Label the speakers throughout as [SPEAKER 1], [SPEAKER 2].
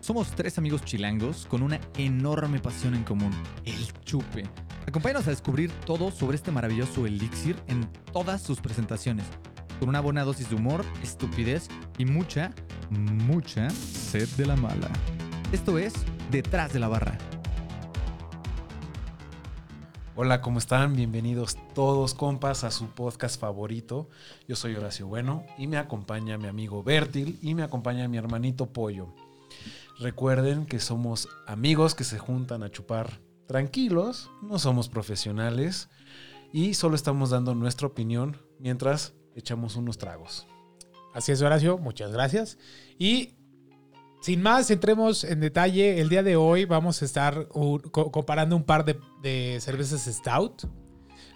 [SPEAKER 1] Somos tres amigos chilangos con una enorme pasión en común, el chupe. Acompáñanos a descubrir todo sobre este maravilloso elixir en todas sus presentaciones, con una buena dosis de humor, estupidez y mucha, mucha sed de la mala. Esto es Detrás de la Barra.
[SPEAKER 2] Hola, ¿cómo están? Bienvenidos todos, compas, a su podcast favorito. Yo soy Horacio Bueno y me acompaña mi amigo Bertil y me acompaña mi hermanito Pollo. Recuerden que somos amigos que se juntan a chupar tranquilos, no somos profesionales y solo estamos dando nuestra opinión mientras echamos unos tragos.
[SPEAKER 3] Así es, Horacio, muchas gracias. Y sin más, entremos en detalle. El día de hoy vamos a estar uh, co- comparando un par de, de cervezas Stout.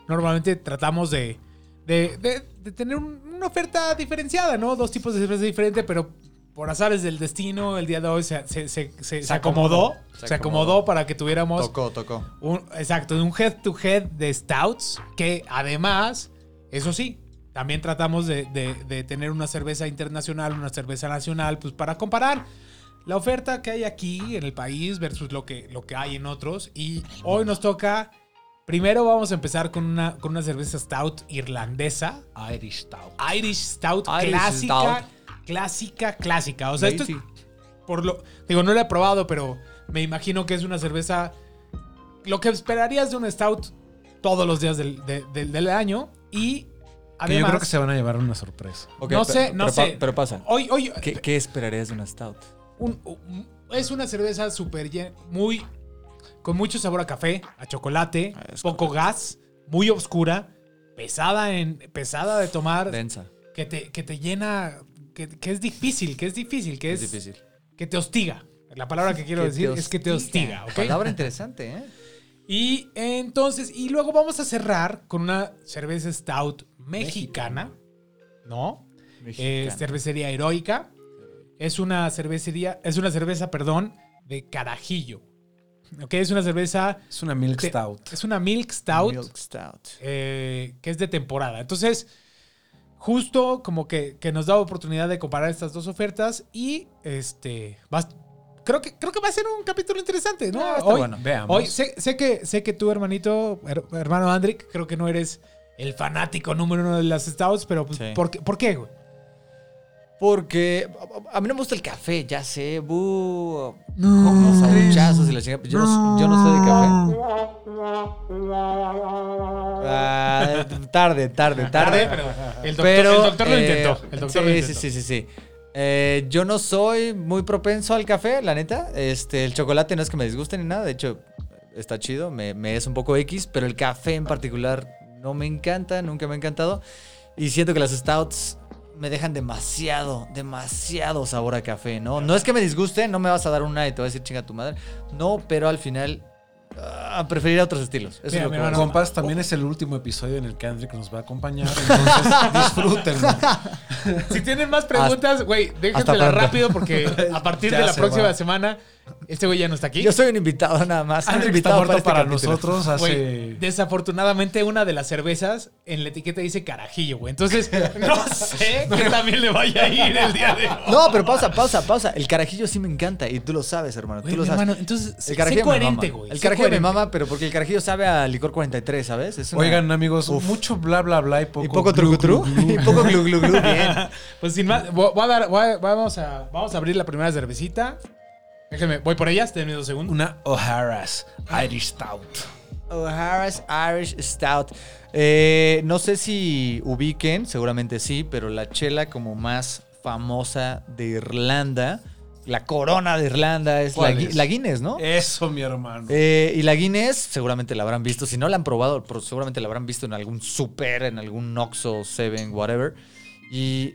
[SPEAKER 3] Normalmente tratamos de, de- de- de tener un- una oferta diferenciada, ¿no? Dos tipos de cerveza diferente, pero por azares del destino, el día de hoy se, se- se- se- se acomodó. Se acomodó para que tuviéramos
[SPEAKER 4] Tocó, tocó.
[SPEAKER 3] un, exacto, un head to head de stouts que además, eso sí, también tratamos de, de- de tener una cerveza internacional, una cerveza nacional, pues para comparar la oferta que hay aquí en el país versus lo que, lo que hay en otros. Y hoy nos toca, primero vamos a empezar con una, con una cerveza stout irlandesa,
[SPEAKER 2] Irish Stout.
[SPEAKER 3] Irish Stout
[SPEAKER 4] Irish
[SPEAKER 3] clásica, clásica, clásica. O sea, esto es- por lo digo no lo he probado pero me imagino que es una cerveza lo que esperarías de un stout todos los días del, de- del- del año y además
[SPEAKER 2] yo creo que se van a llevar una sorpresa.
[SPEAKER 4] Ok,
[SPEAKER 3] no
[SPEAKER 4] pe-
[SPEAKER 3] sé no
[SPEAKER 4] pero pa-
[SPEAKER 3] sé
[SPEAKER 4] Pero pasa.
[SPEAKER 3] hoy hoy
[SPEAKER 4] ¿Qué, qué esperarías de una stout?
[SPEAKER 3] un- un- es una cerveza súper llen- muy con mucho sabor a café a chocolate
[SPEAKER 4] Ah, es
[SPEAKER 3] poco gas muy oscura pesada en pesada de tomar
[SPEAKER 4] Densa.
[SPEAKER 3] que te que te llena que, que es difícil que es difícil que es,
[SPEAKER 4] Es, difícil.
[SPEAKER 3] que te hostiga la palabra que quiero
[SPEAKER 1] Que te
[SPEAKER 3] decir es que te
[SPEAKER 1] hostiga.
[SPEAKER 3] hostiga ¿ok?
[SPEAKER 1] Palabra interesante, ¿eh?
[SPEAKER 3] Y entonces, y luego vamos a cerrar con una cerveza stout mexicana, ¿no? Eh,
[SPEAKER 4] Mexicana.
[SPEAKER 3] cervecería heroica. Es una cervecería, es una cerveza, perdón, de carajillo. ¿Ok? Es una cerveza,
[SPEAKER 2] Es una Milk
[SPEAKER 3] Te-
[SPEAKER 2] Stout.
[SPEAKER 3] es una milk stout
[SPEAKER 4] Milk stout.
[SPEAKER 3] eh, que es de temporada. Entonces, justo como que, que nos da oportunidad de comparar estas dos ofertas y este, vas- creo, que, creo que va a ser un capítulo interesante, ¿no?
[SPEAKER 4] Ah, está
[SPEAKER 3] Hoy-
[SPEAKER 4] bueno.
[SPEAKER 2] Veamos.
[SPEAKER 3] Hoy, sé, sé que, sé que tú, hermanito, her- hermano Andrick, creo que no eres el fanático número uno de las Stouts, pero pues,
[SPEAKER 4] Sí.
[SPEAKER 3] ¿por, qué- ¿por qué, güey?
[SPEAKER 4] Porque a- a a mí no me gusta el café, ya sé. buh, Como sabuchazos y la chingada. Yo no, s- yo no soy de café. Ah, tarde, tarde, tarde.
[SPEAKER 3] Ah, pero el doctor,
[SPEAKER 4] Pero,
[SPEAKER 3] el doctor lo
[SPEAKER 4] eh,
[SPEAKER 3] intentó. El doctor
[SPEAKER 4] sí,
[SPEAKER 3] lo intentó.
[SPEAKER 4] sí, sí, sí, sí. Eh, yo no soy muy propenso al café, la neta. Este, el chocolate no es que me disguste ni nada. De hecho, está chido, me, me es un poco X, pero el café en particular no me encanta, nunca me ha encantado. Y siento que las stouts me dejan demasiado, demasiado sabor a café, ¿no? No es que me disguste, no me vas a dar una y te voy a decir chinga tu madre. No, pero al final ah, preferiría otros estilos. Eso
[SPEAKER 3] Mira,
[SPEAKER 4] es lo
[SPEAKER 3] mi
[SPEAKER 4] que voy a
[SPEAKER 3] hermano,
[SPEAKER 4] decir.
[SPEAKER 2] Compas, también es el último episodio en el que Andrick nos va a acompañar, entonces disfrútenlo.
[SPEAKER 3] Si tienen más preguntas, güey, déjenselas
[SPEAKER 4] pronto.
[SPEAKER 3] rápido porque a partir
[SPEAKER 2] Ya
[SPEAKER 3] de la
[SPEAKER 2] se
[SPEAKER 3] próxima
[SPEAKER 2] va.
[SPEAKER 3] semana, este güey ya no está aquí.
[SPEAKER 4] Yo soy un invitado nada más. un
[SPEAKER 2] Andrick está
[SPEAKER 4] invitado
[SPEAKER 2] muerto
[SPEAKER 4] este
[SPEAKER 2] para
[SPEAKER 4] capítulo.
[SPEAKER 2] nosotros hace...
[SPEAKER 3] Güey, desafortunadamente una de las cervezas en la etiqueta dice carajillo, güey. Entonces, no sé que también le vaya a ir el día de hoy.
[SPEAKER 4] No, pero pausa, pausa, pausa. El carajillo sí me encanta y tú lo sabes, hermano.
[SPEAKER 3] Güey,
[SPEAKER 4] tú lo
[SPEAKER 3] mi
[SPEAKER 4] sabes.
[SPEAKER 3] hermano, entonces, sé-
[SPEAKER 4] el
[SPEAKER 3] sé
[SPEAKER 4] carajillo
[SPEAKER 3] coherente,
[SPEAKER 4] me mama.
[SPEAKER 3] güey.
[SPEAKER 4] El
[SPEAKER 3] sé
[SPEAKER 4] carajillo me
[SPEAKER 3] coherente.
[SPEAKER 4] mama, pero porque el carajillo sabe a licor 43, ¿sabes? Es una-
[SPEAKER 2] Oigan, amigos, mucho bla, bla, bla y poco...
[SPEAKER 4] y poco
[SPEAKER 2] glu,
[SPEAKER 4] truco
[SPEAKER 2] glu, glu.
[SPEAKER 4] y poco glu glu glu, bien.
[SPEAKER 3] Pues sin más, vo- voy a dar- voy a- vamos, a, vamos a abrir la primera cervecita. Déjenme, voy por ellas, denme dos segundos.
[SPEAKER 2] Una O'Hara's Irish Stout.
[SPEAKER 4] O'Hara's Irish Stout. Eh, no sé si ubiquen, seguramente sí, pero la chela como más famosa de Irlanda, la corona de Irlanda es, la,
[SPEAKER 2] ¿Cuál
[SPEAKER 4] Gui-
[SPEAKER 2] es?
[SPEAKER 4] la Guinness, ¿no?
[SPEAKER 2] Eso, mi hermano.
[SPEAKER 4] Eh, y la Guinness, seguramente la habrán visto. Si no la han probado, pero seguramente la habrán visto en algún super, en algún Oxxo, Seven, whatever. Y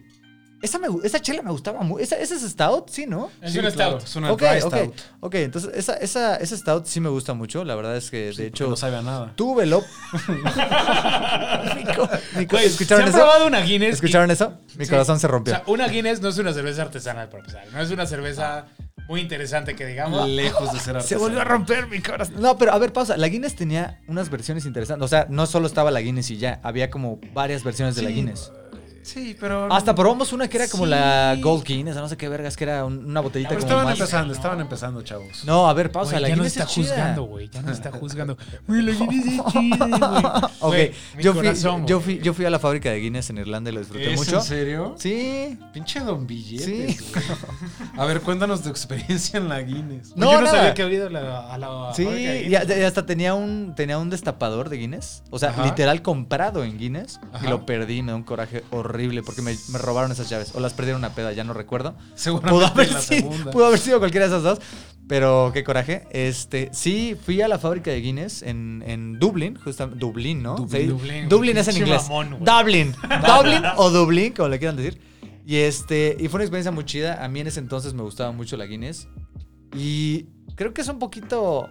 [SPEAKER 4] esa, me gu- esa chela me gustaba mucho. ¿Esa, ¿Esa es Stout? Sí, ¿no?
[SPEAKER 3] Es una
[SPEAKER 2] claro,
[SPEAKER 3] stout.
[SPEAKER 2] Es una
[SPEAKER 4] ok,
[SPEAKER 2] dry
[SPEAKER 4] ok.
[SPEAKER 2] stout.
[SPEAKER 4] Ok, entonces esa, esa, esa Stout sí me gusta mucho. La verdad es que, de
[SPEAKER 2] Hecho,
[SPEAKER 4] hecho,
[SPEAKER 2] no sabe a nada.
[SPEAKER 4] tuve lo. Nico, Nico,
[SPEAKER 3] Güey, ¿se
[SPEAKER 4] ¿Escucharon
[SPEAKER 3] han
[SPEAKER 4] eso?
[SPEAKER 3] probado una Guinness?
[SPEAKER 4] ¿Escucharon eso? Mi
[SPEAKER 3] Sí.
[SPEAKER 4] corazón se
[SPEAKER 3] Y- o
[SPEAKER 4] rompió.
[SPEAKER 3] sea, una Guinness no es una cerveza artesanal para empezar. No es una cerveza muy interesante que digamos.
[SPEAKER 2] Lejos de ser artesano.
[SPEAKER 4] Se volvió a romper mi corazón. No, pero a ver, pausa. La Guinness tenía unas versiones interesantes. O sea, no solo estaba la Guinness y ya. Había como varias versiones de la Guinness.
[SPEAKER 2] Sí, pero.
[SPEAKER 3] Ah,
[SPEAKER 4] Hasta probamos una que era como la
[SPEAKER 2] Sí.
[SPEAKER 4] Gold King, esa no sé qué vergas, que era un- una botellita
[SPEAKER 2] Pero
[SPEAKER 4] como
[SPEAKER 2] estaban
[SPEAKER 4] más-
[SPEAKER 2] empezando, estaban empezando, chavos.
[SPEAKER 4] No, a ver, pausa.
[SPEAKER 3] Güey,
[SPEAKER 4] la
[SPEAKER 3] ya no
[SPEAKER 4] Guinness
[SPEAKER 3] está
[SPEAKER 4] es chida.
[SPEAKER 3] juzgando, güey. Ya no está juzgando. Güey, la Guinness es chida, güey.
[SPEAKER 4] Ok,
[SPEAKER 3] Güey, mi
[SPEAKER 4] yo, fui,
[SPEAKER 3] corazón, güey.
[SPEAKER 4] yo, fui, yo fui a la fábrica de Guinness en Irlanda y lo disfruté
[SPEAKER 2] ¿Es
[SPEAKER 4] mucho.
[SPEAKER 2] en serio?
[SPEAKER 4] Sí.
[SPEAKER 2] Pinche don billete.
[SPEAKER 4] Sí.
[SPEAKER 2] A ver, cuéntanos tu experiencia en la Guinness.
[SPEAKER 4] No,
[SPEAKER 3] yo no
[SPEAKER 4] nada.
[SPEAKER 3] sabía que había ido a la, a la
[SPEAKER 4] Sí,
[SPEAKER 3] fábrica de
[SPEAKER 4] y
[SPEAKER 3] Guinness.
[SPEAKER 4] a- y hasta tenía un, tenía un destapador de Guinness. O sea,
[SPEAKER 2] Ajá.
[SPEAKER 4] literal comprado en Guinness.
[SPEAKER 2] Ajá.
[SPEAKER 4] Y lo perdí, me da un coraje horrible porque me, me robaron esas llaves. O las perdieron una peda, ya no recuerdo.
[SPEAKER 2] Seguramente
[SPEAKER 4] Pudo haber,
[SPEAKER 2] la
[SPEAKER 4] sido,
[SPEAKER 2] segunda.
[SPEAKER 4] pudo haber sido cualquiera de esas dos. Pero qué coraje. Este, sí, fui a la fábrica de Guinness en, en Dublín, justamente. Dublín, ¿no?
[SPEAKER 2] Dublín,
[SPEAKER 4] Sí,
[SPEAKER 3] Dublín,
[SPEAKER 4] Dublín es en
[SPEAKER 3] pinche
[SPEAKER 4] inglés.
[SPEAKER 3] mamón, güey.
[SPEAKER 4] Dublín. Dublín o Dublín, como le quieran decir. Y este, y fue una experiencia muy chida. A mí en ese entonces me gustaba mucho la Guinness. Y creo que es un poquito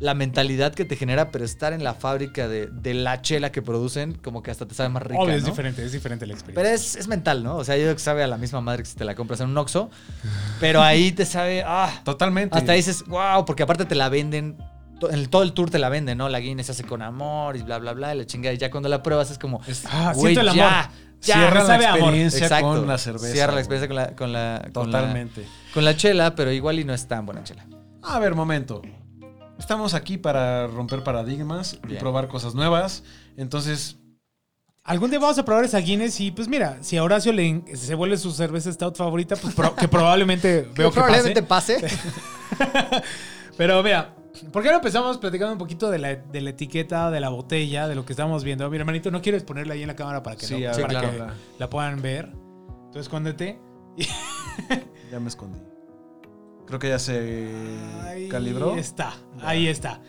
[SPEAKER 4] la mentalidad que te genera, pero estar en la fábrica de, de la chela que producen, como que hasta te sabe más rica.
[SPEAKER 3] Obvio, es
[SPEAKER 4] ¿no?
[SPEAKER 3] diferente, es diferente la experiencia.
[SPEAKER 4] Pero es, es mental, ¿no? O sea, yo creo que sabe a la misma madre que si te la compras en un Oxxo. Pero ahí te sabe. Ah,
[SPEAKER 2] Totalmente.
[SPEAKER 4] hasta dices, wow, porque aparte te la venden. to- En todo el tour te la venden, ¿no? La Guinness se hace con amor y bla, bla, bla. Y la chingada. Y ya cuando la pruebas es como.
[SPEAKER 2] Es-
[SPEAKER 3] Ah,
[SPEAKER 4] Güey,
[SPEAKER 3] siento el amor.
[SPEAKER 4] ya. Ya.
[SPEAKER 2] Cierra la
[SPEAKER 3] sabe a amor.
[SPEAKER 2] experiencia
[SPEAKER 4] Exacto.
[SPEAKER 2] con la cerveza.
[SPEAKER 4] Cierra la
[SPEAKER 2] güey.
[SPEAKER 4] experiencia con la, con la- con la-
[SPEAKER 2] Totalmente.
[SPEAKER 4] con la chela, pero igual y no es tan buena chela.
[SPEAKER 2] A ver, momento. Estamos aquí para romper paradigmas y
[SPEAKER 4] Bien.
[SPEAKER 2] probar cosas nuevas. Entonces,
[SPEAKER 3] Algún día vamos a probar esa Guinness y pues mira, si a Horacio le en- se vuelve su cerveza stout favorita, pues pro- que probablemente veo que
[SPEAKER 4] probablemente
[SPEAKER 3] pase.
[SPEAKER 4] pase.
[SPEAKER 3] Pero mira, ¿por qué no empezamos platicando un poquito de la, de la etiqueta, de la botella, de lo que estamos viendo? Mi hermanito, no quieres ponerla ahí en la cámara para que,
[SPEAKER 2] Sí,
[SPEAKER 3] no-
[SPEAKER 2] a
[SPEAKER 3] para
[SPEAKER 2] ver,
[SPEAKER 3] que
[SPEAKER 2] claro.
[SPEAKER 3] la puedan ver. Tú escóndete.
[SPEAKER 2] ya me escondí. Creo que ya se
[SPEAKER 3] Ahí
[SPEAKER 2] calibró.
[SPEAKER 3] está, ahí está.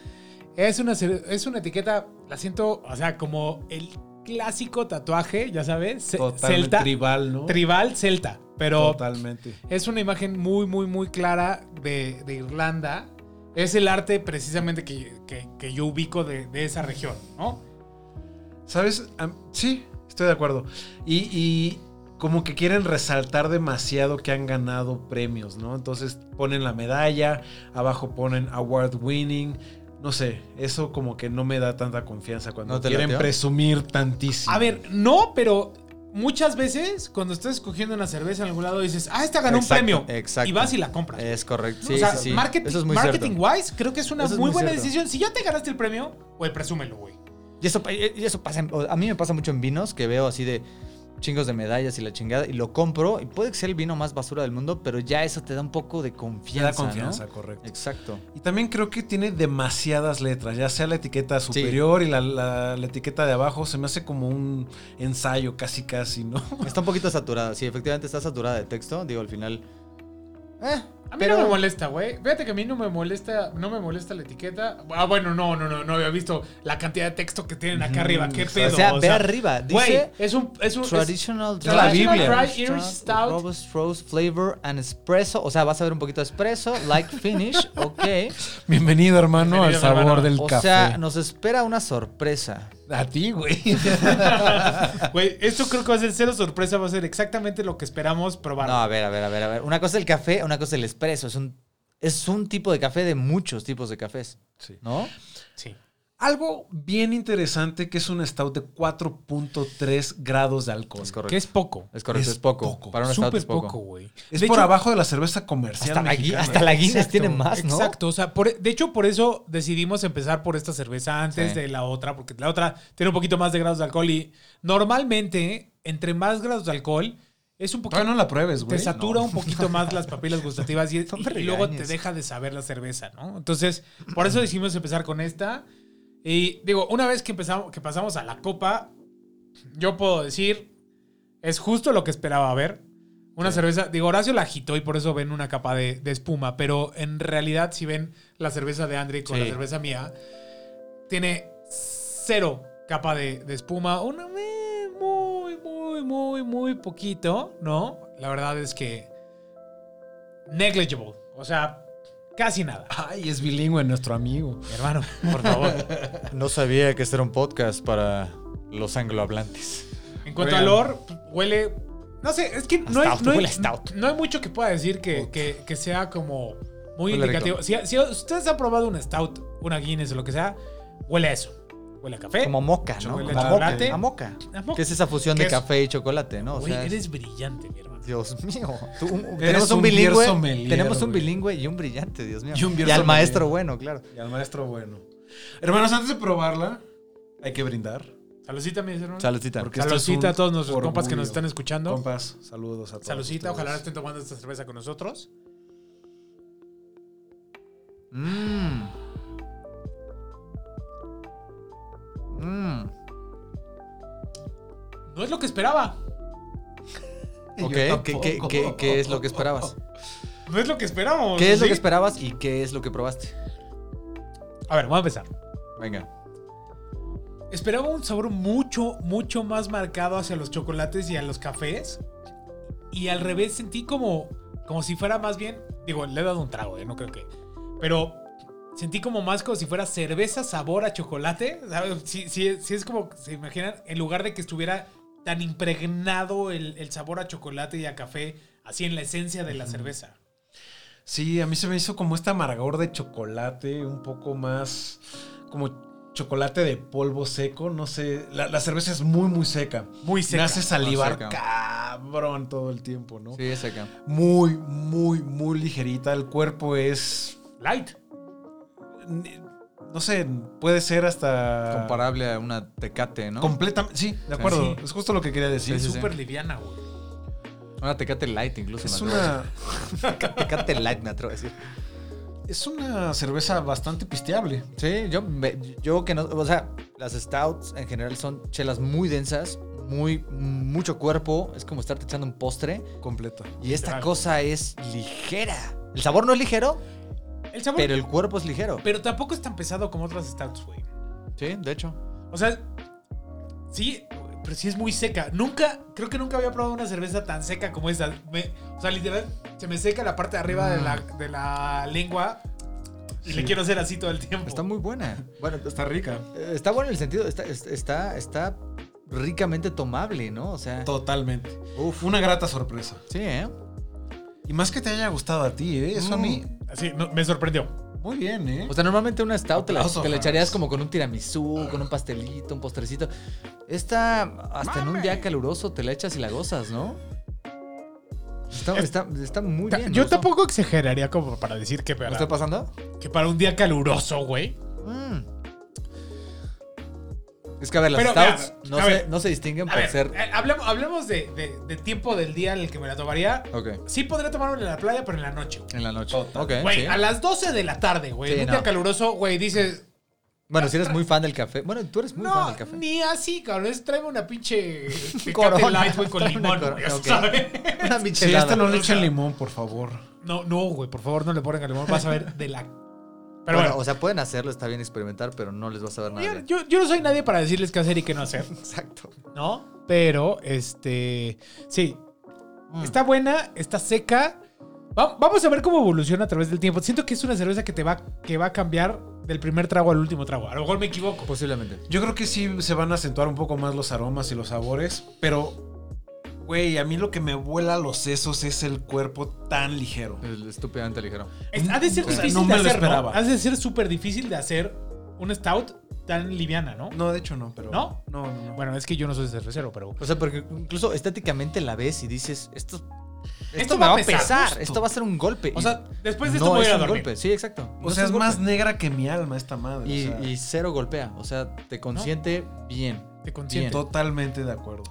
[SPEAKER 3] Es una, cer- es una etiqueta, la siento, o sea, como el clásico tatuaje, ya sabes, ce-
[SPEAKER 2] Totalmente
[SPEAKER 3] celta,
[SPEAKER 2] tribal, ¿no?
[SPEAKER 3] tribal celta, pero
[SPEAKER 2] Totalmente.
[SPEAKER 3] es una imagen muy, muy, muy clara de, de Irlanda. Es el arte precisamente que, que- que yo ubico de, de esa región, ¿no?
[SPEAKER 2] ¿Sabes? Am- sí, estoy de acuerdo. Y, y como que quieren resaltar demasiado que han ganado premios, ¿no? Entonces ponen la medalla, abajo ponen award winning. No sé, eso como que no me da tanta confianza cuando
[SPEAKER 4] ¿No te
[SPEAKER 2] quieren
[SPEAKER 4] lateó?
[SPEAKER 2] presumir tantísimo.
[SPEAKER 3] A ver, no, pero muchas veces cuando estás escogiendo una cerveza en algún lado dices, ah, esta ganó
[SPEAKER 4] Exacto,
[SPEAKER 3] un premio.
[SPEAKER 4] exacto.
[SPEAKER 3] Y vas y la compras.
[SPEAKER 4] Es correcto. Sí,
[SPEAKER 3] o sea,
[SPEAKER 4] sí, sí.
[SPEAKER 3] marketing,
[SPEAKER 4] Eso es muy
[SPEAKER 3] marketing
[SPEAKER 4] cierto.
[SPEAKER 3] wise, creo que es una
[SPEAKER 4] Eso es
[SPEAKER 3] muy
[SPEAKER 4] muy
[SPEAKER 3] buena
[SPEAKER 4] cierto.
[SPEAKER 3] decisión. Si ya te ganaste el premio, güey, presúmelo, güey.
[SPEAKER 4] Y eso, pa- y y eso pasa, en- o- a mí me pasa mucho en vinos que veo así de chingos de medallas y la chingada y lo compro y puede que sea el vino más basura del mundo, pero ya eso te da un poco de
[SPEAKER 2] Te
[SPEAKER 4] confianza.
[SPEAKER 2] da confianza,
[SPEAKER 4] ¿no?
[SPEAKER 2] correcto.
[SPEAKER 4] Exacto.
[SPEAKER 2] Y también creo que tiene demasiadas letras, ya sea la etiqueta superior y la, la- la etiqueta de abajo, se me hace como un ensayo casi casi, ¿no?
[SPEAKER 4] Está un poquito saturada, sí, efectivamente está saturada de texto, digo, al final... eh,
[SPEAKER 3] A mí
[SPEAKER 4] pero
[SPEAKER 3] no me molesta, güey. Fíjate que a mí no me molesta, no me molesta la etiqueta. Ah, bueno, no, no, no, no había visto la cantidad de texto que tienen acá arriba. Qué pedo.
[SPEAKER 4] Mm, o sea, ve arriba,
[SPEAKER 3] Güey,
[SPEAKER 4] dice...
[SPEAKER 3] es un, es un es-
[SPEAKER 4] Traditional
[SPEAKER 3] es la
[SPEAKER 4] dry-
[SPEAKER 3] Biblia.
[SPEAKER 4] dry
[SPEAKER 3] Dry Irish
[SPEAKER 4] stout,
[SPEAKER 3] Stout.
[SPEAKER 4] Robust roast flavor and espresso. O sea, vas a ver un poquito de espresso, like finish, ok.
[SPEAKER 2] Bienvenido, hermano,
[SPEAKER 3] Bienvenido,
[SPEAKER 2] al sabor
[SPEAKER 3] hermano.
[SPEAKER 2] del
[SPEAKER 4] O
[SPEAKER 2] café.
[SPEAKER 4] sea, nos espera una sorpresa.
[SPEAKER 2] A ti, güey.
[SPEAKER 3] güey, esto creo que va a ser cero sorpresa, va a ser exactamente lo que esperamos probar.
[SPEAKER 4] No, a ver, a ver, a ver, a ver. Una cosa es el café, una cosa es el espresso. Es un, es un tipo de café de muchos tipos de cafés,
[SPEAKER 2] Sí.
[SPEAKER 4] ¿no?
[SPEAKER 3] sí.
[SPEAKER 2] Algo bien interesante que es un stout de 4.3 grados de alcohol.
[SPEAKER 4] Es correcto.
[SPEAKER 3] Que es poco.
[SPEAKER 4] Es correcto,
[SPEAKER 2] es
[SPEAKER 4] es, poco.
[SPEAKER 2] poco,
[SPEAKER 4] Para un stout
[SPEAKER 3] Súper
[SPEAKER 4] es poco.
[SPEAKER 3] poco, güey.
[SPEAKER 2] Es
[SPEAKER 3] De
[SPEAKER 2] por
[SPEAKER 3] hecho,
[SPEAKER 2] abajo de la cerveza comercial
[SPEAKER 4] Hasta la, gui-
[SPEAKER 2] mexicana.
[SPEAKER 4] hasta la Guinness
[SPEAKER 3] Exacto,
[SPEAKER 4] tiene más, ¿no?
[SPEAKER 3] Exacto, o sea, por- e, de hecho por eso decidimos empezar por esta cerveza antes
[SPEAKER 4] Sí.
[SPEAKER 3] de la otra, porque la otra tiene un poquito más de grados de alcohol y normalmente entre más grados de alcohol es un poquito...
[SPEAKER 2] Todavía no la pruebes,
[SPEAKER 3] te
[SPEAKER 2] güey.
[SPEAKER 3] satura un poquito más las papilas gustativas y,
[SPEAKER 4] No me
[SPEAKER 3] y luego te
[SPEAKER 4] regañes.
[SPEAKER 3] deja de saber la cerveza, ¿no? Entonces, por eso decidimos empezar con esta. Y digo, una vez que, empezamos, que pasamos a la copa, yo puedo decir, es justo lo que esperaba ver. Una cerveza, digo, Horacio la agitó y por eso ven una capa de, de espuma, pero en realidad si ven la cerveza de Andre con
[SPEAKER 4] Sí.
[SPEAKER 3] la cerveza mía, tiene cero capa de, de espuma, una eh, muy, muy, muy, muy poquito, ¿no? La verdad es que negligible, o sea, casi nada.
[SPEAKER 2] Ay, es bilingüe nuestro amigo.
[SPEAKER 3] Mi hermano, por favor.
[SPEAKER 4] No sabía que este era un podcast para los anglohablantes.
[SPEAKER 3] En cuanto al
[SPEAKER 2] Oigan.
[SPEAKER 3] olor, huele. No sé, es que no hay,
[SPEAKER 4] Stout,
[SPEAKER 3] no, hay-
[SPEAKER 4] huele a stout.
[SPEAKER 3] no hay mucho que pueda decir que, que- que sea como muy
[SPEAKER 4] Huele
[SPEAKER 3] indicativo. Si, si ustedes han probado un stout, una Guinness o lo que sea, huele a eso. Huele a café.
[SPEAKER 4] Como moca, ¿no?
[SPEAKER 3] Huele
[SPEAKER 4] Como
[SPEAKER 3] a
[SPEAKER 4] moca.
[SPEAKER 3] chocolate.
[SPEAKER 4] A moca.
[SPEAKER 3] A moca.
[SPEAKER 4] Que es esa fusión de
[SPEAKER 3] ¿Qué es?
[SPEAKER 4] café y chocolate, ¿no? O
[SPEAKER 3] Güey,
[SPEAKER 4] sea, es-
[SPEAKER 3] eres brillante, mi hermano.
[SPEAKER 4] Dios mío. Tú-
[SPEAKER 2] Eres
[SPEAKER 4] tenemos un
[SPEAKER 2] un Bier
[SPEAKER 4] bilingüe.
[SPEAKER 2] sommelier,
[SPEAKER 4] tenemos un
[SPEAKER 2] güey.
[SPEAKER 4] bilingüe y un brillante, Dios mío.
[SPEAKER 2] Y
[SPEAKER 4] Y,
[SPEAKER 2] un Bier
[SPEAKER 4] al
[SPEAKER 2] sommelier.
[SPEAKER 4] maestro bueno, claro.
[SPEAKER 2] Y al maestro bueno. Hermanos, antes de probarla, hay que brindar.
[SPEAKER 3] Saludcita, mi hermano.
[SPEAKER 4] Saludcita.
[SPEAKER 2] Porque esto es
[SPEAKER 3] Saludcita
[SPEAKER 2] un
[SPEAKER 3] a todos nuestros
[SPEAKER 2] orgullo.
[SPEAKER 3] compas que nos están escuchando.
[SPEAKER 2] Compas, saludos a todos.
[SPEAKER 3] Saludcita,
[SPEAKER 2] ustedes.
[SPEAKER 3] ojalá estén tomando esta cerveza con nosotros.
[SPEAKER 4] Mmm. Mmm.
[SPEAKER 3] No es lo que esperaba.
[SPEAKER 2] Yo
[SPEAKER 4] Ok, ¿qué- ¿Qué, qué-
[SPEAKER 2] tampoco.
[SPEAKER 4] qué- qué es lo que esperabas?
[SPEAKER 3] No es lo que esperábamos.
[SPEAKER 4] ¿Qué es lo
[SPEAKER 3] ¿sí?
[SPEAKER 4] que esperabas y qué es lo que probaste?
[SPEAKER 3] A ver, vamos a empezar.
[SPEAKER 4] Venga.
[SPEAKER 3] Esperaba un sabor mucho, mucho más marcado hacia los chocolates y a los cafés. Y al revés sentí como, como si fuera más bien, digo, le he dado un trago, ¿eh? no creo que. Pero sentí como más como si fuera cerveza sabor a chocolate. ¿sabes? Sí, sí, sí es como, se imaginan, en lugar de que estuviera tan impregnado el, el sabor a chocolate y a café, así en la esencia de la cerveza.
[SPEAKER 2] Sí, a mí se me hizo como este amargor de chocolate, un poco más como chocolate de polvo seco, no sé, la, la cerveza es muy muy seca.
[SPEAKER 3] Muy
[SPEAKER 2] Me
[SPEAKER 3] seca.
[SPEAKER 2] hace salivar
[SPEAKER 4] seca.
[SPEAKER 2] cabrón todo el tiempo, ¿no?
[SPEAKER 4] Sí, es acá.
[SPEAKER 2] Muy, muy, muy ligerita, el cuerpo es,
[SPEAKER 3] Light.
[SPEAKER 2] no sé, puede ser hasta...
[SPEAKER 4] Ah. Comparable a una tecate, ¿no?
[SPEAKER 2] Completamente, sí, de acuerdo,
[SPEAKER 3] Sí.
[SPEAKER 2] es justo lo que quería decir.
[SPEAKER 4] Sí, sí, sí.
[SPEAKER 3] Súper liviana, güey.
[SPEAKER 4] Una tecate light, incluso.
[SPEAKER 2] Es
[SPEAKER 4] me atrevo a
[SPEAKER 2] una,
[SPEAKER 4] decir. Tecate light, me atrevo a decir.
[SPEAKER 2] es una cerveza bastante pisteable.
[SPEAKER 4] Sí, yo, me- yo que no. O sea, las stouts en general son chelas muy densas, muy mucho cuerpo. Es como estarte echando un postre.
[SPEAKER 2] Completa.
[SPEAKER 4] Y esta
[SPEAKER 3] Literal.
[SPEAKER 4] cosa es ligera. El sabor no es ligero,
[SPEAKER 3] El sabor. Pero,
[SPEAKER 4] pero el cuerpo es ligero.
[SPEAKER 3] tampoco es tan pesado como otras stouts, güey.
[SPEAKER 4] Sí, de hecho.
[SPEAKER 3] O sea, sí, pero sí es muy seca. Nunca, creo que nunca había probado una cerveza tan seca como esta. Me- o sea, literal, se me seca la parte de arriba de, la,
[SPEAKER 4] Mm.
[SPEAKER 3] de la lengua y le quiero hacer así todo el tiempo.
[SPEAKER 4] Está muy buena. Bueno, está,
[SPEAKER 2] rica.
[SPEAKER 4] está bueno en el sentido. Está, está, está ricamente tomable, ¿no? O sea.
[SPEAKER 2] Totalmente.
[SPEAKER 4] Uf.
[SPEAKER 2] Una grata sorpresa.
[SPEAKER 4] Sí, ¿eh?
[SPEAKER 2] Y más que te haya gustado a ti, ¿eh? Eso a mí.
[SPEAKER 3] Así, no, me sorprendió.
[SPEAKER 2] Muy bien, ¿eh?
[SPEAKER 4] O
[SPEAKER 3] Pues,
[SPEAKER 4] sea, normalmente una stout te la,
[SPEAKER 2] Aplauso,
[SPEAKER 4] te la
[SPEAKER 2] Hans.
[SPEAKER 4] echarías como con un tiramisú, con un pastelito, un postrecito. Esta, hasta en un día caluroso, te la echas y la gozas, ¿no? Está, está- está muy bien. me
[SPEAKER 3] Yo
[SPEAKER 4] gustó.
[SPEAKER 3] tampoco exageraría como para decir que
[SPEAKER 4] ¿Me
[SPEAKER 3] para,
[SPEAKER 4] está pasando?
[SPEAKER 3] que para un día caluroso, güey.
[SPEAKER 4] Mm. Es que, a ver, las
[SPEAKER 3] Pero,
[SPEAKER 4] stouts
[SPEAKER 3] mira,
[SPEAKER 4] no,
[SPEAKER 3] a
[SPEAKER 4] se,
[SPEAKER 3] ver.
[SPEAKER 4] no se distinguen
[SPEAKER 3] A
[SPEAKER 4] por
[SPEAKER 3] ver,
[SPEAKER 4] ser...
[SPEAKER 3] eh, hablemos, hablemos de, de- de tiempo del día en el que me la tomaría.
[SPEAKER 4] Ok,
[SPEAKER 3] Sí podría tomármela en la playa, pero en la noche, güey.
[SPEAKER 4] en la noche.
[SPEAKER 2] Total.
[SPEAKER 4] Ok,
[SPEAKER 3] Güey,
[SPEAKER 4] sí.
[SPEAKER 3] a las 12 de la tarde, güey.
[SPEAKER 4] Sí,
[SPEAKER 3] en un
[SPEAKER 4] no.
[SPEAKER 3] día caluroso, güey, dices,
[SPEAKER 4] Bueno, si eres muy fan del café. Bueno, tú eres muy fan
[SPEAKER 3] No,
[SPEAKER 4] del café.
[SPEAKER 3] ni así, cabrón. Es tráeme una pinche Tecate
[SPEAKER 4] Corona.
[SPEAKER 3] Light, güey, con
[SPEAKER 4] Tráeme una
[SPEAKER 3] limón,
[SPEAKER 4] corona,
[SPEAKER 3] güey, o sea,
[SPEAKER 4] ok.
[SPEAKER 3] ¿sabes?
[SPEAKER 4] Una
[SPEAKER 2] sí,
[SPEAKER 4] michelada.
[SPEAKER 2] esta no este le
[SPEAKER 3] O sea-
[SPEAKER 2] echen limón, por favor.
[SPEAKER 3] No, no, güey, por favor, no le pongan limón. Vas a ver de la... Pero
[SPEAKER 4] Bueno,
[SPEAKER 3] bueno,
[SPEAKER 4] o sea, pueden hacerlo, está bien experimentar, pero no les va a saber nada.
[SPEAKER 3] yo-
[SPEAKER 4] bien.
[SPEAKER 3] yo, yo no soy nadie para decirles qué hacer y qué no hacer,
[SPEAKER 4] Exacto.
[SPEAKER 3] ¿no? Pero, este... Sí,
[SPEAKER 4] Mm.
[SPEAKER 3] está buena, está seca. Va- vamos a ver cómo evoluciona a través del tiempo. Siento que es una cerveza que te va, que va a cambiar del primer trago al último trago. A lo mejor me equivoco.
[SPEAKER 4] Posiblemente.
[SPEAKER 2] Yo creo que sí se van a acentuar un poco más los aromas y los sabores, pero, güey, a mí lo que me vuela los sesos es el cuerpo tan ligero.
[SPEAKER 4] El estúpidamente ligero.
[SPEAKER 3] Es- ha de ser
[SPEAKER 2] O sea,
[SPEAKER 3] difícil
[SPEAKER 2] no me
[SPEAKER 3] de
[SPEAKER 2] lo
[SPEAKER 3] hacer, ¿no?
[SPEAKER 2] esperaba.
[SPEAKER 3] Ha de ser súper difícil de hacer un stout tan liviana, ¿no?
[SPEAKER 2] No, de hecho no, pero...
[SPEAKER 3] ¿No?
[SPEAKER 2] No, no, no.
[SPEAKER 3] Bueno, es que yo no soy cervecero, pero...
[SPEAKER 4] O sea, porque incluso estéticamente la ves y dices, esto, esto,
[SPEAKER 3] Esto
[SPEAKER 4] me
[SPEAKER 3] va
[SPEAKER 4] va
[SPEAKER 3] a
[SPEAKER 4] a
[SPEAKER 3] pesar,
[SPEAKER 4] pesar,
[SPEAKER 3] justo.
[SPEAKER 4] esto va a ser un golpe.
[SPEAKER 3] O
[SPEAKER 4] Y
[SPEAKER 3] sea, después de esto
[SPEAKER 4] no
[SPEAKER 3] voy a
[SPEAKER 4] es
[SPEAKER 3] ir a
[SPEAKER 4] un
[SPEAKER 3] dormir.
[SPEAKER 4] golpe, sí, exacto. No
[SPEAKER 2] o sea, es
[SPEAKER 4] un golpe.
[SPEAKER 2] más negra que mi alma esta madre.
[SPEAKER 4] Y,
[SPEAKER 2] o sea,
[SPEAKER 4] y cero golpea, o sea, te consiente bien.
[SPEAKER 3] Te consiento.
[SPEAKER 2] Totalmente de acuerdo.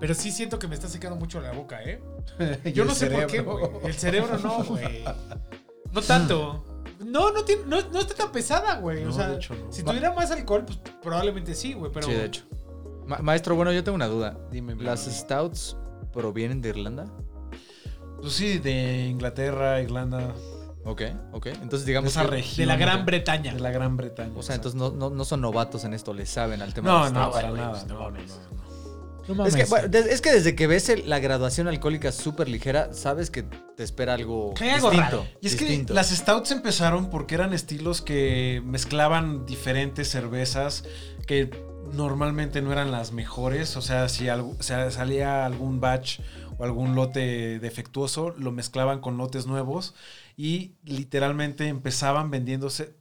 [SPEAKER 3] Pero sí siento que me está secando mucho la boca, ¿eh? Yo no sé por qué, güey. El cerebro no, güey. No tanto. No, no, tiene, no, no está tan pesada, güey.
[SPEAKER 2] No,
[SPEAKER 3] o sea,
[SPEAKER 2] de hecho, no.
[SPEAKER 3] si tuviera más alcohol, pues probablemente sí, güey. Pero
[SPEAKER 4] Sí, de hecho. Ma- maestro, bueno, yo tengo una duda.
[SPEAKER 2] Dime, mi
[SPEAKER 4] ¿Las
[SPEAKER 2] hermano.
[SPEAKER 4] stouts provienen de Irlanda?
[SPEAKER 2] Pues sí, de Inglaterra, Irlanda,
[SPEAKER 4] Ok, ok. Entonces
[SPEAKER 2] de
[SPEAKER 4] digamos
[SPEAKER 2] esa
[SPEAKER 4] que-
[SPEAKER 2] región.
[SPEAKER 3] de la Gran
[SPEAKER 2] Bretaña.
[SPEAKER 3] Bretaña.
[SPEAKER 2] De la Gran Bretaña.
[SPEAKER 4] O sea, entonces no, no, no son novatos en esto, le saben al tema. de
[SPEAKER 2] No,
[SPEAKER 4] las
[SPEAKER 2] no,
[SPEAKER 4] stouts.
[SPEAKER 2] para
[SPEAKER 3] güey,
[SPEAKER 2] nada.
[SPEAKER 3] pues, no
[SPEAKER 2] No, no,
[SPEAKER 3] mames.
[SPEAKER 2] no, no.
[SPEAKER 3] No mames.
[SPEAKER 4] Es que, bueno, des- es que desde que ves el- la graduación alcohólica súper ligera, sabes que te espera algo
[SPEAKER 3] Hay algo
[SPEAKER 4] distinto.
[SPEAKER 3] raro.
[SPEAKER 2] Y es
[SPEAKER 4] distinto.
[SPEAKER 2] que las stouts empezaron porque eran estilos que mezclaban diferentes cervezas que normalmente no eran las mejores. O sea, si algo, o sea, salía algún batch o algún lote defectuoso, lo mezclaban con lotes nuevos y literalmente empezaban vendiéndose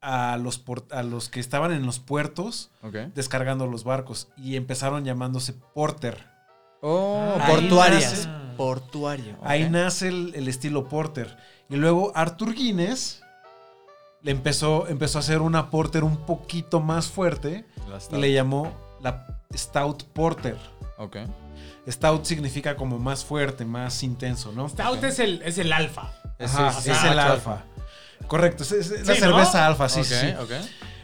[SPEAKER 2] a los, por- a los que estaban en los puertos
[SPEAKER 1] Ok.
[SPEAKER 2] descargando los barcos y empezaron llamándose porter.
[SPEAKER 4] Oh,
[SPEAKER 3] Ah.
[SPEAKER 2] Ahí
[SPEAKER 4] portuarias.
[SPEAKER 2] nace-
[SPEAKER 4] Portuario.
[SPEAKER 2] Ahí
[SPEAKER 4] ok.
[SPEAKER 2] nace el, el estilo porter. Y luego Arthur Guinness le empezó, empezó a hacer una porter un poquito más fuerte y le llamó la Stout Porter.
[SPEAKER 1] Ok.
[SPEAKER 2] Stout significa como más fuerte, más intenso, ¿no?
[SPEAKER 3] Stout es, el, es el alfa.
[SPEAKER 2] Ajá,
[SPEAKER 3] es-
[SPEAKER 2] es,
[SPEAKER 3] es
[SPEAKER 2] el
[SPEAKER 3] macho
[SPEAKER 2] alfa. Correcto, es, es la
[SPEAKER 3] Sí, ¿no?
[SPEAKER 2] cerveza alfa, sí,
[SPEAKER 1] ok,
[SPEAKER 2] sí, sí.
[SPEAKER 1] ok.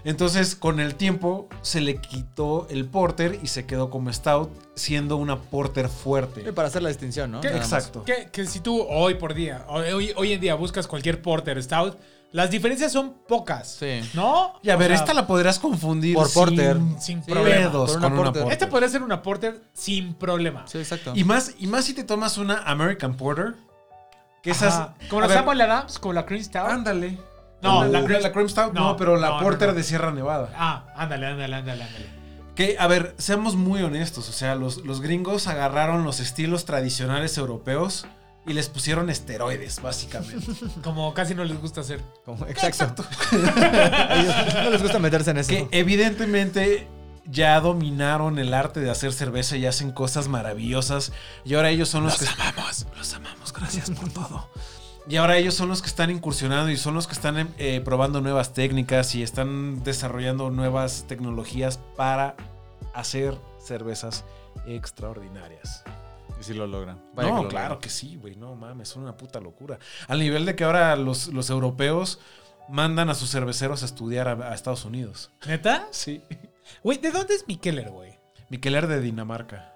[SPEAKER 2] Entonces, con el tiempo se le quitó el porter y se quedó como stout, siendo una porter
[SPEAKER 4] Sí,
[SPEAKER 2] fuerte.
[SPEAKER 4] Para hacer la distinción, ¿no?
[SPEAKER 3] ¿Qué?
[SPEAKER 4] Nada más.
[SPEAKER 2] Exacto.
[SPEAKER 3] Que, que si tú hoy por día, hoy- hoy, hoy en día buscas cualquier porter stout, las diferencias son pocas.
[SPEAKER 1] Sí.
[SPEAKER 3] ¿No?
[SPEAKER 2] Y a
[SPEAKER 3] O
[SPEAKER 2] ver, este
[SPEAKER 3] sea,
[SPEAKER 2] esta la podrías confundir
[SPEAKER 4] Por
[SPEAKER 2] sin-
[SPEAKER 4] porter.
[SPEAKER 3] sin
[SPEAKER 2] Sí,
[SPEAKER 3] problema.
[SPEAKER 2] pedos
[SPEAKER 4] Por
[SPEAKER 2] con
[SPEAKER 4] una
[SPEAKER 2] una porter.
[SPEAKER 4] porter.
[SPEAKER 3] Esta podría ser una porter sin problema.
[SPEAKER 1] Sí, exacto.
[SPEAKER 2] Y más, y más si te tomas una American Porter, que esas.
[SPEAKER 3] Ajá. Como
[SPEAKER 2] a
[SPEAKER 3] la
[SPEAKER 2] ver,
[SPEAKER 3] Samuel Adams, como la Cream Stout.
[SPEAKER 2] Ándale.
[SPEAKER 3] No, la
[SPEAKER 2] la,
[SPEAKER 3] Cream-
[SPEAKER 2] la Cream Stout, no,
[SPEAKER 3] no,
[SPEAKER 2] pero la
[SPEAKER 3] no, no,
[SPEAKER 2] Porter
[SPEAKER 3] no.
[SPEAKER 2] de Sierra Nevada.
[SPEAKER 3] Ah, ándale, ándale, ándale, ándale.
[SPEAKER 2] Que, a ver, seamos muy honestos. O sea, los, los gringos agarraron los estilos tradicionales europeos y les pusieron esteroides, básicamente.
[SPEAKER 3] Como casi no les gusta hacer.
[SPEAKER 4] Como- Exacto. A ellos no les gusta meterse en eso.
[SPEAKER 2] que evidentemente ya dominaron el arte de hacer cerveza y hacen cosas maravillosas. Y ahora ellos son los, que. amamos, los amamos, gracias por todo. Y ahora ellos son los que están incursionando y son los que están eh, probando nuevas técnicas y están desarrollando nuevas tecnologías para hacer cervezas extraordinarias.
[SPEAKER 1] Y si lo logran. Vaya
[SPEAKER 2] No,
[SPEAKER 1] lo
[SPEAKER 2] claro que sí, güey. No mames, son una puta locura. Al nivel de que ahora los, los europeos mandan a sus cerveceros a estudiar a- a Estados Unidos.
[SPEAKER 3] ¿Neta?
[SPEAKER 2] Sí.
[SPEAKER 3] Güey, ¿de dónde es Mikeller, güey?
[SPEAKER 2] Mikeler de Dinamarca.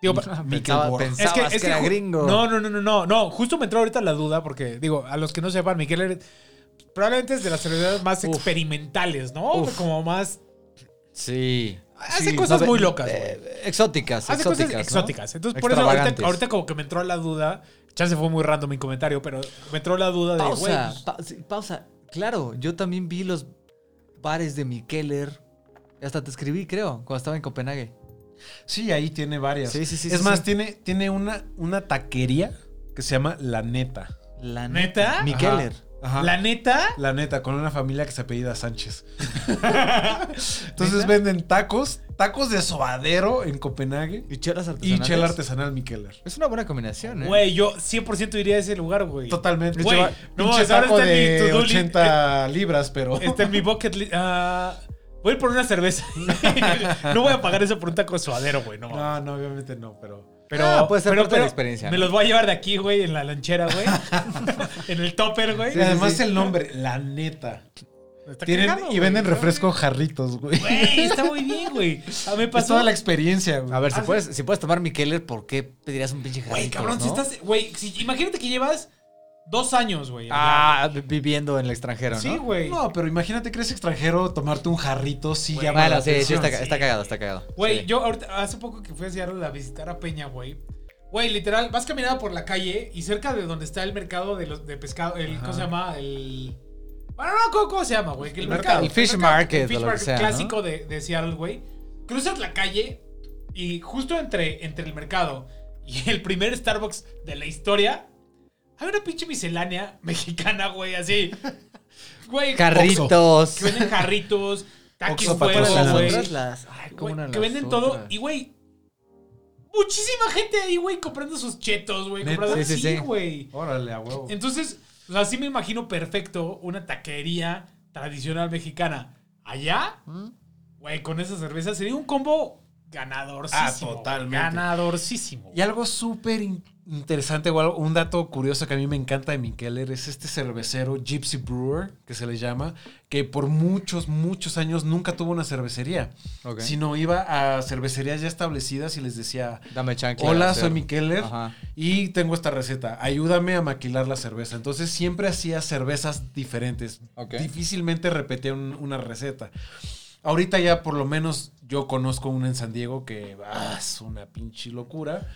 [SPEAKER 3] Digo, pa-
[SPEAKER 1] logran.
[SPEAKER 4] Mm. Pensaba,
[SPEAKER 2] Michelborg.
[SPEAKER 4] pensabas que, era
[SPEAKER 3] ju-
[SPEAKER 4] gringo.
[SPEAKER 3] No, no, no, no, no, no. Justo me entró ahorita la duda porque, digo, a los que no sepan, Mikeller probablemente es de las cervezas más
[SPEAKER 4] Uf.
[SPEAKER 3] experimentales, ¿no?
[SPEAKER 4] Uf.
[SPEAKER 3] Como más...
[SPEAKER 4] Sí.
[SPEAKER 3] Hace
[SPEAKER 4] Sí,
[SPEAKER 3] cosas
[SPEAKER 4] no,
[SPEAKER 3] muy
[SPEAKER 4] eh,
[SPEAKER 3] locas, güey.
[SPEAKER 4] eh, Exóticas,
[SPEAKER 3] Hace
[SPEAKER 4] exóticas.
[SPEAKER 3] cosas
[SPEAKER 4] ¿no?
[SPEAKER 3] exóticas. Entonces, por eso ahorita,
[SPEAKER 4] Extravagantes.
[SPEAKER 3] ahorita como que me entró la duda. Ya se fue muy random mi comentario, pero me entró la duda de, güey,
[SPEAKER 4] Pausa,
[SPEAKER 3] pues,
[SPEAKER 4] pa- sí, pausa. Claro, yo también vi los bares de Mikeller. Hasta te escribí, creo, cuando estaba en Copenhague.
[SPEAKER 2] Sí, ahí tiene varias.
[SPEAKER 4] Sí, sí, sí,
[SPEAKER 2] Es
[SPEAKER 4] sí,
[SPEAKER 2] más,
[SPEAKER 4] sí.
[SPEAKER 2] tiene, tiene una, una taquería que se llama La Neta.
[SPEAKER 4] La
[SPEAKER 3] ¿Neta?
[SPEAKER 4] Mikeller.
[SPEAKER 2] Ajá.
[SPEAKER 3] la
[SPEAKER 2] La,
[SPEAKER 3] neta...
[SPEAKER 2] Neta, con una familia que se apellida Sánchez. Entonces venden tacos, tacos de sobadero en Copenhague
[SPEAKER 4] Y chelas
[SPEAKER 2] y
[SPEAKER 4] artesanales.
[SPEAKER 2] chela artesanal Mikeler.
[SPEAKER 4] Es una buena combinación, ¿eh?
[SPEAKER 3] Güey, yo 100% iría a ese lugar, güey.
[SPEAKER 2] Totalmente.
[SPEAKER 3] Güey,
[SPEAKER 2] Lleva
[SPEAKER 3] no,
[SPEAKER 2] pinche
[SPEAKER 3] ahora
[SPEAKER 2] taco
[SPEAKER 3] está en mi
[SPEAKER 2] de
[SPEAKER 3] to-do list.
[SPEAKER 2] 80 libras, pero...
[SPEAKER 3] Está Este, en mi bucket list. Ah, voy a ir por una cerveza. no voy a pagar eso por un taco de suadero, güey. No, mames.
[SPEAKER 2] No, no, obviamente no, pero...
[SPEAKER 3] pero
[SPEAKER 4] Ah, puede ser
[SPEAKER 3] pero-
[SPEAKER 4] parte de
[SPEAKER 3] pero
[SPEAKER 4] la experiencia,
[SPEAKER 3] Me
[SPEAKER 4] ¿no?
[SPEAKER 3] los voy a llevar de aquí, güey, en la lonchera, güey. en el topper, güey.
[SPEAKER 2] Y además el nombre, La Neta.
[SPEAKER 3] Está
[SPEAKER 2] Tienen,
[SPEAKER 3] cagado,
[SPEAKER 2] y
[SPEAKER 3] güey.
[SPEAKER 2] venden refresco en jarritos, güey.
[SPEAKER 3] Güey, está muy bien, güey. A mí me
[SPEAKER 2] Es
[SPEAKER 3] pasó.
[SPEAKER 2] toda la experiencia, güey.
[SPEAKER 4] A ver, si puedes, si puedes tomar Mikeller, ¿por qué pedirías un pinche jarrito,
[SPEAKER 3] Güey, cabrón,
[SPEAKER 4] no?
[SPEAKER 3] si estás. Güey, si- imagínate que llevas dos años, güey.
[SPEAKER 4] Ah, vi- viviendo en el extranjero, ¿no?
[SPEAKER 3] sí, güey.
[SPEAKER 2] No, pero imagínate que eres extranjero, tomarte un jarrito, sí
[SPEAKER 3] Bueno,
[SPEAKER 2] llama la
[SPEAKER 4] Ah, Bueno, sí, sí,
[SPEAKER 2] atención.
[SPEAKER 4] está, está
[SPEAKER 3] Sí.
[SPEAKER 4] cagado, está cagado.
[SPEAKER 3] Güey,
[SPEAKER 4] Sí.
[SPEAKER 3] yo ahorita, hace poco que fui a Seattle a visitar a Peña, güey. Güey, literal, vas caminando por la calle y cerca de donde está el mercado de, los, de pescado, el, ¿cómo se llama? El... Bueno, no, ¿cómo, cómo se llama, güey? El, mercado.
[SPEAKER 4] mercado. El fish market,
[SPEAKER 3] El fish
[SPEAKER 4] o lo que
[SPEAKER 3] market
[SPEAKER 4] sea, ¿no?
[SPEAKER 3] clásico de, de Seattle, güey. Cruzas la calle y justo entre, entre el mercado y el primer Starbucks de la historia, hay una pinche miscelánea mexicana, güey, así. Güey,
[SPEAKER 4] Carritos.
[SPEAKER 3] que venden jarritos, taquis
[SPEAKER 2] Oxxo
[SPEAKER 3] fuego,
[SPEAKER 2] patrocina.
[SPEAKER 3] güey.
[SPEAKER 4] Otras las- ay, cómo
[SPEAKER 3] Güey,
[SPEAKER 4] eran
[SPEAKER 3] que
[SPEAKER 4] las
[SPEAKER 3] venden todo.
[SPEAKER 4] otras.
[SPEAKER 3] Y, güey, muchísima gente ahí, güey, comprando sus chetos, güey.
[SPEAKER 2] Neta.
[SPEAKER 3] Comprando
[SPEAKER 4] Sí, sí,
[SPEAKER 3] sí,
[SPEAKER 4] sí.
[SPEAKER 3] güey.
[SPEAKER 2] Órale, a huevo.
[SPEAKER 3] Entonces, o sea, sí me imagino perfecto una taquería tradicional mexicana. Allá, güey, con esa cerveza sería un combo ganadorcísimo.
[SPEAKER 2] Ah, totalmente.
[SPEAKER 3] güey. Ganadorcísimo.
[SPEAKER 2] Y algo súper in- interesante, o algo- un dato curioso que a mí me encanta de Mikeller es este cervecero Gypsy Brewer, que se le llama, que por muchos, muchos años nunca tuvo una cervecería,
[SPEAKER 4] Ok.
[SPEAKER 2] sino iba a cervecerías ya establecidas y les decía,
[SPEAKER 4] Dame chancla.
[SPEAKER 2] hola,
[SPEAKER 4] hacer-
[SPEAKER 2] soy Mikeller
[SPEAKER 4] Ajá.
[SPEAKER 2] y tengo esta receta, ayúdame a maquilar la cerveza. Entonces siempre hacía cervezas diferentes,
[SPEAKER 1] Ok.
[SPEAKER 2] difícilmente repetía un- una receta. Ahorita ya por lo menos yo conozco una en San Diego que ah, es una pinche locura,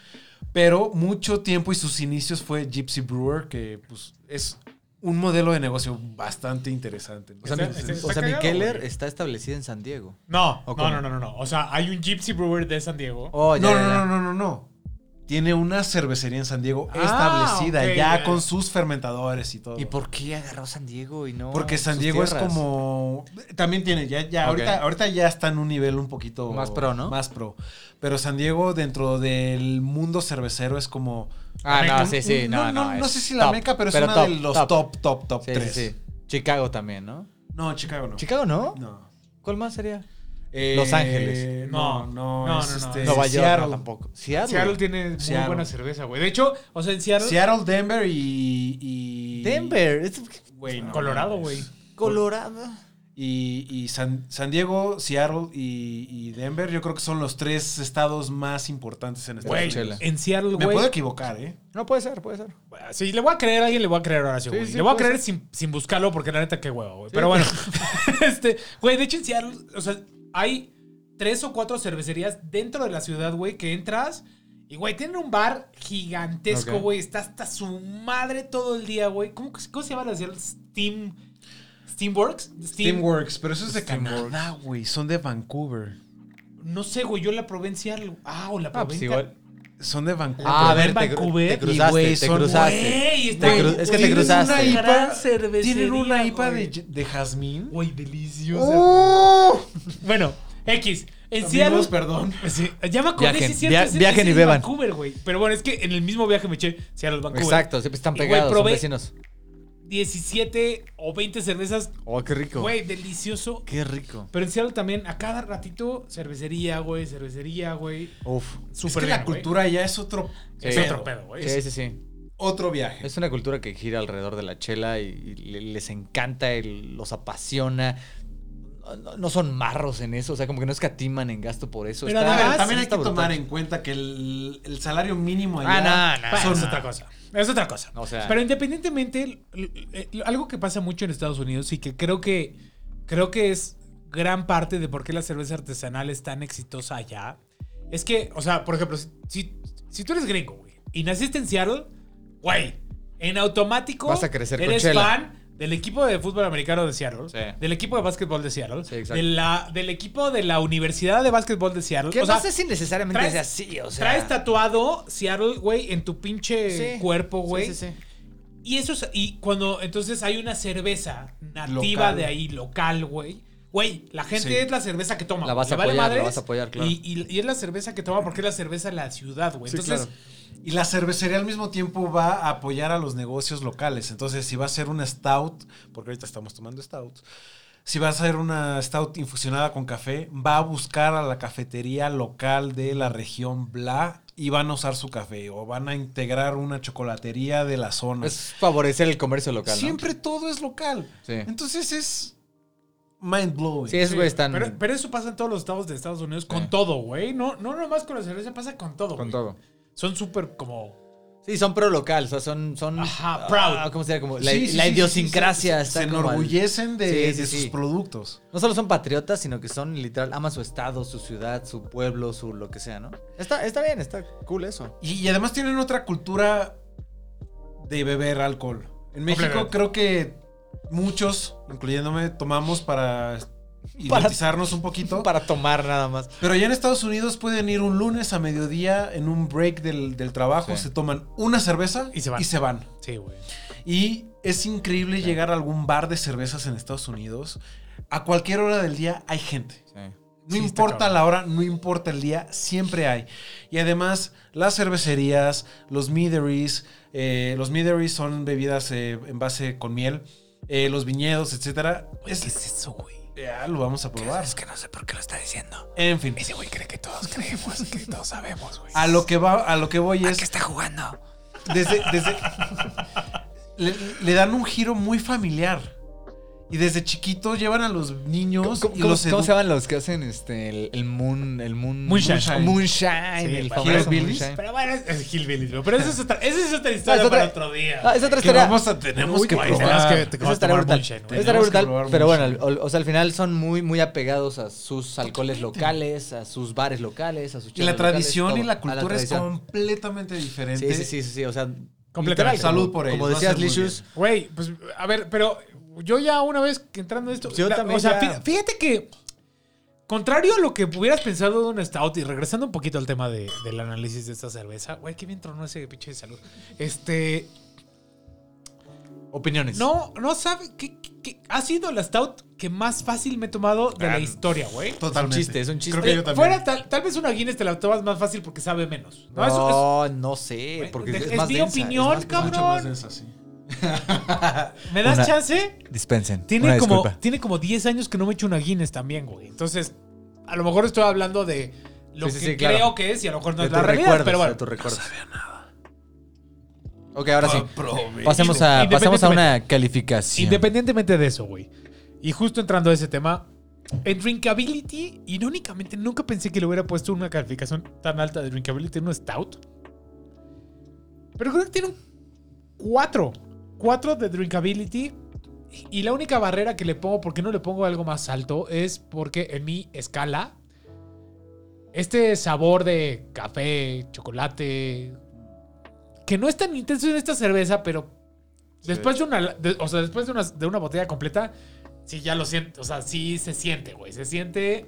[SPEAKER 2] pero mucho tiempo y sus inicios fue Gypsy Brewer, que pues es un modelo de negocio bastante interesante. ¿no?
[SPEAKER 4] O sea,
[SPEAKER 3] Está-
[SPEAKER 4] mi- Oh,
[SPEAKER 3] está-
[SPEAKER 4] o sea,
[SPEAKER 3] cagado,
[SPEAKER 4] Mikeller
[SPEAKER 3] güey.
[SPEAKER 4] está establecida en San Diego.
[SPEAKER 3] No,
[SPEAKER 4] ¿O
[SPEAKER 3] no,
[SPEAKER 4] cómo?
[SPEAKER 3] no, no, no, no. O sea, hay un Gypsy Brewer de San Diego.
[SPEAKER 4] Oh, ya,
[SPEAKER 2] no,
[SPEAKER 4] ya,
[SPEAKER 2] no,
[SPEAKER 4] ya.
[SPEAKER 2] no, no, no, no. tiene una cervecería en San Diego
[SPEAKER 3] Ah,
[SPEAKER 2] establecida
[SPEAKER 3] ok,
[SPEAKER 2] ya
[SPEAKER 3] ya.
[SPEAKER 2] con sus fermentadores y todo.
[SPEAKER 4] ¿Y por qué agarró San Diego y no?
[SPEAKER 2] Porque San
[SPEAKER 4] sus
[SPEAKER 2] Diego es
[SPEAKER 4] tierras?
[SPEAKER 2] como. También tiene, ya, ya,
[SPEAKER 4] Ok.
[SPEAKER 2] ahorita, ahorita ya está en un nivel un poquito.
[SPEAKER 4] Más pro, ¿no?
[SPEAKER 2] Más pro. Pero San Diego, dentro del mundo cervecero, es como.
[SPEAKER 4] Ah,
[SPEAKER 2] la
[SPEAKER 4] no,
[SPEAKER 2] meca-
[SPEAKER 4] sí, sí. No, no,
[SPEAKER 2] no,
[SPEAKER 4] es
[SPEAKER 2] sé si la
[SPEAKER 4] top,
[SPEAKER 2] meca, pero es una de los top, top, top,
[SPEAKER 4] Sí, sí,
[SPEAKER 2] tres.
[SPEAKER 4] sí. Chicago también, ¿no?
[SPEAKER 2] No, Chicago no.
[SPEAKER 4] ¿Chicago no?
[SPEAKER 2] No.
[SPEAKER 4] ¿Cuál más sería?
[SPEAKER 2] Eh,
[SPEAKER 4] Los Ángeles.
[SPEAKER 2] No, no,
[SPEAKER 3] No,
[SPEAKER 2] es
[SPEAKER 3] no, no.
[SPEAKER 2] este,
[SPEAKER 4] Nueva York
[SPEAKER 2] Seattle.
[SPEAKER 4] no, tampoco. Seattle.
[SPEAKER 3] Seattle tiene
[SPEAKER 2] Seattle.
[SPEAKER 3] muy buena cerveza, güey. De hecho, o sea, en Seattle.
[SPEAKER 2] Seattle, Denver y. y-
[SPEAKER 4] Denver. es-
[SPEAKER 2] Güey, no
[SPEAKER 3] Colorado,
[SPEAKER 2] mames.
[SPEAKER 3] güey.
[SPEAKER 4] Colorado.
[SPEAKER 2] Y, y San, San Diego, Seattle y, y Denver, yo creo que son los tres estados más importantes en Estados
[SPEAKER 3] Güey,
[SPEAKER 2] Unidos.
[SPEAKER 3] en Seattle,
[SPEAKER 2] Me puedo
[SPEAKER 3] güey.
[SPEAKER 2] equivocar, ¿eh?
[SPEAKER 4] No puede ser, puede ser.
[SPEAKER 3] Si le voy a creer a alguien, le voy a creer a Horacio,
[SPEAKER 4] Sí,
[SPEAKER 3] güey.
[SPEAKER 4] sí,
[SPEAKER 3] le voy a
[SPEAKER 4] puede
[SPEAKER 3] creer sin, sin buscarlo porque la neta, qué huevo, güey. Pero bueno, este, güey, de hecho en Seattle, o sea, hay tres o cuatro cervecerías dentro de la ciudad, güey, que entras y, güey, tienen un bar gigantesco,
[SPEAKER 4] Ok.
[SPEAKER 3] güey. Está hasta su madre todo el día, güey. ¿Cómo, que- cómo se llama la ciudad? Steam. Steamworks? Steam-
[SPEAKER 2] Steamworks, pero eso es de
[SPEAKER 4] Steamworks.
[SPEAKER 2] Canadá, güey. Son de Vancouver.
[SPEAKER 3] No sé, güey, yo la probé en Seattle. Ah, o la probé
[SPEAKER 4] pues
[SPEAKER 3] en Ca-
[SPEAKER 2] Son de Vancouver.
[SPEAKER 4] Ah, a
[SPEAKER 3] probé
[SPEAKER 4] ver,
[SPEAKER 3] en
[SPEAKER 4] te, cru-
[SPEAKER 3] Vancouver
[SPEAKER 4] te
[SPEAKER 3] y,
[SPEAKER 4] cruzaste,
[SPEAKER 2] güey,
[SPEAKER 4] te
[SPEAKER 2] son-
[SPEAKER 4] cruzaste.
[SPEAKER 3] Güey, está-
[SPEAKER 4] Te cru- es que te
[SPEAKER 2] Tienen
[SPEAKER 4] cruzaste.
[SPEAKER 2] una IPA-
[SPEAKER 3] Gran cervecería,
[SPEAKER 2] Tienen una IPA de,
[SPEAKER 3] güey.
[SPEAKER 2] de jazmín.
[SPEAKER 3] Güey, deliciosa.
[SPEAKER 2] ¡Oh!
[SPEAKER 3] Bueno, X. En
[SPEAKER 2] Amigos,
[SPEAKER 3] Seattle.
[SPEAKER 2] perdón.
[SPEAKER 3] Sí, ya me acordé,
[SPEAKER 4] Viajen,
[SPEAKER 3] sí, es cierto,
[SPEAKER 4] via-
[SPEAKER 3] es- es
[SPEAKER 4] viajen y
[SPEAKER 3] en
[SPEAKER 4] beban.
[SPEAKER 3] Vancouver, güey. Pero bueno, es que en el mismo viaje me eché Seattle Vancouver.
[SPEAKER 4] Exacto, siempre están
[SPEAKER 3] Y, güey,
[SPEAKER 4] pegados, son
[SPEAKER 3] probé-
[SPEAKER 4] vecinos.
[SPEAKER 3] 17 o 20 cervezas.
[SPEAKER 4] Oh, qué rico.
[SPEAKER 3] Güey, delicioso.
[SPEAKER 4] Qué rico.
[SPEAKER 3] Pero en Seattle también, a cada ratito, cervecería, güey, cervecería, güey.
[SPEAKER 4] Uf.
[SPEAKER 2] Es
[SPEAKER 3] Súper
[SPEAKER 2] que la
[SPEAKER 3] bien, güey.
[SPEAKER 2] cultura ya es otro,
[SPEAKER 4] Sí.
[SPEAKER 3] Es
[SPEAKER 4] pedo.
[SPEAKER 3] otro pedo, güey.
[SPEAKER 4] Sí, sí, sí.
[SPEAKER 2] otro viaje.
[SPEAKER 4] Es una cultura que gira alrededor de la chela y, y le- les encanta, el- los apasiona. No- No, no son marros en eso, o sea, como que no escatiman en gasto por eso.
[SPEAKER 3] Pero
[SPEAKER 2] A ver,
[SPEAKER 3] además-
[SPEAKER 2] también hay
[SPEAKER 4] Ah, está
[SPEAKER 2] que tomar
[SPEAKER 4] brutal.
[SPEAKER 2] en cuenta que el, el salario mínimo allá
[SPEAKER 4] Ah, no, no.
[SPEAKER 3] Bueno,
[SPEAKER 4] son-
[SPEAKER 3] es otra cosa. Es otra cosa.
[SPEAKER 4] O sea-
[SPEAKER 3] Pero independientemente, l- eh, l- l- algo que pasa mucho en Estados Unidos y que creo que creo que es gran parte de por qué la cerveza artesanal es tan exitosa allá. Es que, o sea, por ejemplo, si, si, si tú eres gringo, güey, y naciste en Seattle, güey, en automático
[SPEAKER 4] Vas a crecer con
[SPEAKER 3] eres
[SPEAKER 4] chela.
[SPEAKER 3] fan del equipo de fútbol americano de Seattle,
[SPEAKER 4] Sí.
[SPEAKER 3] del equipo de básquetbol de Seattle,
[SPEAKER 4] Sí, exacto.
[SPEAKER 3] de la, del equipo de la universidad de básquetbol de Seattle.
[SPEAKER 4] Que
[SPEAKER 3] O sea,
[SPEAKER 4] más es innecesariamente
[SPEAKER 3] traes-
[SPEAKER 4] sea así, o sea.
[SPEAKER 3] Traes tatuado Seattle, güey, en tu pinche
[SPEAKER 4] Sí.
[SPEAKER 3] cuerpo,
[SPEAKER 4] Sí,
[SPEAKER 3] güey.
[SPEAKER 4] sí, sí.
[SPEAKER 3] Y eso es- y cuando entonces hay una cerveza nativa
[SPEAKER 2] Local.
[SPEAKER 3] de ahí, local, güey. Güey, la gente
[SPEAKER 2] Sí.
[SPEAKER 3] es la cerveza que toma.
[SPEAKER 4] La
[SPEAKER 3] güey.
[SPEAKER 4] vas
[SPEAKER 3] Le
[SPEAKER 4] a
[SPEAKER 3] vale
[SPEAKER 4] apoyar, la
[SPEAKER 3] madres.
[SPEAKER 4] vas a apoyar, claro.
[SPEAKER 3] Y, y- y es la cerveza que toma porque es la cerveza de la ciudad, güey.
[SPEAKER 2] Sí,
[SPEAKER 3] entonces,
[SPEAKER 2] Y la cervecería al mismo tiempo va a apoyar a los negocios locales. Entonces, si va a ser una stout, porque ahorita estamos tomando stout, si va a ser una stout infusionada con café, va a buscar a la cafetería local de la región bla y van a usar su café o van a integrar una chocolatería de la zona.
[SPEAKER 4] Es favorecer el comercio local. ¿no?
[SPEAKER 2] Siempre todo es local.
[SPEAKER 4] Sí.
[SPEAKER 2] Entonces es mind blowing.
[SPEAKER 4] Sí, esos güeyes están.
[SPEAKER 3] pero, pero eso pasa en todos los estados de Estados Unidos con
[SPEAKER 4] Sí.
[SPEAKER 3] todo, güey. No, no nomás con la cerveza, pasa con todo.
[SPEAKER 4] con
[SPEAKER 3] güey.
[SPEAKER 4] todo.
[SPEAKER 3] Son súper como.
[SPEAKER 4] Sí, son pro local, o sea, son. son
[SPEAKER 3] Ajá, proud.
[SPEAKER 4] ah, ¿Cómo se llama? Como la,
[SPEAKER 2] Sí, sí,
[SPEAKER 4] la
[SPEAKER 2] sí, sí,
[SPEAKER 4] idiosincrasia.
[SPEAKER 2] sí, sí.
[SPEAKER 4] está
[SPEAKER 2] Se
[SPEAKER 4] como al-
[SPEAKER 2] enorgullecen de,
[SPEAKER 4] Sí, sí,
[SPEAKER 2] de
[SPEAKER 4] sí.
[SPEAKER 2] sus productos.
[SPEAKER 4] No solo son patriotas, sino que son literal, aman su estado, su ciudad, su pueblo, su lo que sea, ¿no? Está, está bien, está cool eso.
[SPEAKER 2] Y, y además tienen otra cultura de beber alcohol. En México
[SPEAKER 3] Completamente.
[SPEAKER 2] creo que muchos, incluyéndome, tomamos para idiotizarnos un poquito.
[SPEAKER 4] Para tomar nada más.
[SPEAKER 2] Pero ya en Estados Unidos pueden ir un lunes a mediodía en un break del, del trabajo,
[SPEAKER 4] Sí.
[SPEAKER 2] se toman una cerveza
[SPEAKER 3] Y se van.
[SPEAKER 2] Y se van.
[SPEAKER 3] Sí, güey.
[SPEAKER 2] Y es increíble llegar a algún bar de cervezas en Estados Unidos. A cualquier hora del día hay gente. No
[SPEAKER 3] Sí, está
[SPEAKER 2] importa
[SPEAKER 3] cabrón.
[SPEAKER 2] la hora, no importa el día, siempre hay. Y además, las cervecerías, los mideries, eh, los mideries son bebidas eh, en base con miel, eh, los viñedos, etcétera. Es-
[SPEAKER 3] eso, güey?
[SPEAKER 2] ya lo vamos a probar.
[SPEAKER 3] que no sé por qué lo está diciendo.
[SPEAKER 2] En fin,
[SPEAKER 3] Ese güey cree que todos creemos, que todos sabemos, güey.
[SPEAKER 2] a lo que va, a lo que voy es
[SPEAKER 3] está jugando?
[SPEAKER 2] desde, desde le, le dan un giro muy familiar. Y desde chiquito llevan a los niños
[SPEAKER 4] ¿Cómo,
[SPEAKER 2] y
[SPEAKER 4] cómo-
[SPEAKER 2] los
[SPEAKER 4] cómo
[SPEAKER 2] edu-
[SPEAKER 4] se llaman los que hacen este el, el moon el moon
[SPEAKER 3] Moonshine.
[SPEAKER 4] moonshine,
[SPEAKER 3] Sí,
[SPEAKER 4] el
[SPEAKER 3] para-
[SPEAKER 4] famoso
[SPEAKER 2] Hillbillies.
[SPEAKER 4] moonshine.
[SPEAKER 3] Pero bueno, es, es Hillbillies, güey. Pero esa es otra, esa es otra historia
[SPEAKER 4] Ah, es otra-
[SPEAKER 3] para otro día.
[SPEAKER 4] Ah, es otra
[SPEAKER 2] que
[SPEAKER 4] historia.
[SPEAKER 2] vamos a tenemos
[SPEAKER 3] Uy,
[SPEAKER 2] que
[SPEAKER 3] güey,
[SPEAKER 2] probar.
[SPEAKER 3] tenemos que-
[SPEAKER 4] Eso estaría
[SPEAKER 3] tomar
[SPEAKER 4] brutal.
[SPEAKER 3] moonshine, güey.
[SPEAKER 4] Eso estaría
[SPEAKER 2] Tenemos que
[SPEAKER 4] brutal,
[SPEAKER 2] probar
[SPEAKER 4] pero bueno,
[SPEAKER 2] moonshine.
[SPEAKER 4] al- o, o sea, al final son muy, muy apegados a sus alcoholes locales, a sus bares locales, a
[SPEAKER 2] Y
[SPEAKER 4] sus
[SPEAKER 2] la
[SPEAKER 4] chelas locales,
[SPEAKER 2] tradición y
[SPEAKER 4] todo.
[SPEAKER 2] la
[SPEAKER 4] A
[SPEAKER 2] cultura es
[SPEAKER 4] tradición.
[SPEAKER 2] completamente diferente.
[SPEAKER 4] Sí, sí, sí, sí, sí, o sea,
[SPEAKER 3] Completamente.
[SPEAKER 4] literal,
[SPEAKER 2] Salud
[SPEAKER 4] como-
[SPEAKER 2] por ellos, va
[SPEAKER 4] Como
[SPEAKER 2] a
[SPEAKER 4] decías,
[SPEAKER 2] ser muy
[SPEAKER 4] Licious,
[SPEAKER 3] Güey, pues a ver, pero yo ya una vez que entrando en esto.
[SPEAKER 4] Pues Yo también
[SPEAKER 3] O sea,
[SPEAKER 4] ya.
[SPEAKER 3] fí- fíjate que Contrario a lo que hubieras pensado de un stout, y regresando un poquito al tema de- del análisis de esta cerveza, güey, qué bien tronó ese pinche de salud. Este,
[SPEAKER 2] Opiniones.
[SPEAKER 3] no, no sabe, qué, qué- qué- ha sido la stout que más fácil me he tomado de la
[SPEAKER 2] Ah,
[SPEAKER 3] historia, güey.
[SPEAKER 2] Totalmente.
[SPEAKER 4] chiste, es un chiste.
[SPEAKER 2] Creo que yo
[SPEAKER 3] Eh,
[SPEAKER 2] también.
[SPEAKER 3] Fuera, tal, tal vez una Guinness te la tomas más fácil porque sabe menos. No,
[SPEAKER 4] No,
[SPEAKER 3] Eso- eso-
[SPEAKER 4] no sé, porque
[SPEAKER 3] Es
[SPEAKER 4] es,
[SPEAKER 3] mi
[SPEAKER 4] más densa, es
[SPEAKER 3] opinión,
[SPEAKER 4] más densa.
[SPEAKER 3] cabrón.
[SPEAKER 2] Mucho más de esas, sí.
[SPEAKER 3] ¿Me das
[SPEAKER 4] Una-
[SPEAKER 3] chance?
[SPEAKER 4] Dispensen.
[SPEAKER 3] Tiene
[SPEAKER 4] una
[SPEAKER 3] como,
[SPEAKER 4] disculpa.
[SPEAKER 3] tiene como 10 años que no me echo una Guinness también, güey. Entonces, a lo mejor estoy hablando de lo
[SPEAKER 4] Sí, sí,
[SPEAKER 3] que
[SPEAKER 4] sí,
[SPEAKER 3] creo
[SPEAKER 4] claro.
[SPEAKER 3] que es y a lo mejor no
[SPEAKER 4] De
[SPEAKER 3] es la
[SPEAKER 4] tus
[SPEAKER 3] realidad,
[SPEAKER 4] recuerdos,
[SPEAKER 3] pero bueno.
[SPEAKER 4] de tus recuerdos. Ok, ahora sí.
[SPEAKER 2] Aprobé.
[SPEAKER 4] Pasemos a, pasemos a una calificación.
[SPEAKER 3] Independientemente de eso, güey. Y justo entrando a ese tema, en Drinkability, irónicamente nunca pensé que le hubiera puesto una calificación tan alta de Drinkability en un Stout. Pero creo que tiene un 4. 4 de Drinkability. Y la única barrera que le pongo, porque no le pongo algo más alto, es porque en mi escala, este sabor de café, chocolate, que no es tan intenso en esta cerveza, pero después de una, de- o sea, después de una, de una botella completa, sí ya lo siento, o sea, sí se siente, güey, se siente,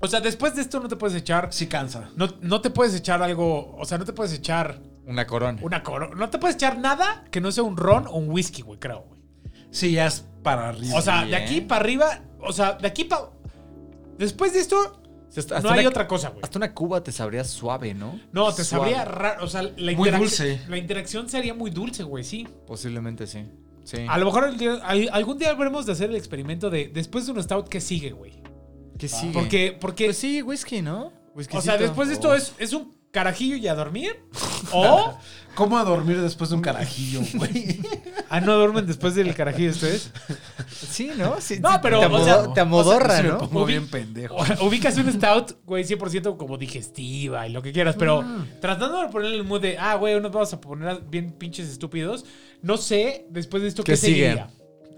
[SPEAKER 3] o sea, después de esto no te puedes echar,
[SPEAKER 2] Sí cansa.
[SPEAKER 3] no, no te puedes echar algo, o sea, no te puedes echar
[SPEAKER 4] Una corona.
[SPEAKER 3] una coro, no te puedes echar nada que no sea un ron o un whisky, güey, creo, güey.
[SPEAKER 2] Sí, ya es para arriba.
[SPEAKER 3] O sea,
[SPEAKER 4] Sí,
[SPEAKER 3] de
[SPEAKER 4] ¿eh?
[SPEAKER 3] aquí para arriba, o sea, de aquí para, después de esto,
[SPEAKER 4] Sí, hasta-
[SPEAKER 3] no
[SPEAKER 4] hasta
[SPEAKER 3] hay
[SPEAKER 4] una-
[SPEAKER 3] otra cosa, güey.
[SPEAKER 4] Hasta una cuba te sabría suave, ¿no?
[SPEAKER 3] No, te
[SPEAKER 4] Suave.
[SPEAKER 3] sabría raro. O sea, la,
[SPEAKER 2] Muy
[SPEAKER 3] interacción-
[SPEAKER 2] dulce.
[SPEAKER 3] la interacción sería muy dulce, güey, sí.
[SPEAKER 4] Posiblemente sí. Sí.
[SPEAKER 3] A lo mejor el día- al- algún día habremos de hacer el experimento de después de un stout, ¿qué sigue, güey?
[SPEAKER 4] ¿Qué sigue?
[SPEAKER 3] Porque, porque
[SPEAKER 4] Pues sí, whisky, ¿no?
[SPEAKER 3] o sea, después de esto es, es un carajillo y a dormir. O,
[SPEAKER 2] ¿Cómo a dormir después de un carajillo, güey?
[SPEAKER 3] ah, no duermen después del carajillo ustedes.
[SPEAKER 4] Sí, ¿no? Sí,
[SPEAKER 3] No,
[SPEAKER 4] sí,
[SPEAKER 3] pero,
[SPEAKER 4] Te,
[SPEAKER 3] o sea,
[SPEAKER 4] amodo- te amodorra,
[SPEAKER 2] Sí me
[SPEAKER 4] ¿no?
[SPEAKER 2] pongo
[SPEAKER 3] Ubi-
[SPEAKER 2] bien pendejo.
[SPEAKER 3] O- Ubicas un stout, güey, 100% como digestiva y lo que quieras, pero
[SPEAKER 4] Ah.
[SPEAKER 3] tratando de ponerle el mood de, ah, güey, nos vamos a poner bien pinches estúpidos. No sé, después de esto, ¿qué,
[SPEAKER 4] ¿Qué sigue?
[SPEAKER 3] seguiría?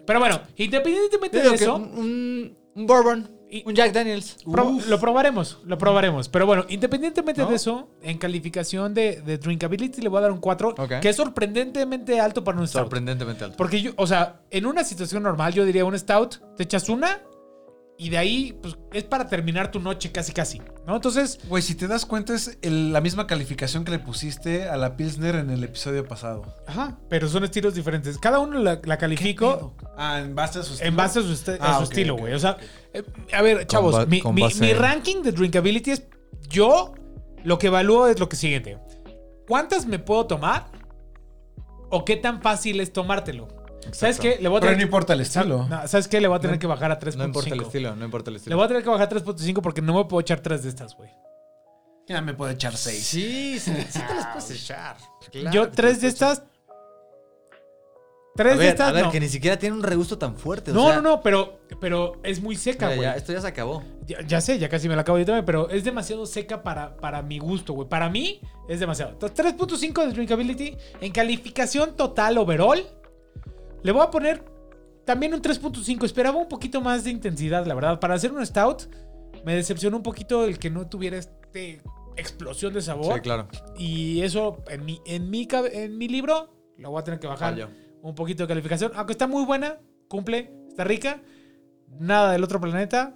[SPEAKER 3] Pero bueno, independientemente
[SPEAKER 4] Te
[SPEAKER 3] de
[SPEAKER 4] digo que
[SPEAKER 3] eso.
[SPEAKER 4] un- un, un bourbon,
[SPEAKER 3] Y-
[SPEAKER 4] un Jack Daniels.
[SPEAKER 3] Pro- lo probaremos, lo probaremos. Pero bueno, independientemente
[SPEAKER 4] ¿No?
[SPEAKER 3] de eso, en calificación de, de Drinkability le voy a dar un 4,
[SPEAKER 4] Ok.
[SPEAKER 3] que es sorprendentemente alto para un stout.
[SPEAKER 4] Sorprendentemente alto.
[SPEAKER 3] Porque yo, o sea, en una situación normal yo diría un stout, te echas una y de ahí pues, es para terminar tu noche casi casi, ¿no? Entonces,
[SPEAKER 2] Güey, si te das cuenta es el- la misma calificación que le pusiste a la Pilsner en el episodio pasado.
[SPEAKER 3] ajá, pero son estilos diferentes. Cada uno la, la califico
[SPEAKER 2] Ah, en base a su
[SPEAKER 3] en base a su, este- a
[SPEAKER 2] Ah,
[SPEAKER 3] su
[SPEAKER 2] ok,
[SPEAKER 3] estilo,
[SPEAKER 2] ok,
[SPEAKER 3] güey. O sea, eh, a ver, chavos,
[SPEAKER 1] ba-
[SPEAKER 3] mi,
[SPEAKER 1] con
[SPEAKER 3] mi-
[SPEAKER 1] base-
[SPEAKER 3] mi ranking de drinkability es yo lo que evalúo es lo que siguiente. ¿Cuántas me puedo tomar? ¿O qué tan fácil es tomártelo? ¿Sabes qué? Le voy a
[SPEAKER 2] Pero no
[SPEAKER 3] tener,
[SPEAKER 2] importa el
[SPEAKER 3] sa-
[SPEAKER 2] estilo.
[SPEAKER 3] no, ¿Sabes qué? Le voy a tener que bajar a 3.5.
[SPEAKER 4] No importa el estilo, no importa el
[SPEAKER 3] Le
[SPEAKER 4] estilo.
[SPEAKER 3] voy a tener que bajar a 3.5 porque no me puedo echar tres de estas, güey.
[SPEAKER 2] Ya me puedo echar
[SPEAKER 4] Sí,
[SPEAKER 2] seis.
[SPEAKER 4] sí, sí te las puedes echar. Claro
[SPEAKER 3] yo
[SPEAKER 4] que te
[SPEAKER 3] tres
[SPEAKER 4] las
[SPEAKER 3] de
[SPEAKER 4] puedes echar.
[SPEAKER 3] estas... Tres
[SPEAKER 4] a
[SPEAKER 3] de
[SPEAKER 4] ver,
[SPEAKER 3] estas,
[SPEAKER 4] a ver
[SPEAKER 3] no.
[SPEAKER 4] que ni siquiera tiene un regusto tan fuerte. o
[SPEAKER 3] no,
[SPEAKER 4] sea,
[SPEAKER 3] no, no, pero, pero es muy seca,
[SPEAKER 4] mira,
[SPEAKER 3] güey.
[SPEAKER 4] ya, esto ya se acabó.
[SPEAKER 3] Ya, ya sé, ya casi me la acabo de tomar, pero es demasiado seca para, para mi gusto, güey. Para mí es demasiado. Entonces, 3.5 de drinkability en calificación total overall. Le voy a poner también un 3.5. Esperaba un poquito más de intensidad, la verdad. Para hacer un stout, me decepcionó un poquito el que no tuviera este explosión de sabor.
[SPEAKER 4] Sí, claro.
[SPEAKER 3] Y eso en mi, en mi, cabe- en mi libro lo voy a tener que bajar
[SPEAKER 4] Falló.
[SPEAKER 3] un poquito de calificación. Aunque está muy buena, cumple, está rica. Nada del otro planeta.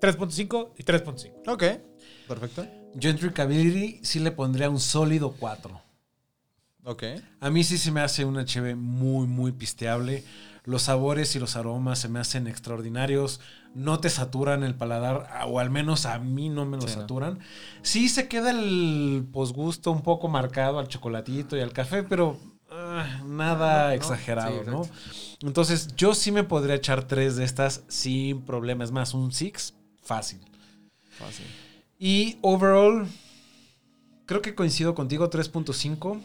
[SPEAKER 3] 3.5 y 3.5.
[SPEAKER 4] Ok, perfecto.
[SPEAKER 2] Yo en Drinkability sí le pondría un sólido 4.
[SPEAKER 4] Ok.
[SPEAKER 2] A mí sí se me hace una cheve muy, muy pisteable. Los sabores y los aromas se me hacen extraordinarios. No te saturan el paladar, a- o al menos a mí no me lo
[SPEAKER 4] Sí, no.
[SPEAKER 2] saturan. Sí se queda el posgusto un poco marcado al chocolatito y al café, pero ah, nada exagerado,
[SPEAKER 4] sí,
[SPEAKER 2] ¿no? Entonces yo sí me podría echar tres de estas sin problema. Es más, un six fácil.
[SPEAKER 4] Fácil.
[SPEAKER 2] Y overall, creo que coincido contigo, 3.5.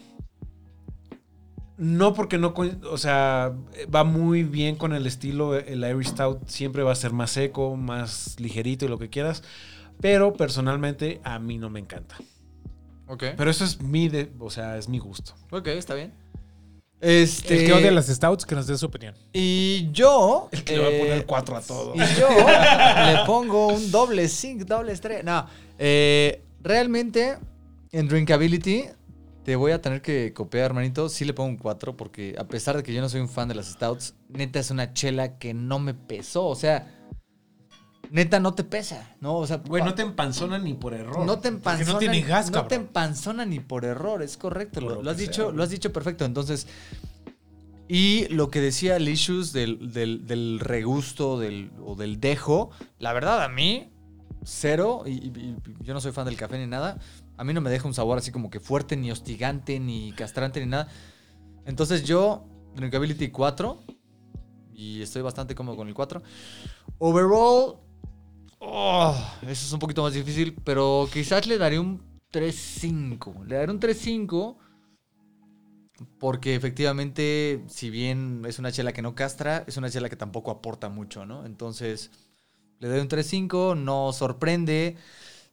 [SPEAKER 2] No porque no, coin- o sea, va muy bien con el estilo, el Irish Stout siempre va a ser más seco, más ligerito y lo que quieras, pero personalmente a mí no me encanta.
[SPEAKER 4] Ok.
[SPEAKER 2] Pero eso es mi, de, o sea, es mi gusto.
[SPEAKER 4] Ok, está bien. Este.
[SPEAKER 3] El que odia las stouts, que nos dé su opinión.
[SPEAKER 4] Y yo.
[SPEAKER 2] El que le va a
[SPEAKER 4] eh,
[SPEAKER 2] poner 4 a todo.
[SPEAKER 4] Y yo le pongo un doble zinc, doble estrella. No, eh, realmente en Drinkability te voy a tener que copiar, hermanito. Sí le pongo un 4 porque a pesar de que yo no soy un fan de las stouts, neta es una chela que no me pesó. O sea, neta no te pesa, ¿no? O sea,
[SPEAKER 2] Güey,
[SPEAKER 4] pa-
[SPEAKER 2] no te empanzonan ni por error.
[SPEAKER 4] No te
[SPEAKER 3] Porque
[SPEAKER 4] empanzona.
[SPEAKER 3] no tiene gas,
[SPEAKER 4] no
[SPEAKER 3] cabrón.
[SPEAKER 4] te empanzona ni por error, es correcto.
[SPEAKER 2] Por
[SPEAKER 4] Lo,
[SPEAKER 2] lo
[SPEAKER 4] lo has
[SPEAKER 2] que sea,
[SPEAKER 4] dicho,
[SPEAKER 2] güey.
[SPEAKER 4] lo has dicho perfecto. Entonces. Y lo que decía Licious del, del, del regusto del, o del dejo, la verdad, a mí, cero. Y, y- y yo no soy fan del café ni nada. A mí no me deja un sabor así como que fuerte, ni hostigante, ni castrante, ni nada. Entonces yo, Drinkability 4, y estoy bastante cómodo con el 4. Overall, oh, eso es un poquito más difícil, pero quizás le daré un 3-5. Le daré un 3-5 porque efectivamente, si bien es una chela que no castra, es una chela que tampoco aporta mucho, ¿no? Entonces, le doy un 3-5, no sorprende.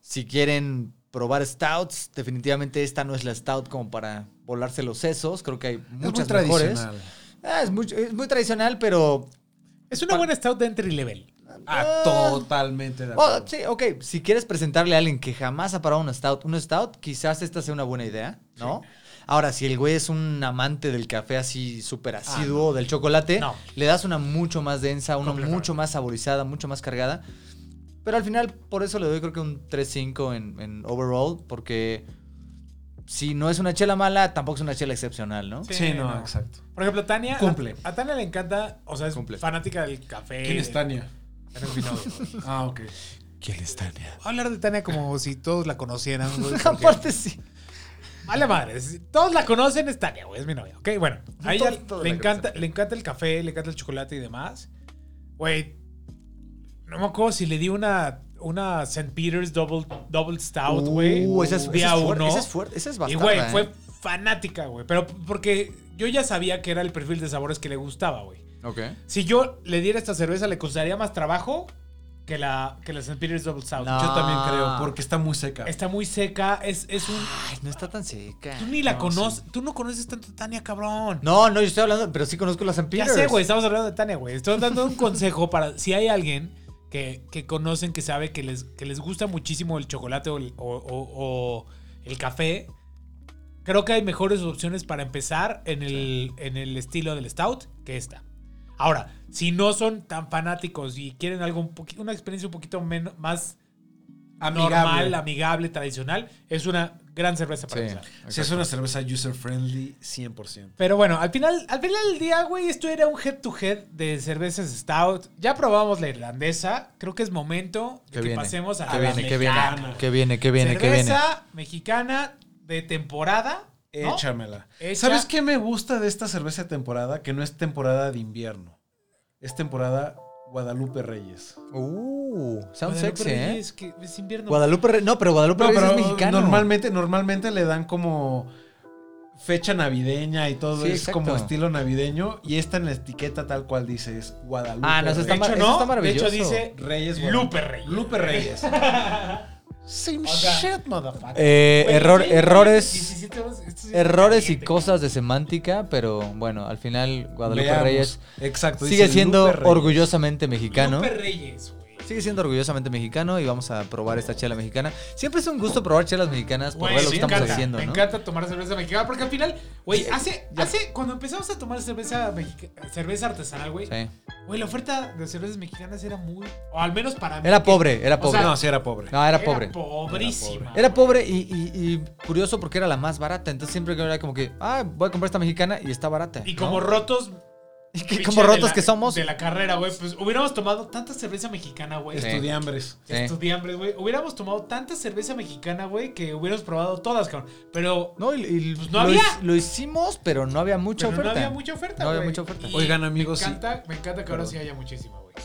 [SPEAKER 4] Si quieren probar stouts, definitivamente esta no es la stout como para volarse los sesos. Creo que hay
[SPEAKER 2] Es muy
[SPEAKER 4] muchas mejores.
[SPEAKER 2] tradicional.
[SPEAKER 4] Ah, es, muy, es muy tradicional, pero.
[SPEAKER 3] Es una buena stout de entry level.
[SPEAKER 2] Ah, totalmente de
[SPEAKER 4] Oh,
[SPEAKER 2] acuerdo.
[SPEAKER 4] sí, ok. Si quieres presentarle a alguien que jamás ha parado un stout, un stout, quizás esta sea una buena idea, ¿no? Ahora, si el güey es un amante del café así súper asiduo, del chocolate,
[SPEAKER 3] Ah, No.
[SPEAKER 4] le das una mucho más densa, una
[SPEAKER 3] Completamente.
[SPEAKER 4] mucho más saborizada, mucho más cargada. Pero al final, por eso le doy creo que un 3-5 en, en overall, porque si no es una chela mala, tampoco es una chela excepcional, ¿no?
[SPEAKER 2] Sí,
[SPEAKER 3] Sí,
[SPEAKER 2] no,
[SPEAKER 3] no.
[SPEAKER 2] exacto.
[SPEAKER 3] Por ejemplo, Tania.
[SPEAKER 2] Cumple.
[SPEAKER 3] A, a Tania le encanta, o sea, es
[SPEAKER 4] Cumple.
[SPEAKER 3] fanática del café.
[SPEAKER 2] ¿Quién es Tania?
[SPEAKER 3] Tania es mi novia, güey.
[SPEAKER 2] Ah, ok.
[SPEAKER 4] ¿Quién es Tania?
[SPEAKER 3] Voy a hablar de Tania como si todos la conocieran. güey, porque-
[SPEAKER 4] Aparte sí.
[SPEAKER 3] Vale madre, si todos la conocen, es Tania, güey, es mi novia. Ok, bueno, a ella
[SPEAKER 4] Todos- todos
[SPEAKER 3] le,
[SPEAKER 4] la
[SPEAKER 3] encanta,
[SPEAKER 4] conocen.
[SPEAKER 3] le encanta el café, le encanta el chocolate y demás. Güey, no me acuerdo si le di una, una St. Peter's Double, double Stout, güey.
[SPEAKER 4] Uh, esa es,
[SPEAKER 3] día
[SPEAKER 4] esa es fuerte,
[SPEAKER 3] uno.
[SPEAKER 4] esa es fuerte, esa es
[SPEAKER 3] Y,
[SPEAKER 4] bastarda,
[SPEAKER 3] güey,
[SPEAKER 4] ¿eh?
[SPEAKER 3] fue fanática, güey. Pero porque yo ya sabía que era el perfil de sabores que le gustaba, güey.
[SPEAKER 4] Ok.
[SPEAKER 3] Si yo le diera esta cerveza, le costaría más trabajo que la, que la St. Peter's Double Stout.
[SPEAKER 4] No.
[SPEAKER 2] Yo también creo,
[SPEAKER 4] Ah.
[SPEAKER 2] porque está muy seca.
[SPEAKER 3] Está muy seca, es, es un...
[SPEAKER 4] Ay, no está tan seca.
[SPEAKER 3] Tú ni la
[SPEAKER 2] No,
[SPEAKER 3] conoces, tú no conoces tanto a Tania, cabrón.
[SPEAKER 4] No, no, yo estoy hablando, pero sí conozco las San
[SPEAKER 3] Ya
[SPEAKER 4] Peters.
[SPEAKER 3] sé, güey, estamos hablando de Tania, güey. Estoy dando un consejo para si hay alguien que, que conocen, que sabe que les, que les gusta muchísimo el chocolate o el, o- o- o el café. Creo que hay mejores opciones para empezar en el, en el estilo del stout que esta. Ahora, si no son tan fanáticos y quieren algo un poqui- una experiencia un poquito menos, más normal, amigable, tradicional, es una gran cerveza para empezar.
[SPEAKER 2] Si es una cerveza user friendly, 100%.
[SPEAKER 3] Pero bueno, al final, al final del día, güey, esto era un head to head de cervezas stout. Ya probamos la irlandesa. Creo que es momento de que pasemos a
[SPEAKER 4] que
[SPEAKER 3] la
[SPEAKER 4] viene, que viene,
[SPEAKER 3] mexicana.
[SPEAKER 4] que viene, que viene, que viene.
[SPEAKER 3] Cerveza mexicana de temporada. ¿no?
[SPEAKER 2] Échamela.
[SPEAKER 3] Echa-
[SPEAKER 2] ¿Sabes qué me gusta de esta cerveza de temporada? Que no es temporada de invierno. Es temporada Guadalupe Reyes.
[SPEAKER 4] Uh, sound
[SPEAKER 3] Guadalupe
[SPEAKER 4] sexy, ¿eh?
[SPEAKER 3] Reyes, que es invierno.
[SPEAKER 4] Guadalupe Re- No, pero Guadalupe
[SPEAKER 2] No,
[SPEAKER 4] Reyes
[SPEAKER 2] pero
[SPEAKER 4] es mexicano.
[SPEAKER 2] normalmente, normalmente le dan como fecha navideña y todo
[SPEAKER 4] Sí,
[SPEAKER 2] es
[SPEAKER 4] exacto.
[SPEAKER 2] como estilo navideño. Y esta en la etiqueta tal cual dice es Guadalupe
[SPEAKER 4] Ah, no, eso está,
[SPEAKER 2] Reyes.
[SPEAKER 4] mar-
[SPEAKER 3] hecho,
[SPEAKER 4] eso
[SPEAKER 3] no.
[SPEAKER 4] está
[SPEAKER 3] De hecho,
[SPEAKER 4] maravilloso.
[SPEAKER 3] dice-
[SPEAKER 2] Reyes
[SPEAKER 3] Lupe Reyes.
[SPEAKER 2] Lupe Reyes. Same
[SPEAKER 3] O sea,
[SPEAKER 2] shit, motherfucker.
[SPEAKER 4] Eh,
[SPEAKER 3] Güey,
[SPEAKER 4] error,
[SPEAKER 3] sí,
[SPEAKER 4] errores,
[SPEAKER 3] 17 horas, esto sí está
[SPEAKER 4] errores y
[SPEAKER 3] caliente.
[SPEAKER 4] cosas de semántica, pero bueno, al final Guadalupe
[SPEAKER 2] Veamos.
[SPEAKER 4] Reyes
[SPEAKER 3] Pues
[SPEAKER 2] Exacto.
[SPEAKER 4] sigue
[SPEAKER 2] dice
[SPEAKER 4] siendo
[SPEAKER 2] Lupe Reyes.
[SPEAKER 4] orgullosamente mexicano.
[SPEAKER 3] Lupe Reyes, güey.
[SPEAKER 4] Sigue siendo orgullosamente mexicano y vamos a probar esta chela mexicana. Siempre es un gusto probar chelas mexicanas Pues, por
[SPEAKER 3] Güey,
[SPEAKER 4] ver lo
[SPEAKER 3] me
[SPEAKER 4] que estamos
[SPEAKER 3] encanta,
[SPEAKER 4] haciendo,
[SPEAKER 3] Me
[SPEAKER 4] ¿no?
[SPEAKER 3] encanta tomar cerveza mexicana porque al final, güey, hace, hace cuando empezamos a tomar cerveza mexica- cerveza artesanal, güey,
[SPEAKER 4] Sí.
[SPEAKER 3] güey, la oferta de cervezas mexicanas era muy, o al menos para mí,
[SPEAKER 4] Era
[SPEAKER 3] que
[SPEAKER 4] pobre, era
[SPEAKER 3] O
[SPEAKER 4] pobre. Ah,
[SPEAKER 3] sea,
[SPEAKER 2] No, sí era pobre.
[SPEAKER 4] no, era pobre.
[SPEAKER 3] Pobrísima.
[SPEAKER 4] Era pobre y, y- y curioso porque era la más barata. Entonces siempre que era como que, ah, voy a comprar esta mexicana y está barata.
[SPEAKER 3] Y
[SPEAKER 4] ¿no?
[SPEAKER 3] como rotos.
[SPEAKER 4] Y que-
[SPEAKER 3] pinche,
[SPEAKER 4] como
[SPEAKER 3] de
[SPEAKER 4] rotos
[SPEAKER 3] la-
[SPEAKER 4] que somos.
[SPEAKER 3] De la carrera, güey. Pues hubiéramos tomado tanta cerveza mexicana, güey.
[SPEAKER 4] Sí.
[SPEAKER 2] Estudiambres.
[SPEAKER 4] Sí.
[SPEAKER 3] Estudiambres, güey. Hubiéramos tomado tanta cerveza mexicana, güey, que hubiéramos probado todas, cabrón. Pero,
[SPEAKER 4] No, y, y
[SPEAKER 3] Pues
[SPEAKER 4] lo,
[SPEAKER 3] no había.
[SPEAKER 4] hic- lo hicimos, pero no había mucha
[SPEAKER 3] pero no
[SPEAKER 4] oferta.
[SPEAKER 3] había mucha oferta,
[SPEAKER 4] No
[SPEAKER 3] güey.
[SPEAKER 4] había mucha oferta.
[SPEAKER 3] Y
[SPEAKER 2] Oigan, amigos,
[SPEAKER 3] Me
[SPEAKER 2] sí.
[SPEAKER 3] encanta, me encanta que ahora
[SPEAKER 2] Perdón.
[SPEAKER 3] sí haya muchísima, güey.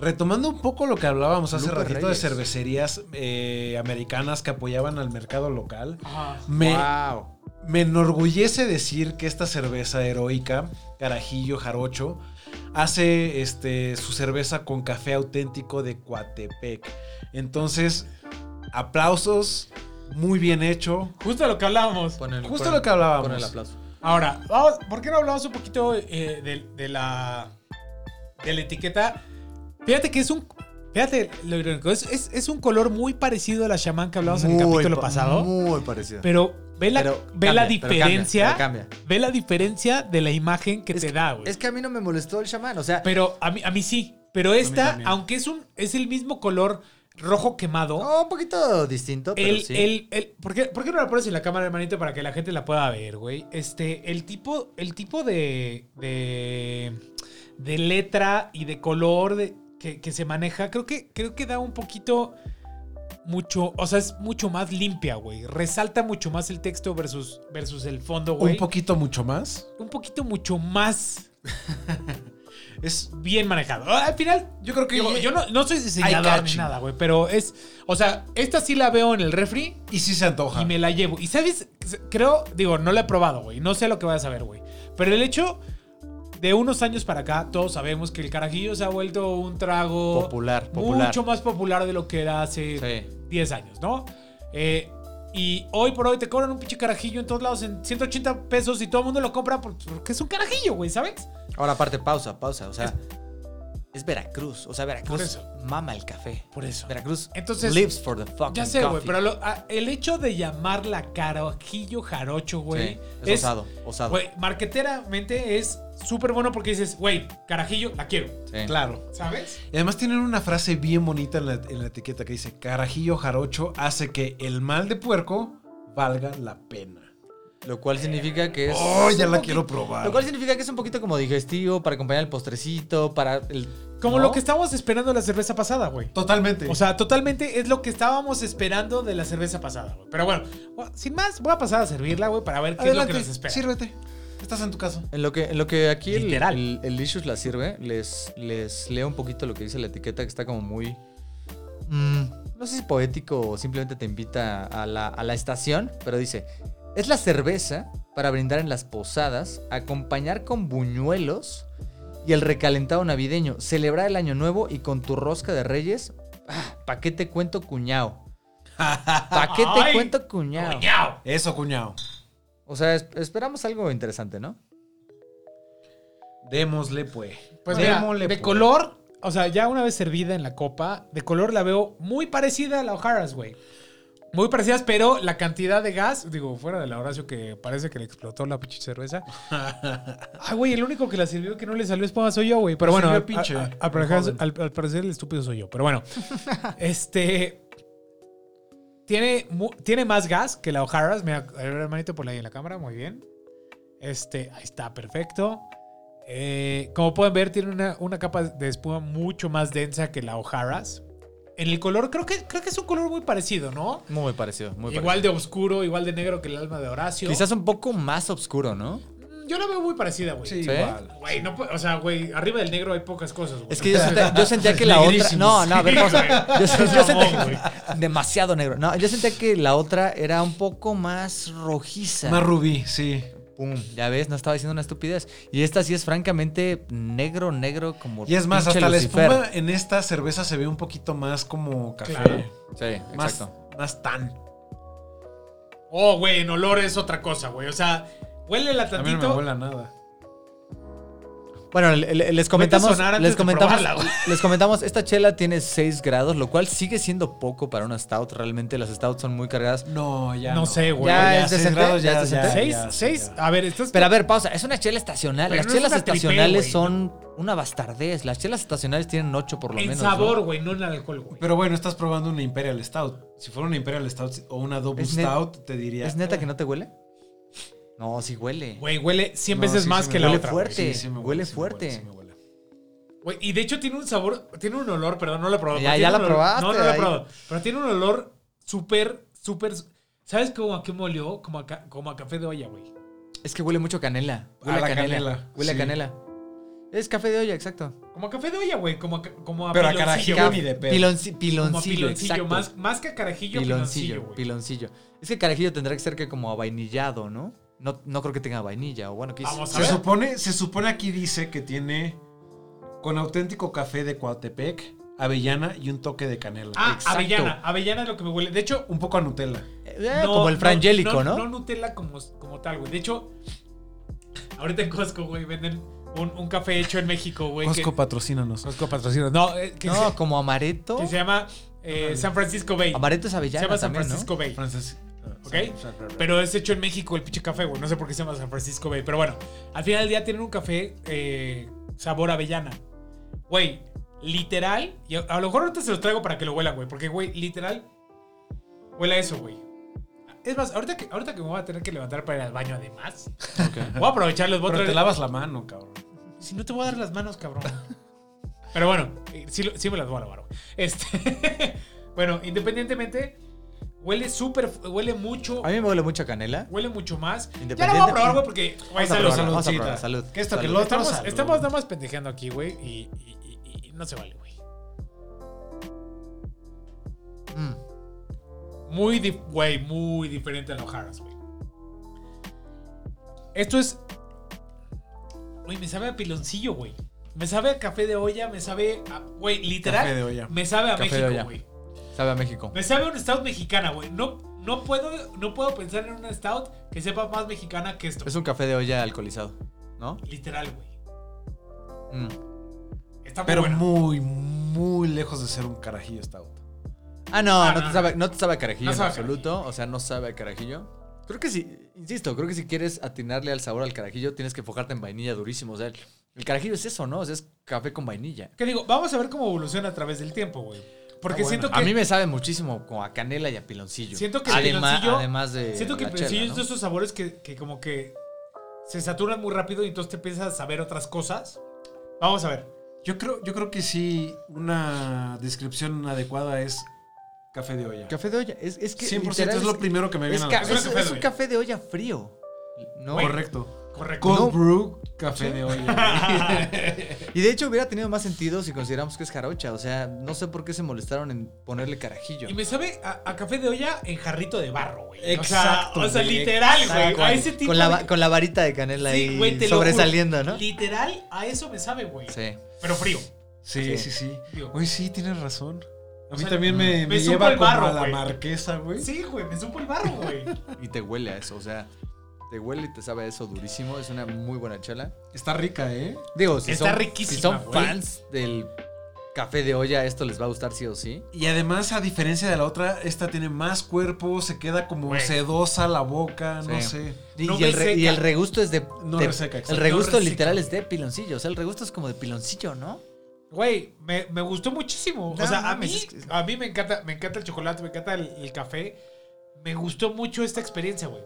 [SPEAKER 2] Retomando un poco lo que hablábamos hace
[SPEAKER 4] Lupe
[SPEAKER 2] ratito
[SPEAKER 4] Reyes.
[SPEAKER 2] de cervecerías eh, americanas que apoyaban al mercado local,
[SPEAKER 3] Ajá.
[SPEAKER 2] me,
[SPEAKER 4] Wow.
[SPEAKER 2] me enorgullece decir que esta cerveza heroica, Carajillo Jarocho, hace este, su cerveza con café auténtico de Coatepec. Entonces, aplausos, muy bien hecho.
[SPEAKER 3] Justo lo que hablábamos.
[SPEAKER 4] Pon el-
[SPEAKER 2] Justo
[SPEAKER 4] pon
[SPEAKER 2] lo
[SPEAKER 4] el-
[SPEAKER 2] que hablábamos.
[SPEAKER 4] pon el aplauso.
[SPEAKER 3] Ahora, vamos, ¿por qué no hablamos un poquito eh, de, de la de la etiqueta? Fíjate que es un fíjate lo irónico, es, es- es un color muy parecido a la chamán que hablamos en el
[SPEAKER 4] Muy
[SPEAKER 3] capítulo
[SPEAKER 4] pa-
[SPEAKER 3] pasado,
[SPEAKER 4] Muy parecido.
[SPEAKER 3] pero ve la,
[SPEAKER 4] Pero
[SPEAKER 3] ve la
[SPEAKER 4] cambia, pero cambia,
[SPEAKER 3] diferencia,
[SPEAKER 4] pero cambia.
[SPEAKER 3] ve la diferencia de la imagen que
[SPEAKER 4] Es
[SPEAKER 3] te
[SPEAKER 4] que-
[SPEAKER 3] da, güey.
[SPEAKER 4] Es que a mí no me molestó el chamán. O sea,
[SPEAKER 3] Pero a mí a mí sí. Pero esta,
[SPEAKER 2] también.
[SPEAKER 3] aunque es un, es el mismo color rojo quemado.
[SPEAKER 4] No, un poquito distinto, pero
[SPEAKER 3] El,
[SPEAKER 4] sí.
[SPEAKER 3] el, el- ¿por, qué, por qué no la pones en la cámara, hermanito, para que la gente la pueda ver, güey? Este, el tipo, el tipo de, de, de letra y de color de- que, que se maneja, creo que, creo que da un poquito mucho, o sea, es mucho más limpia, güey. Resalta mucho más el texto versus, versus el fondo, güey.
[SPEAKER 2] Un poquito mucho más.
[SPEAKER 3] un poquito mucho más
[SPEAKER 2] Es
[SPEAKER 3] bien manejado. Ah, Al final,
[SPEAKER 2] Yo creo que
[SPEAKER 3] digo, yo no, no soy diseñador ni
[SPEAKER 2] catch.
[SPEAKER 3] nada, güey, pero es, o sea, esta sí la veo en el refri.
[SPEAKER 2] y sí se antoja.
[SPEAKER 3] Y me la llevo. Y sabes, creo, digo, no la he probado, güey. No sé lo que vas a ver, güey. Pero el hecho de unos años para acá, todos sabemos que el carajillo se ha vuelto un trago
[SPEAKER 4] Popular, popular.
[SPEAKER 3] mucho más popular de lo que era hace
[SPEAKER 4] Sí.
[SPEAKER 3] 10 años, ¿no? Eh, y hoy por hoy te cobran un pinche carajillo en todos lados en 180 pesos y todo el mundo lo compra por- porque es un carajillo, güey, ¿sabes?
[SPEAKER 4] Ahora, aparte, pausa, pausa. O sea, es, Veracruz. O sea, Veracruz
[SPEAKER 3] Por eso.
[SPEAKER 4] mama el café.
[SPEAKER 3] Por eso.
[SPEAKER 4] Veracruz
[SPEAKER 3] Entonces,
[SPEAKER 4] lives for the fucking
[SPEAKER 3] Ya sé, güey,
[SPEAKER 4] coffee.
[SPEAKER 3] pero lo- a- el hecho de llamarla carajillo jarocho, güey,
[SPEAKER 4] Sí, es, osado, osado.
[SPEAKER 3] Güey, marqueteramente es súper bueno porque dices, güey, carajillo, la quiero.
[SPEAKER 4] Sí.
[SPEAKER 2] Claro.
[SPEAKER 3] ¿Sabes?
[SPEAKER 2] Y además tienen una frase bien bonita en la, en la etiqueta que dice: Carajillo jarocho hace que el mal de puerco valga la pena.
[SPEAKER 4] Lo cual significa que es.
[SPEAKER 2] oh, ya
[SPEAKER 4] un
[SPEAKER 2] la
[SPEAKER 4] poquito-
[SPEAKER 2] quiero probar.
[SPEAKER 4] Lo cual significa que es un poquito como digestivo para acompañar el postrecito, para el.
[SPEAKER 3] Como
[SPEAKER 4] ¿no?
[SPEAKER 3] lo que estábamos esperando de la cerveza pasada, güey.
[SPEAKER 2] Totalmente.
[SPEAKER 3] O sea, totalmente es lo que estábamos esperando de la cerveza pasada, güey. Pero bueno, bueno, sin más, voy a pasar a servirla, güey, para ver qué
[SPEAKER 2] adelante,
[SPEAKER 3] es lo que nos espera.
[SPEAKER 2] sírvete. Estás en tu casa.
[SPEAKER 4] En lo que, en lo que aquí el,
[SPEAKER 3] Literal.
[SPEAKER 4] el, el Issues la sirve, les, les leo un poquito lo que dice la etiqueta, que está como muy. mm, no sé si poético o simplemente te invita a la, a la estación, pero dice: Es la cerveza para brindar en las posadas, acompañar con buñuelos y el recalentado navideño, celebrar el año nuevo y con tu rosca de reyes. ¿Para qué te cuento cuñao? ¿Para qué te
[SPEAKER 3] Ay,
[SPEAKER 4] cuento cuñao?
[SPEAKER 3] ¡Coñao!
[SPEAKER 2] Eso, cuñado.
[SPEAKER 4] O sea, es- esperamos algo interesante, ¿no?
[SPEAKER 2] Démosle, pues.
[SPEAKER 3] Pues mira,
[SPEAKER 2] Démosle,
[SPEAKER 3] de
[SPEAKER 2] pues.
[SPEAKER 3] color, o sea, ya una vez servida en la copa, de color la veo muy parecida a la O'Hara's, güey. Muy parecidas, pero la cantidad de gas, digo, fuera de la Horacio que parece que le explotó la pinche cerveza. Ay, güey, el único que la sirvió que no le salió espuma soy yo, güey. Pero bueno,
[SPEAKER 2] Sirvió
[SPEAKER 3] al,
[SPEAKER 2] pinche,
[SPEAKER 3] a- a- al
[SPEAKER 2] el
[SPEAKER 3] parecer-
[SPEAKER 2] joven.
[SPEAKER 3] al- al parecer el estúpido soy yo. Pero bueno, este... Tiene, mu- tiene más gas que la O'Hara's. Mira, a ver, hermanito, por ahí en la cámara, muy bien. Este, ahí está, perfecto. Eh, como pueden ver, tiene una, una capa de espuma mucho más densa que la O'Hara's. En el color, creo que, creo que es un color muy parecido, ¿no?
[SPEAKER 4] Muy parecido, muy parecido.
[SPEAKER 3] igual de oscuro, igual de negro que el alma de Horacio.
[SPEAKER 4] Quizás un poco más oscuro, ¿no?
[SPEAKER 3] Mm, Yo la veo muy parecida, güey.
[SPEAKER 2] Sí,
[SPEAKER 4] ¿Sí?
[SPEAKER 2] igual.
[SPEAKER 3] Güey, no, pu- o sea, güey, arriba del negro hay pocas cosas, güey.
[SPEAKER 4] Es que yo sentía, yo sentía que la otra. No, no, a ver, vamos. Yo,
[SPEAKER 3] Sí,
[SPEAKER 4] sen- yo
[SPEAKER 3] mamón,
[SPEAKER 4] sentía- demasiado negro. No, yo sentía que la otra era un poco más rojiza.
[SPEAKER 2] Más rubí, sí.
[SPEAKER 4] Pum, ya ves, no estaba diciendo una estupidez. Y esta sí es francamente negro, negro, como.
[SPEAKER 2] Y es más,
[SPEAKER 4] pinche
[SPEAKER 2] hasta
[SPEAKER 4] Lucifer.
[SPEAKER 2] la espuma en esta cerveza se ve un poquito más como café.
[SPEAKER 3] Claro.
[SPEAKER 4] Sí,
[SPEAKER 2] Más,
[SPEAKER 4] exacto.
[SPEAKER 2] más tan.
[SPEAKER 3] Oh, güey, en olor es otra cosa, güey. O sea, huélela
[SPEAKER 2] A mí no me
[SPEAKER 3] tantito.
[SPEAKER 2] huela nada.
[SPEAKER 4] Bueno, le- le- les comentamos.
[SPEAKER 3] sonar antes
[SPEAKER 4] Les
[SPEAKER 3] de
[SPEAKER 4] comentamos,
[SPEAKER 3] probarla, güey.
[SPEAKER 4] les comentamos, esta chela tiene 6 grados, lo cual sigue siendo poco para una stout. Realmente las stouts son muy cargadas.
[SPEAKER 2] No, ya.
[SPEAKER 3] no sé, güey.
[SPEAKER 4] Ya
[SPEAKER 2] ya,
[SPEAKER 4] es
[SPEAKER 2] seis
[SPEAKER 4] decente,
[SPEAKER 2] grados,
[SPEAKER 4] ya
[SPEAKER 2] Ah, ya,
[SPEAKER 4] es
[SPEAKER 2] ya,
[SPEAKER 4] decente.
[SPEAKER 3] seis,
[SPEAKER 2] ya,
[SPEAKER 3] seis.
[SPEAKER 2] ya.
[SPEAKER 3] A ver, estás.
[SPEAKER 4] Pero a ver, pausa, es una chela estacional.
[SPEAKER 3] Pero
[SPEAKER 4] las
[SPEAKER 3] no es
[SPEAKER 4] chelas
[SPEAKER 3] una tripé,
[SPEAKER 4] estacionales
[SPEAKER 3] güey,
[SPEAKER 4] son una bastardez. Las chelas estacionales tienen 8 por lo
[SPEAKER 3] en
[SPEAKER 4] menos. ¿no?
[SPEAKER 3] sabor, güey, no en alcohol, güey.
[SPEAKER 2] Pero bueno, estás probando una Imperial Stout. Si fuera una Imperial Stout o una Double
[SPEAKER 4] Es net-
[SPEAKER 2] Stout, te diría. "Oh,
[SPEAKER 4] ¿Es neta que no te huele? No, sí huele.
[SPEAKER 3] Güey, huele 100
[SPEAKER 2] No,
[SPEAKER 3] veces
[SPEAKER 2] sí,
[SPEAKER 3] más
[SPEAKER 2] sí me
[SPEAKER 3] que la
[SPEAKER 4] huele
[SPEAKER 3] otra.
[SPEAKER 4] fuerte.
[SPEAKER 3] güey.
[SPEAKER 2] me
[SPEAKER 4] huele
[SPEAKER 2] me
[SPEAKER 4] fuerte.
[SPEAKER 2] sí me huele.
[SPEAKER 3] Güey, y de hecho tiene un sabor, tiene un olor, perdón, no lo he probado.
[SPEAKER 4] Ya-
[SPEAKER 3] pero
[SPEAKER 4] ya
[SPEAKER 3] tiene
[SPEAKER 4] la
[SPEAKER 3] un olor-
[SPEAKER 4] probaste,
[SPEAKER 3] No, no lo he
[SPEAKER 4] ahí.
[SPEAKER 3] probado. Pero tiene un olor súper, súper. ¿Sabes cómo a qué me olió? Como a, ca- como a café de olla, güey.
[SPEAKER 4] Es que huele mucho a canela. Huele a,
[SPEAKER 2] la
[SPEAKER 4] canela.
[SPEAKER 2] canela,
[SPEAKER 4] Huele
[SPEAKER 2] sí.
[SPEAKER 4] a canela. Es café de olla, exacto.
[SPEAKER 3] Como a café de olla, güey. Como a, ca- como a
[SPEAKER 2] Pero a
[SPEAKER 3] piloncillo,
[SPEAKER 2] carajillo
[SPEAKER 3] güey.
[SPEAKER 2] ni de pedo.
[SPEAKER 4] Pilonci-
[SPEAKER 3] Como a
[SPEAKER 4] piloncillo,
[SPEAKER 3] piloncillo.
[SPEAKER 4] exacto.
[SPEAKER 3] Más, más que a carajillo, piloncillo,
[SPEAKER 4] piloncillo,
[SPEAKER 3] güey.
[SPEAKER 4] piloncillo. Es que carajillo tendrá que ser que como avainillado, ¿no? No, no creo que tenga vainilla o bueno, quizás.
[SPEAKER 3] Vamos a
[SPEAKER 2] Se
[SPEAKER 3] ver.
[SPEAKER 2] supone, se supone aquí dice que tiene con auténtico café de Coatepec, avellana y un toque de canela.
[SPEAKER 3] Ah,
[SPEAKER 4] Exacto.
[SPEAKER 3] avellana. Avellana es lo que me huele. De hecho,
[SPEAKER 2] Un poco a Nutella.
[SPEAKER 4] Eh,
[SPEAKER 3] no-
[SPEAKER 4] como el
[SPEAKER 3] no-
[SPEAKER 4] frangélico, ¿no?
[SPEAKER 3] No, Nutella como, como tal, güey. De hecho, ahorita en Costco, güey, venden un, un café hecho en México, güey. que-
[SPEAKER 2] Costco, patrocínanos.
[SPEAKER 3] Costco patrocina. No, eh, que,
[SPEAKER 4] No, como amaretto.
[SPEAKER 3] se, que se llama eh, San Francisco Bay.
[SPEAKER 4] Amaretto es
[SPEAKER 3] se
[SPEAKER 4] avellana
[SPEAKER 3] llama San
[SPEAKER 4] también, ¿no?
[SPEAKER 3] Francisco Bay.
[SPEAKER 2] Francis. ah,
[SPEAKER 3] Ok.
[SPEAKER 2] sí,
[SPEAKER 3] Pero es hecho en México el pinche café, güey. No sé por qué se llama San Francisco Bay. Pero bueno, al final del día tienen un café eh, sabor avellana. Güey, Literal. Y a, a lo mejor ahorita se los traigo para que lo huelan, güey. Porque, güey, literal. Huela eso, güey. Es más, ahorita que, ahorita que me voy a tener que levantar para ir al baño, además. Voy a aprovechar los voy a
[SPEAKER 2] Pero te
[SPEAKER 3] traer-
[SPEAKER 2] lavas la mano, cabrón.
[SPEAKER 3] Si no te voy a dar las manos, cabrón. Pero bueno, eh, sí, lo- sí me las voy a lavar, güey. Este. bueno, independientemente, huele súper. Huele mucho.
[SPEAKER 4] A mí me huele mucha canela.
[SPEAKER 3] Huele mucho más. Ya la
[SPEAKER 4] Independiente-
[SPEAKER 3] voy a probar, güey, porque. Güey,
[SPEAKER 4] Vamos a
[SPEAKER 3] salud,
[SPEAKER 4] probarla,
[SPEAKER 3] salud.
[SPEAKER 4] vamos a
[SPEAKER 2] saludcita.
[SPEAKER 4] probar, salud.
[SPEAKER 2] Que esto, que
[SPEAKER 4] salud.
[SPEAKER 2] lo otro,
[SPEAKER 3] Estamos,
[SPEAKER 2] salud.
[SPEAKER 3] estamos nada más pendejeando aquí, güey. Y, y- y- y- y no se vale, güey.
[SPEAKER 4] Mm.
[SPEAKER 3] Muy, dif- güey, muy diferente a los Haras, güey. Esto es. Güey, me sabe a piloncillo, güey. Me sabe a café de olla, me sabe a. Güey, literal.
[SPEAKER 2] Café de olla.
[SPEAKER 3] Me sabe a
[SPEAKER 4] Café de
[SPEAKER 3] México,
[SPEAKER 4] olla.
[SPEAKER 3] güey.
[SPEAKER 4] Sabe a México.
[SPEAKER 3] Me sabe a una stout mexicana, güey. No, no, puedo, no puedo pensar en una stout que sepa más mexicana que esto.
[SPEAKER 4] Es un café de olla alcoholizado, ¿no?
[SPEAKER 3] Literal, güey.
[SPEAKER 4] Mm.
[SPEAKER 3] Está muy
[SPEAKER 2] Pero
[SPEAKER 3] buena.
[SPEAKER 2] muy, muy lejos de ser un carajillo stout.
[SPEAKER 4] Ah, no,
[SPEAKER 3] Ah,
[SPEAKER 4] no,
[SPEAKER 3] no, no.
[SPEAKER 4] te sabe, no te sabe a carajillo
[SPEAKER 3] No
[SPEAKER 4] en
[SPEAKER 3] sabe a
[SPEAKER 4] absoluto. O sea, no sabe a carajillo. Creo que si, insisto, creo que si quieres atinarle al sabor al carajillo, tienes que enfocarte en vainilla durísimo. O sea, el, el carajillo es eso, ¿no? O sea, es café con vainilla.
[SPEAKER 3] Que digo, vamos a ver cómo evoluciona a través del tiempo, güey. Porque
[SPEAKER 2] Está
[SPEAKER 3] siento que.
[SPEAKER 4] A mí me sabe muchísimo como a canela y a piloncillo.
[SPEAKER 3] Siento que el
[SPEAKER 4] además,
[SPEAKER 3] piloncillo-
[SPEAKER 4] además de.
[SPEAKER 3] Siento que el
[SPEAKER 4] la
[SPEAKER 3] piloncillo
[SPEAKER 4] chela,
[SPEAKER 3] es de
[SPEAKER 4] ¿no?
[SPEAKER 3] esos sabores que, que como que se saturan muy rápido y entonces te empiezas a saber otras cosas. Vamos a ver.
[SPEAKER 2] Yo creo, yo creo que sí, una descripción adecuada es café de olla.
[SPEAKER 4] Café de olla. Es, es que.
[SPEAKER 2] 100%
[SPEAKER 4] literal
[SPEAKER 2] es lo primero que me
[SPEAKER 4] es
[SPEAKER 2] viene a
[SPEAKER 4] ca-
[SPEAKER 2] la
[SPEAKER 4] es-
[SPEAKER 2] cabeza.
[SPEAKER 3] Es un café
[SPEAKER 4] es
[SPEAKER 3] de
[SPEAKER 4] un
[SPEAKER 3] olla.
[SPEAKER 4] café de olla frío. ¿no?
[SPEAKER 2] Correcto.
[SPEAKER 3] Correcto.
[SPEAKER 2] Cold brew, café de olla.
[SPEAKER 4] Y de hecho hubiera tenido más sentido si consideramos que es jarocha. O sea, no sé por qué se molestaron en ponerle carajillo.
[SPEAKER 3] Y me sabe a, a café de olla en jarrito de barro, güey.
[SPEAKER 4] Exacto,
[SPEAKER 3] O sea, o sea,
[SPEAKER 4] güey,
[SPEAKER 3] literal, güey.
[SPEAKER 4] exacto.
[SPEAKER 3] A ese tipo
[SPEAKER 4] con la,
[SPEAKER 3] de-
[SPEAKER 4] va- con la varita de canela
[SPEAKER 3] Sí,
[SPEAKER 4] ahí
[SPEAKER 3] güey, te lo juro.
[SPEAKER 4] sobresaliendo, ¿no?
[SPEAKER 3] Literal, a eso me sabe, güey.
[SPEAKER 4] Sí.
[SPEAKER 3] Pero frío.
[SPEAKER 2] Sí,
[SPEAKER 4] Sí.
[SPEAKER 2] sí, sí.
[SPEAKER 3] Digo.
[SPEAKER 2] Hoy sí, tienes razón. A mí
[SPEAKER 3] sea,
[SPEAKER 2] también me,
[SPEAKER 3] me
[SPEAKER 2] me
[SPEAKER 3] supo
[SPEAKER 2] lleva
[SPEAKER 3] el barro,
[SPEAKER 2] como a la
[SPEAKER 3] güey.
[SPEAKER 2] marquesa, güey.
[SPEAKER 3] Sí, güey, me supo el barro, güey.
[SPEAKER 4] Y te huele a eso, o sea, te huele y te sabe a eso durísimo. Es una muy buena chela.
[SPEAKER 2] Está rica, ¿eh?
[SPEAKER 4] Digo, si
[SPEAKER 3] Está
[SPEAKER 4] son,
[SPEAKER 3] riquísima,
[SPEAKER 4] si son
[SPEAKER 3] güey.
[SPEAKER 4] fans del café de olla, esto les va a gustar sí o sí.
[SPEAKER 2] Y además, a diferencia de la otra, esta tiene más cuerpo, se queda como
[SPEAKER 3] Güey.
[SPEAKER 2] sedosa la boca, no
[SPEAKER 4] Sí.
[SPEAKER 2] sé.
[SPEAKER 4] Y,
[SPEAKER 3] No
[SPEAKER 4] y el, re-
[SPEAKER 3] reseca.
[SPEAKER 4] y el regusto es de...
[SPEAKER 2] No
[SPEAKER 4] de-
[SPEAKER 2] reseca, exacto.
[SPEAKER 4] el regusto
[SPEAKER 3] No reseca.
[SPEAKER 4] literal es de piloncillo. O sea, el regusto es como de piloncillo, ¿no?
[SPEAKER 3] Güey, me, me gustó muchísimo.
[SPEAKER 4] No
[SPEAKER 3] o sea, a
[SPEAKER 4] mames,
[SPEAKER 3] mí,
[SPEAKER 4] es que-
[SPEAKER 3] a mí me encanta, me encanta el chocolate, me encanta el, el café. Me gustó mucho esta experiencia, güey.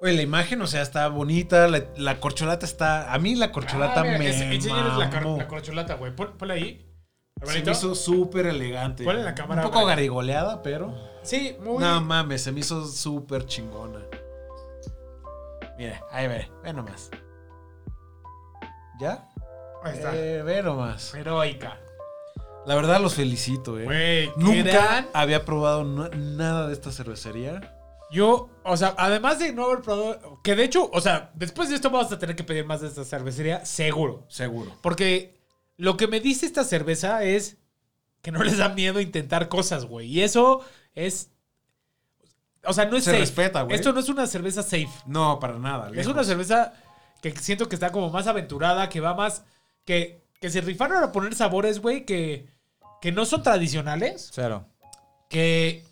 [SPEAKER 2] Oye, la imagen, o sea, está bonita, la, la corcholata está... A mí la corcholata
[SPEAKER 3] Ah, mira,
[SPEAKER 2] me
[SPEAKER 3] ens- Enséñanos la, cor-
[SPEAKER 2] mamó.
[SPEAKER 3] la corcholata, güey. Pon- Ponla ahí.
[SPEAKER 2] Se
[SPEAKER 3] Alvarito.
[SPEAKER 2] me hizo súper elegante.
[SPEAKER 3] Ponle la cámara,
[SPEAKER 2] Un poco
[SPEAKER 3] Alvarito.
[SPEAKER 2] garigoleada, pero...
[SPEAKER 3] Sí, muy.
[SPEAKER 2] No mames, se me hizo súper chingona. Mira, ahí ve, ve nomás. ¿Ya?
[SPEAKER 3] Ahí está.
[SPEAKER 2] Eh, ve nomás.
[SPEAKER 3] Heroica.
[SPEAKER 2] La verdad los felicito, eh.
[SPEAKER 3] Güey, qué
[SPEAKER 2] Nunca
[SPEAKER 3] gran-
[SPEAKER 2] había probado na- nada de esta cervecería.
[SPEAKER 3] Yo, o sea, además de no haber probado. Que de hecho, o sea, después de esto vamos a tener que pedir más de esta cervecería, seguro.
[SPEAKER 2] Seguro.
[SPEAKER 3] Porque lo que me dice esta cerveza es que no les da miedo intentar cosas, güey. Y eso es. O sea, no es
[SPEAKER 2] Se
[SPEAKER 3] safe.
[SPEAKER 2] respeta, güey.
[SPEAKER 3] Esto no es una cerveza safe.
[SPEAKER 2] No, para nada.
[SPEAKER 3] Es
[SPEAKER 2] lejos.
[SPEAKER 3] una cerveza que siento que está como más aventurada, que va más. que, que se rifaron a poner sabores, güey, que, que no son tradicionales
[SPEAKER 4] Claro.
[SPEAKER 3] que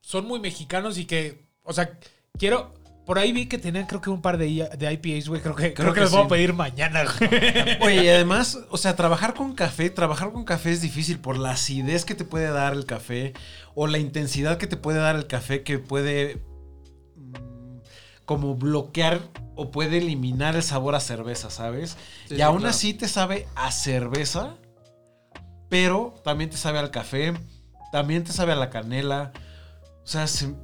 [SPEAKER 3] son muy mexicanos y que, o sea, quiero... Por ahí vi que tenían creo que un par de, I- de IPAs, güey. Creo que, creo que,
[SPEAKER 2] que
[SPEAKER 3] los voy a
[SPEAKER 2] sí.
[SPEAKER 3] pedir mañana, güey.
[SPEAKER 2] Oye, y además, o sea, trabajar con café, trabajar con café es difícil por la acidez que te puede dar el café o la intensidad que te puede dar el café que puede mm, como bloquear o puede eliminar el sabor a cerveza, ¿sabes?
[SPEAKER 4] Sí,
[SPEAKER 2] y
[SPEAKER 4] sí,
[SPEAKER 2] aún
[SPEAKER 4] claro.
[SPEAKER 2] así te sabe a cerveza, pero también te sabe al café, también te sabe a la canela. O sea, se-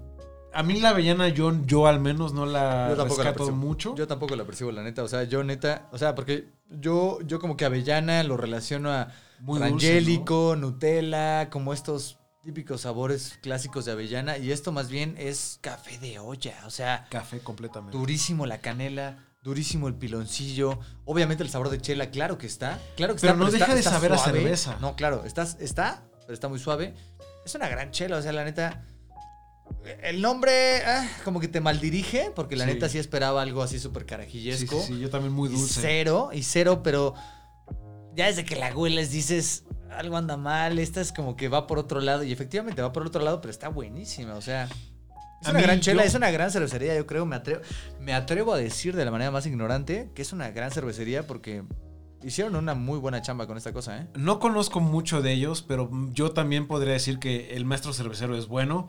[SPEAKER 2] a mí la avellana yo, yo al menos no la
[SPEAKER 4] Yo tampoco la
[SPEAKER 2] Ah, rescato
[SPEAKER 4] percibo.
[SPEAKER 2] mucho.
[SPEAKER 4] Yo tampoco la percibo, la neta. O sea, yo neta, o sea, porque yo, yo como que avellana lo relaciono a
[SPEAKER 2] Muy dulce,
[SPEAKER 4] frangélico, Nutella, como estos típicos sabores clásicos de avellana. Y esto más bien es café de olla. O sea,
[SPEAKER 2] Café completamente.
[SPEAKER 4] durísimo la canela, durísimo el piloncillo. Obviamente el sabor de chela, claro que está. Claro que
[SPEAKER 2] Pero
[SPEAKER 4] está,
[SPEAKER 2] no
[SPEAKER 4] está-
[SPEAKER 2] deja de
[SPEAKER 4] está
[SPEAKER 2] saber a
[SPEAKER 4] suave.
[SPEAKER 2] cerveza.
[SPEAKER 4] No, claro, está, está, pero está muy suave. Es una gran chela, o sea, la neta. El nombre ah, como que te maldirige, porque la
[SPEAKER 2] Sí.
[SPEAKER 4] neta sí esperaba algo así súper
[SPEAKER 2] Sí, sí,
[SPEAKER 4] carajillesco.
[SPEAKER 2] sí, yo también muy
[SPEAKER 4] Y
[SPEAKER 2] dulce.
[SPEAKER 4] cero, y cero, pero ya desde que la hueles dices, algo anda mal, esta es como que va por otro lado, y efectivamente va por otro lado, pero está buenísima, o sea. Es
[SPEAKER 2] A
[SPEAKER 4] una
[SPEAKER 2] mí,
[SPEAKER 4] gran chela,
[SPEAKER 2] yo-
[SPEAKER 4] es una gran cervecería, yo creo, me atrevo, me atrevo a decir de la manera más ignorante que es una gran cervecería porque Hicieron una muy buena chamba con esta cosa, ¿eh?
[SPEAKER 2] No conozco mucho de ellos, pero yo también podría decir que el maestro cervecero es bueno.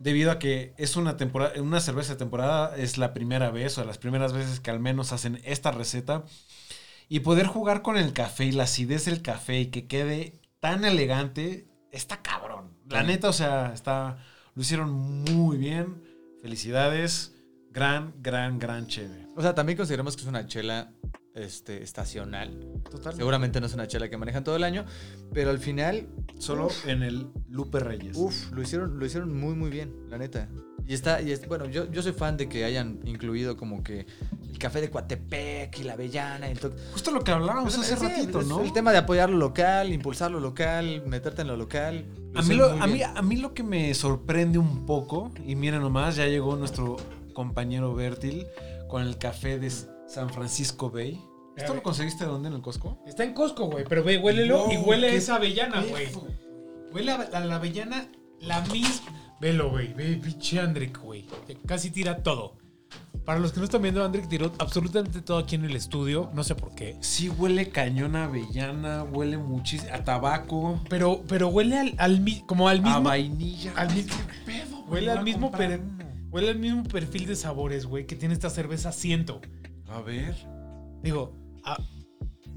[SPEAKER 2] Debido a que es una temporada, una cerveza de temporada es la primera vez o de las primeras veces que al menos hacen esta receta. Y poder jugar con el café y la acidez del café y que quede tan elegante, está cabrón. La neta, o sea, está. Lo hicieron muy bien. Felicidades. Gran, gran, gran chévere.
[SPEAKER 4] O sea, también consideramos que es una chela este, estacional.
[SPEAKER 2] Total.
[SPEAKER 4] Seguramente no es una chela que manejan todo el año, pero al final,
[SPEAKER 2] Solo en el Lupe Reyes.
[SPEAKER 4] uff, lo hicieron, lo hicieron muy, muy bien, la neta. Y está, y es, bueno, yo, yo soy fan de que hayan incluido como que el café de Coatepec y la avellana y el toque.
[SPEAKER 2] Justo lo que hablábamos hace
[SPEAKER 4] Sí,
[SPEAKER 2] ratito,
[SPEAKER 4] es
[SPEAKER 2] ¿no?
[SPEAKER 4] El tema de apoyar lo local, impulsar lo local, meterte en lo local.
[SPEAKER 2] A mí, lo,
[SPEAKER 4] hicieron muy
[SPEAKER 2] a, mí,
[SPEAKER 4] bien.
[SPEAKER 2] a mí lo que me sorprende un poco, y miren nomás, ya llegó nuestro compañero Bertil con el café de S- San Francisco Bay.
[SPEAKER 3] A
[SPEAKER 2] ¿Esto
[SPEAKER 3] ver.
[SPEAKER 2] lo conseguiste de dónde? ¿En el Costco?
[SPEAKER 3] Está en Costco, güey. Pero ve, huélelo y
[SPEAKER 2] No,
[SPEAKER 3] huele a
[SPEAKER 2] qué
[SPEAKER 3] esa avellana, güey.
[SPEAKER 2] Eso.
[SPEAKER 3] Huele a la, la avellana, la misma. Velo, güey. Ve, pinche Andrick, güey. Te- Casi tira todo. Para los que no están viendo, Andrick tiró absolutamente todo aquí en el estudio. No sé por qué.
[SPEAKER 2] Sí, huele cañón a avellana, huele muchísimo a tabaco,
[SPEAKER 3] Pero, pero huele al, al mi- como al
[SPEAKER 2] a
[SPEAKER 3] mismo.
[SPEAKER 2] vainilla.
[SPEAKER 3] al
[SPEAKER 2] Ay,
[SPEAKER 3] mismo-
[SPEAKER 2] qué pedo, güey,
[SPEAKER 3] Huele
[SPEAKER 2] voy
[SPEAKER 3] al
[SPEAKER 2] a
[SPEAKER 3] mismo,
[SPEAKER 2] comprar
[SPEAKER 3] pero-
[SPEAKER 2] uno.
[SPEAKER 3] Huele al mismo perfil de sabores, güey, que tiene esta cerveza Siento.
[SPEAKER 2] A ver.
[SPEAKER 3] Digo, ah,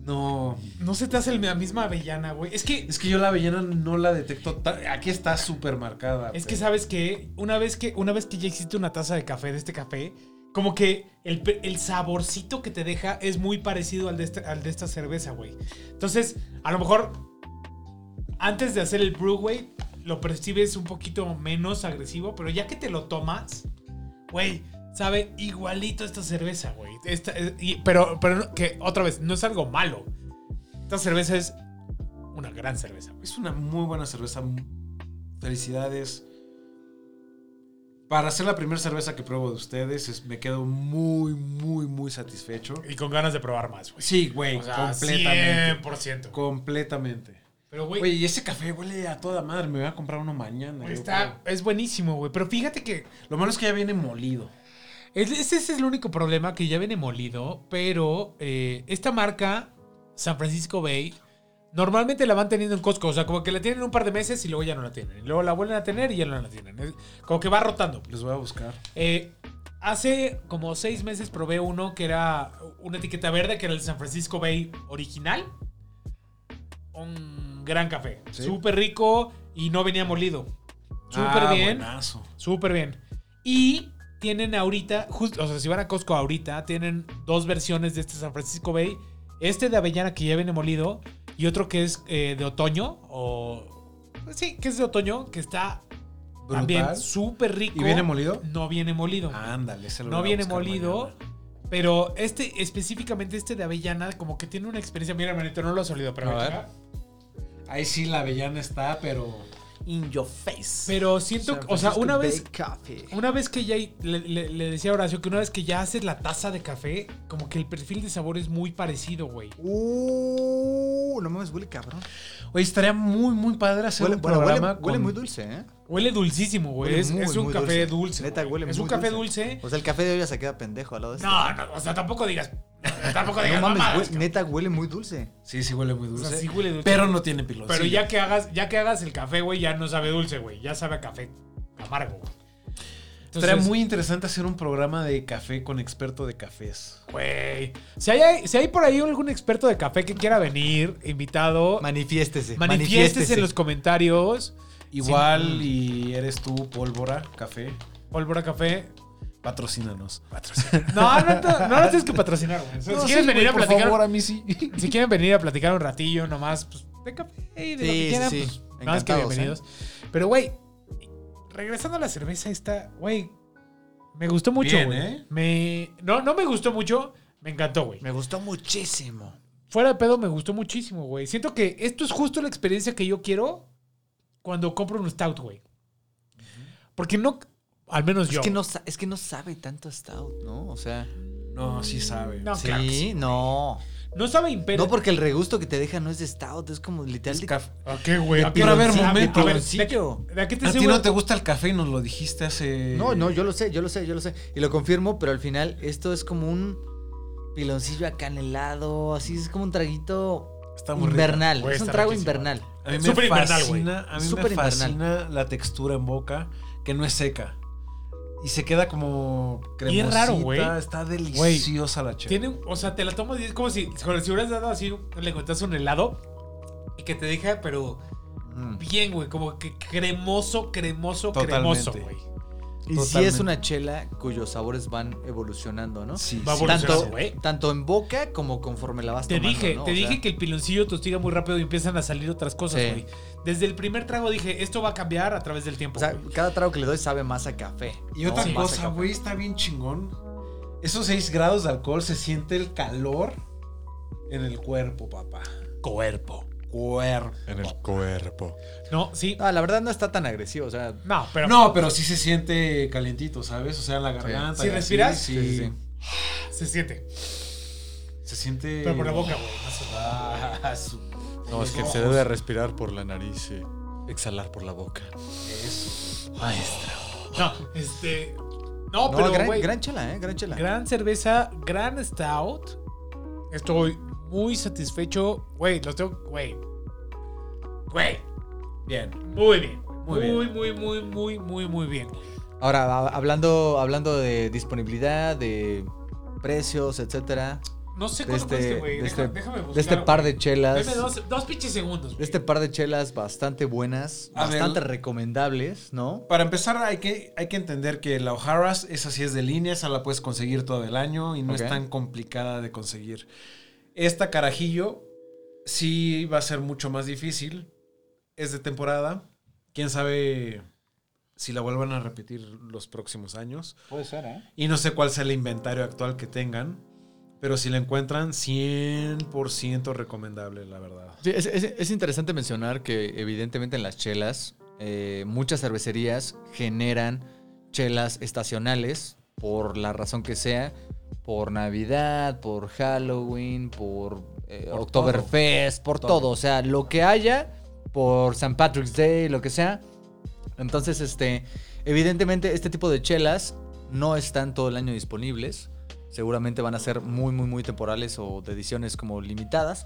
[SPEAKER 2] No.
[SPEAKER 3] no se te hace el- la misma avellana, güey. Es que,
[SPEAKER 2] Es que yo la avellana no la detecto. ta- Aquí está súper marcada.
[SPEAKER 3] es que sabes que una vez que, una vez que ya existe una taza de café de este café, como que el, pe- el saborcito que te deja es muy parecido al de, este- al de esta cerveza, güey. Entonces, a lo mejor, antes de hacer el brew, güey, lo percibes un poquito menos agresivo, pero ya que te lo tomas, güey, sabe igualito esta cerveza, güey. Esta- eh, y- pero, pero no- que otra vez, no es algo malo. Esta cerveza es una gran cerveza, güey.
[SPEAKER 2] Es una muy buena cerveza. Felicidades. Para ser la primera cerveza que pruebo de ustedes, es- me quedo muy, muy, muy satisfecho.
[SPEAKER 3] Y con ganas de probar más, güey.
[SPEAKER 2] Sí, güey,
[SPEAKER 3] O sea,
[SPEAKER 2] completamente.
[SPEAKER 3] 100%.
[SPEAKER 2] Completamente.
[SPEAKER 3] Pero,
[SPEAKER 2] Oye,
[SPEAKER 3] güey,
[SPEAKER 2] y ese café huele a toda madre. Me voy a comprar uno mañana. yo
[SPEAKER 3] está, es buenísimo, güey. Pero fíjate que
[SPEAKER 2] creo. Lo malo es que ya viene molido.
[SPEAKER 3] es- ese es el único problema que ya viene molido. Pero eh, esta marca, San Francisco Bay, normalmente la van teniendo en Costco. O sea, como que la tienen un par de meses y luego ya no la tienen. Y luego la vuelven a tener y ya no la tienen. Es como que va rotando.
[SPEAKER 2] Los voy a buscar.
[SPEAKER 3] Eh, hace como seis meses probé uno que era una etiqueta verde, que era el San Francisco Bay original. Un gran café.
[SPEAKER 2] Sí.
[SPEAKER 3] Súper rico y no venía molido. Súper
[SPEAKER 2] Ah,
[SPEAKER 3] bien.
[SPEAKER 2] buenazo.
[SPEAKER 3] Súper bien. Y tienen ahorita, justo, o sea, si van a Costco ahorita, tienen dos versiones de este San Francisco Bay. Este de avellana que ya viene molido y otro que es eh, de otoño o... Sí, que es de otoño, que está también
[SPEAKER 2] Brutal.
[SPEAKER 3] súper rico.
[SPEAKER 2] ¿Y viene molido?
[SPEAKER 3] No viene molido.
[SPEAKER 4] Ah,
[SPEAKER 2] Ándale, se lo
[SPEAKER 3] No
[SPEAKER 2] voy a
[SPEAKER 3] viene
[SPEAKER 2] buscar
[SPEAKER 3] molido.
[SPEAKER 2] mañana.
[SPEAKER 3] Pero este, específicamente este de avellana, como que tiene una experiencia. Mira, manito, no lo has olido, pero.
[SPEAKER 4] A ver.
[SPEAKER 3] acá.
[SPEAKER 2] Ahí sí la avellana está, pero.
[SPEAKER 4] In your face.
[SPEAKER 3] Pero siento, o sea, una vez,
[SPEAKER 4] Café.
[SPEAKER 3] una vez que ya hay- le, le- le decía a Horacio que una vez que ya haces la taza de café, como que el perfil de sabor es muy parecido, güey.
[SPEAKER 4] Uh, no mames, huele cabrón.
[SPEAKER 2] Oye, estaría muy, muy padre hacer
[SPEAKER 4] Huele,
[SPEAKER 2] un
[SPEAKER 4] bueno, huele,
[SPEAKER 2] programa
[SPEAKER 4] huele
[SPEAKER 2] con-
[SPEAKER 4] muy dulce, ¿eh?
[SPEAKER 3] Huele dulcísimo, güey.
[SPEAKER 4] Huele
[SPEAKER 3] Es,
[SPEAKER 4] muy,
[SPEAKER 3] es un
[SPEAKER 4] muy
[SPEAKER 3] café dulce.
[SPEAKER 4] dulce.
[SPEAKER 3] güey.
[SPEAKER 4] Neta, huele
[SPEAKER 3] Es un
[SPEAKER 4] muy
[SPEAKER 3] café
[SPEAKER 4] dulce.
[SPEAKER 3] dulce.
[SPEAKER 4] O sea, el café de hoy ya se queda pendejo al lado de este.
[SPEAKER 3] No, no, o sea, tampoco digas. Tampoco digas.
[SPEAKER 4] No mames,
[SPEAKER 3] mamadas,
[SPEAKER 4] huele-
[SPEAKER 3] cabrón.
[SPEAKER 4] neta huele muy dulce.
[SPEAKER 2] Sí, sí huele muy
[SPEAKER 3] O
[SPEAKER 2] dulce.
[SPEAKER 3] sea, sí huele dulce.
[SPEAKER 2] Pero no tiene piloncillo.
[SPEAKER 3] Pero ya que hagas, ya que hagas el café, güey, ya no sabe dulce, güey. Ya sabe a café amargo, güey.
[SPEAKER 2] Estaría
[SPEAKER 3] Entonces,
[SPEAKER 2] muy interesante hacer un programa de café con experto de cafés.
[SPEAKER 3] Güey. Si hay, si hay por ahí algún experto de café que quiera venir, invitado,
[SPEAKER 4] Manifiéstese.
[SPEAKER 3] manifiéstese en los comentarios.
[SPEAKER 2] Igual y eres tú, Pólvora Café,
[SPEAKER 3] Pólvora Café.
[SPEAKER 2] patrocínanos.
[SPEAKER 3] No, no, no, no lo tienes que patrocinar, güey. O sea,
[SPEAKER 2] No,
[SPEAKER 3] si,
[SPEAKER 2] sí,
[SPEAKER 3] quieren
[SPEAKER 2] güey,
[SPEAKER 3] venir a
[SPEAKER 2] por
[SPEAKER 3] platicar,
[SPEAKER 2] favor, a mí sí.
[SPEAKER 3] si quieren venir a platicar un ratillo nomás, pues de café y de lo
[SPEAKER 4] Sí,
[SPEAKER 3] que
[SPEAKER 4] sí,
[SPEAKER 3] quieran,
[SPEAKER 4] sí.
[SPEAKER 3] pues, nada más que
[SPEAKER 4] Encantados, ¿eh?
[SPEAKER 2] ¿eh?
[SPEAKER 3] bienvenidos. Pero, güey, regresando a la cerveza esta, güey, me gustó mucho,
[SPEAKER 2] Bien,
[SPEAKER 3] güey.
[SPEAKER 2] ¿eh?
[SPEAKER 3] Me... No, no me gustó mucho, me encantó, güey.
[SPEAKER 4] Me gustó muchísimo.
[SPEAKER 3] Fuera de pedo me gustó muchísimo, güey. Siento que esto es justo la experiencia que yo quiero cuando compro un stout, güey. Porque no, al menos yo.
[SPEAKER 4] Es que, no, sa- es que no sabe tanto a Stout, ¿no? O sea.
[SPEAKER 2] No, sí sabe.
[SPEAKER 3] No, claro que sí.
[SPEAKER 4] no.
[SPEAKER 3] No sabe imperio.
[SPEAKER 4] No, porque el regusto que te deja no es de Stout, es como literal
[SPEAKER 2] Es
[SPEAKER 4] de.
[SPEAKER 2] caf-
[SPEAKER 3] ¿A qué, güey?
[SPEAKER 2] Pero a ver,
[SPEAKER 3] piloncillo,
[SPEAKER 2] momento.
[SPEAKER 3] a ver,
[SPEAKER 4] Piloncillo.
[SPEAKER 3] ¿De a qué te
[SPEAKER 2] A ti no
[SPEAKER 3] seguro?
[SPEAKER 2] te gusta el café y nos lo dijiste hace...
[SPEAKER 4] No, no, yo lo sé, yo lo sé, yo lo sé. Y lo confirmo, pero al final esto es como un. piloncillo acanelado, así es como un traguito
[SPEAKER 2] Está muy rico.
[SPEAKER 4] invernal.
[SPEAKER 3] Güey,
[SPEAKER 4] Es un
[SPEAKER 3] está
[SPEAKER 4] trago
[SPEAKER 3] riquísimo.
[SPEAKER 4] invernal.
[SPEAKER 2] A mí me
[SPEAKER 3] Súper invernal, güey.
[SPEAKER 2] fascina, a mí me
[SPEAKER 4] Súper invernal.
[SPEAKER 2] fascina la textura en boca, que no es seca. Y se queda como
[SPEAKER 3] Y
[SPEAKER 2] cremosita.
[SPEAKER 3] es raro, güey.
[SPEAKER 2] Está deliciosa la chela.
[SPEAKER 3] Tiene, o sea, te la tomas y es como si, como si hubieras dado así, le encontraste un helado y que te deja, pero
[SPEAKER 2] Mm.
[SPEAKER 3] bien, güey, como que cremoso, cremoso,
[SPEAKER 2] Totalmente.
[SPEAKER 3] cremoso, güey.
[SPEAKER 4] Y sí
[SPEAKER 2] Totalmente.
[SPEAKER 4] es una chela cuyos sabores van evolucionando, ¿no?
[SPEAKER 2] Sí,
[SPEAKER 3] Va
[SPEAKER 2] sí.
[SPEAKER 3] evolucionando,
[SPEAKER 4] Tanto,
[SPEAKER 2] Tanto-
[SPEAKER 3] güey.
[SPEAKER 4] tanto en boca como conforme la vas
[SPEAKER 3] Te
[SPEAKER 4] tomando.
[SPEAKER 3] dije,
[SPEAKER 4] ¿no?
[SPEAKER 3] te
[SPEAKER 4] O
[SPEAKER 3] dije
[SPEAKER 4] sea,
[SPEAKER 3] que el piloncillo tostiga muy rápido y empiezan a salir otras cosas,
[SPEAKER 4] Sí.
[SPEAKER 3] güey. Desde el primer trago dije, esto va a cambiar a través del tiempo.
[SPEAKER 4] o sea,
[SPEAKER 3] güey.
[SPEAKER 4] cada trago que le doy sabe más a café.
[SPEAKER 2] Y
[SPEAKER 4] ¿no?
[SPEAKER 2] otra
[SPEAKER 4] Más a
[SPEAKER 2] cosa,
[SPEAKER 4] café.
[SPEAKER 2] güey, está bien chingón. Esos 6 grados de alcohol se siente el calor en el cuerpo, papá.
[SPEAKER 3] Cuerpo.
[SPEAKER 2] Cuerpo.
[SPEAKER 3] No, sí.
[SPEAKER 4] No, Ah, la verdad no está tan agresivo, o sea,
[SPEAKER 3] No, pero
[SPEAKER 2] No, pero sí se siente calientito, ¿sabes? O sea, en la garganta.
[SPEAKER 3] Si
[SPEAKER 2] y así,
[SPEAKER 3] respiras,
[SPEAKER 2] sí,
[SPEAKER 4] sí, sí, sí.
[SPEAKER 3] se siente.
[SPEAKER 2] Se siente.
[SPEAKER 3] Pero por la boca, güey. más o menos.
[SPEAKER 2] Ah, su-
[SPEAKER 5] No, es que
[SPEAKER 2] Los
[SPEAKER 5] se
[SPEAKER 2] ojos.
[SPEAKER 5] debe respirar por la nariz y exhalar por la boca.
[SPEAKER 2] Eso.
[SPEAKER 3] No, este. No,
[SPEAKER 4] No,
[SPEAKER 3] pero
[SPEAKER 4] gran,
[SPEAKER 3] güey, gran,
[SPEAKER 4] gran chela, ¿eh? Gran chela.
[SPEAKER 3] cerveza, gran stout. Estoy muy satisfecho. Güey, los tengo. Güey. Güey.
[SPEAKER 2] Bien.
[SPEAKER 3] Muy bien.
[SPEAKER 2] Muy
[SPEAKER 3] Muy,
[SPEAKER 2] bien.
[SPEAKER 3] muy, muy, muy, muy, muy bien.
[SPEAKER 4] Ahora, a- hablando, hablando de disponibilidad, de precios, etcétera,
[SPEAKER 3] No sé
[SPEAKER 4] De
[SPEAKER 3] cuánto
[SPEAKER 4] este-
[SPEAKER 3] cueste, güey.
[SPEAKER 4] de
[SPEAKER 3] Deja-
[SPEAKER 4] este-
[SPEAKER 3] déjame buscar.
[SPEAKER 4] de este par de chelas,
[SPEAKER 3] Deme
[SPEAKER 4] de
[SPEAKER 3] dos, dos pinches segundos. güey.
[SPEAKER 4] este par de chelas bastante buenas,
[SPEAKER 2] A ver.
[SPEAKER 4] bastante recomendables, ¿no?
[SPEAKER 2] Para empezar, hay que, hay que entender que la O'Hara's, esa sí es de línea, esa la puedes conseguir todo el año y no
[SPEAKER 4] Ok.
[SPEAKER 2] es tan complicada de conseguir. Esta carajillo sí va a ser mucho más difícil. Es de temporada. Quién sabe si la vuelvan a repetir los próximos años.
[SPEAKER 4] Puede ser, ¿eh?
[SPEAKER 2] Y no sé cuál sea el inventario actual que tengan. Pero si la encuentran, 100% recomendable, la verdad.
[SPEAKER 4] Sí, es, es- es interesante mencionar que evidentemente en las chelas eh, muchas cervecerías generan chelas estacionales por la razón que sea, por Navidad, por Halloween, por, eh,
[SPEAKER 2] Por
[SPEAKER 4] Oktoberfest, por
[SPEAKER 2] Todo.
[SPEAKER 4] todo. o sea, lo que haya, por St. Patrick's Day, lo que sea. Entonces, este, evidentemente este tipo de chelas no están todo el año disponibles. Seguramente van a ser muy, muy, muy temporales o de ediciones como limitadas.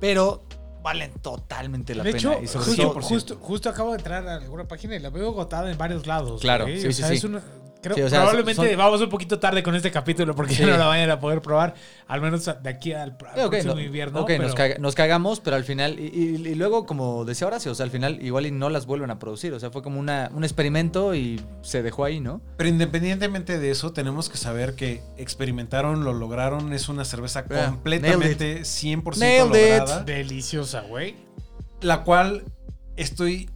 [SPEAKER 4] Pero valen totalmente la
[SPEAKER 3] de
[SPEAKER 4] pena.
[SPEAKER 3] hecho,
[SPEAKER 4] y sobre
[SPEAKER 3] justo,
[SPEAKER 4] todo,
[SPEAKER 3] justo, justo acabo de entrar a alguna página y la veo agotada en varios lados.
[SPEAKER 4] Claro,
[SPEAKER 3] güey.
[SPEAKER 4] sí,
[SPEAKER 3] O
[SPEAKER 4] sí,
[SPEAKER 3] sea,
[SPEAKER 4] sí.
[SPEAKER 3] es una- creo-
[SPEAKER 4] Sí, o sea,
[SPEAKER 3] probablemente
[SPEAKER 4] son-
[SPEAKER 3] vamos un poquito tarde con este capítulo porque
[SPEAKER 4] Sí.
[SPEAKER 3] no la vayan a poder probar, al menos de aquí al, pr- al
[SPEAKER 4] Eh, ok,
[SPEAKER 3] próximo
[SPEAKER 4] no-
[SPEAKER 3] invierno.
[SPEAKER 4] ok,
[SPEAKER 3] pero-
[SPEAKER 4] nos, caga- nos cagamos, pero al final. Y, y- y luego, como decía Horacio, o sea, al final igual y no las vuelven a producir. O sea, fue como una, un experimento y se dejó ahí, ¿no?
[SPEAKER 2] Pero independientemente de eso, tenemos que saber que experimentaron, lo lograron. Es una cerveza
[SPEAKER 4] Yeah,
[SPEAKER 2] completamente 100%
[SPEAKER 4] Nailed it.
[SPEAKER 2] lograda.
[SPEAKER 3] Deliciosa, güey.
[SPEAKER 2] La cual estoy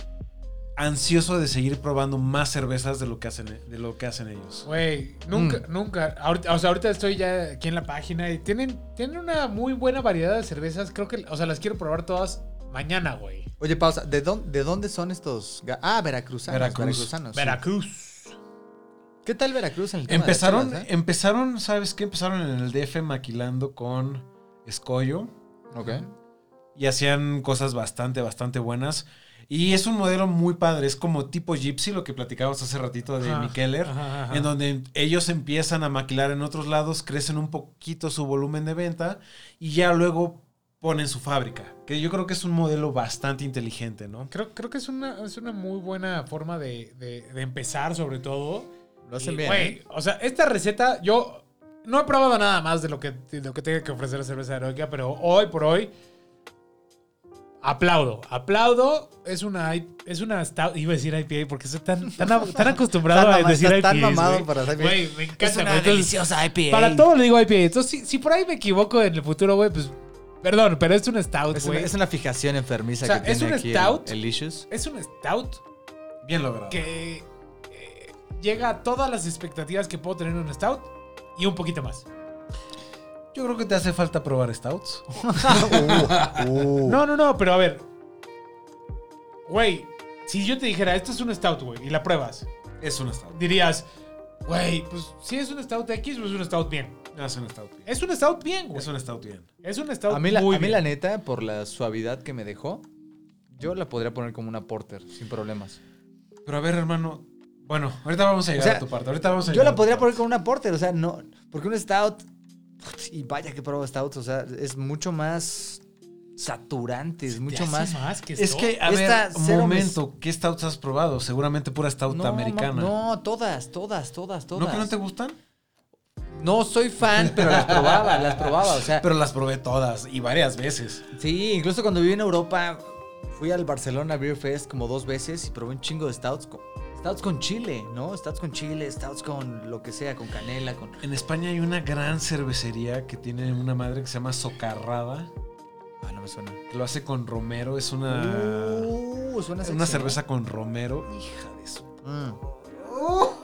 [SPEAKER 2] ansioso de seguir probando más cervezas de lo que hacen, de lo que hacen ellos.
[SPEAKER 3] Güey, nunca,
[SPEAKER 4] Mm.
[SPEAKER 3] nunca. Ahorita, o sea, ahorita estoy ya aquí en la página y tienen, tienen una muy buena variedad de cervezas. Creo que, o sea, las quiero probar todas mañana, güey.
[SPEAKER 4] Oye, pausa. ¿De, dónde- de dónde son estos? ga- Ah, veracruzanos.
[SPEAKER 2] Veracruz.
[SPEAKER 4] Veracruzanos. Ah, sí.
[SPEAKER 3] Veracruz.
[SPEAKER 4] ¿Qué tal Veracruz en el tema de las
[SPEAKER 2] Empezaron,
[SPEAKER 4] chelas, eh?
[SPEAKER 2] empezaron, ¿sabes qué? Empezaron en el DF maquilando con escollo.
[SPEAKER 4] Ok.
[SPEAKER 2] y hacían cosas bastante, bastante buenas. Y es un modelo muy padre, es como tipo Gypsy, lo que platicábamos hace ratito de
[SPEAKER 3] Ajá,
[SPEAKER 2] Mikeller,
[SPEAKER 3] ajá, ajá.
[SPEAKER 2] en donde ellos empiezan a maquilar en otros lados, crecen un poquito su volumen de venta y ya luego ponen su fábrica, que yo creo que es un modelo bastante inteligente, ¿no?
[SPEAKER 3] Creo, creo que es una, es una muy buena forma de, de- de empezar, sobre todo.
[SPEAKER 4] Lo hacen
[SPEAKER 3] Y,
[SPEAKER 4] bien,
[SPEAKER 3] güey,
[SPEAKER 4] ¿eh?
[SPEAKER 3] O sea, esta receta, yo no he probado nada más de lo que, de lo que tenga que ofrecer la cerveza heroica, pero hoy por hoy. Aplaudo, aplaudo. Es una, I- es una stout. Iba a decir IPA porque estoy tan, tan, a- tan acostumbrado
[SPEAKER 4] Tan
[SPEAKER 3] a
[SPEAKER 4] mamado,
[SPEAKER 3] decir
[SPEAKER 4] estás
[SPEAKER 3] IPA.
[SPEAKER 4] tan mamado para las IPAs.
[SPEAKER 3] Güey, me encanta.
[SPEAKER 4] Es una
[SPEAKER 3] güey. Entonces,
[SPEAKER 4] deliciosa IPA.
[SPEAKER 3] para todo le digo IPA. Entonces, si, si por ahí me equivoco en el futuro, güey, pues. Perdón, pero es una stout,
[SPEAKER 4] Es una,
[SPEAKER 3] güey.
[SPEAKER 4] es una fijación enfermiza
[SPEAKER 3] O sea,
[SPEAKER 4] que
[SPEAKER 3] es
[SPEAKER 4] tiene
[SPEAKER 3] un
[SPEAKER 4] aquí el-
[SPEAKER 3] stout.
[SPEAKER 4] el, Issues.
[SPEAKER 3] Es una stout
[SPEAKER 2] Bien logrado.
[SPEAKER 3] que eh, llega a todas las expectativas que puedo tener en un stout y un poquito más.
[SPEAKER 2] Yo creo que te hace falta probar stouts.
[SPEAKER 4] Uh.
[SPEAKER 3] No, no, no, pero a ver. Güey, si yo te dijera, esto es un stout, güey, y la pruebas,
[SPEAKER 2] Es un stout.
[SPEAKER 3] dirías, güey, pues si es un stout X, pues es un stout bien.
[SPEAKER 2] Es un stout bien.
[SPEAKER 3] Es un stout bien, güey.
[SPEAKER 2] Es un stout bien.
[SPEAKER 3] Es un stout
[SPEAKER 4] A mí, la,
[SPEAKER 3] muy
[SPEAKER 4] a mí
[SPEAKER 3] bien.
[SPEAKER 4] la neta, por la suavidad que me dejó, yo la podría poner como una porter, sin problemas.
[SPEAKER 2] Pero a ver, hermano. Bueno, ahorita vamos a llegar
[SPEAKER 4] sea,
[SPEAKER 2] a tu parte. Ahorita vamos a
[SPEAKER 4] Yo
[SPEAKER 2] llegar a
[SPEAKER 4] la
[SPEAKER 2] tu
[SPEAKER 4] podría
[SPEAKER 2] parte.
[SPEAKER 4] poner como una porter, o sea, no. Porque un stout Y vaya que prueba stouts, o sea, es mucho más saturante, es mucho más.
[SPEAKER 3] que
[SPEAKER 2] Es que, a
[SPEAKER 4] Esta
[SPEAKER 2] ver,
[SPEAKER 4] cero
[SPEAKER 2] momento, ¿qué stouts has probado? Seguramente pura stout
[SPEAKER 4] No,
[SPEAKER 2] americana.
[SPEAKER 4] ma- No, todas, todas, todas,
[SPEAKER 2] ¿No
[SPEAKER 4] todas.
[SPEAKER 2] que no te gustan?
[SPEAKER 4] No soy fan, pero las probaba, las probaba, o sea.
[SPEAKER 2] Pero las probé todas y varias veces.
[SPEAKER 4] Sí, incluso cuando viví en Europa, fui al Barcelona Beer Fest como dos veces y probé un chingo de stouts. Con, stouts con chile, ¿no? Stouts con chile, stouts con lo que sea, con canela, con...
[SPEAKER 2] En España hay una gran cervecería que tiene una madre que se llama Socarrada,
[SPEAKER 4] Ah, no me suena.
[SPEAKER 2] que lo hace con romero, es
[SPEAKER 3] Ah.
[SPEAKER 2] una
[SPEAKER 4] Uh, suena
[SPEAKER 2] es una
[SPEAKER 4] sexy, ¿no?
[SPEAKER 2] cerveza con romero, hija de su.
[SPEAKER 4] Mm.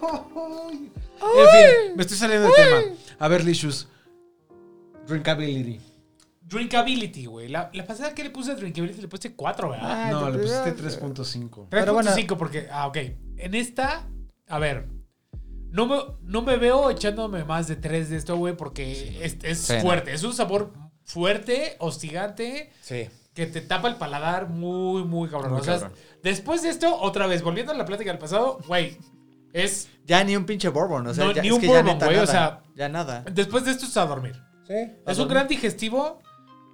[SPEAKER 2] En fin, me estoy saliendo del tema. A ver, Licious. Drinkability.
[SPEAKER 3] Drinkability, güey. La, la pasada que le puse a Drinkability le puse 4, ¿verdad?
[SPEAKER 4] Ah,
[SPEAKER 2] No,
[SPEAKER 4] te-
[SPEAKER 2] le pusiste
[SPEAKER 4] te-
[SPEAKER 2] 3.5.
[SPEAKER 3] 3.5
[SPEAKER 4] pero bueno.
[SPEAKER 3] porque. Ah, ok. En esta, a ver. No me, no me veo echándome más de 3 de esto, güey, porque es, es
[SPEAKER 4] Sí, no.
[SPEAKER 3] fuerte. Es un sabor fuerte, hostigante.
[SPEAKER 4] Sí.
[SPEAKER 3] que te tapa el paladar muy, muy cabrón.
[SPEAKER 4] Muy
[SPEAKER 3] o sea,
[SPEAKER 4] cabrón.
[SPEAKER 3] después de esto, otra vez, volviendo a la plática del pasado, güey, es...
[SPEAKER 4] Ya ni un pinche bourbon, o sea,
[SPEAKER 3] No,
[SPEAKER 4] ya,
[SPEAKER 3] ni
[SPEAKER 4] es
[SPEAKER 3] un
[SPEAKER 4] que ya
[SPEAKER 3] bourbon,
[SPEAKER 4] neta
[SPEAKER 3] güey, o
[SPEAKER 4] nada,
[SPEAKER 3] sea-
[SPEAKER 4] Ya nada.
[SPEAKER 3] Después de esto es a dormir.
[SPEAKER 4] A
[SPEAKER 3] Es un
[SPEAKER 4] dormir.
[SPEAKER 3] gran digestivo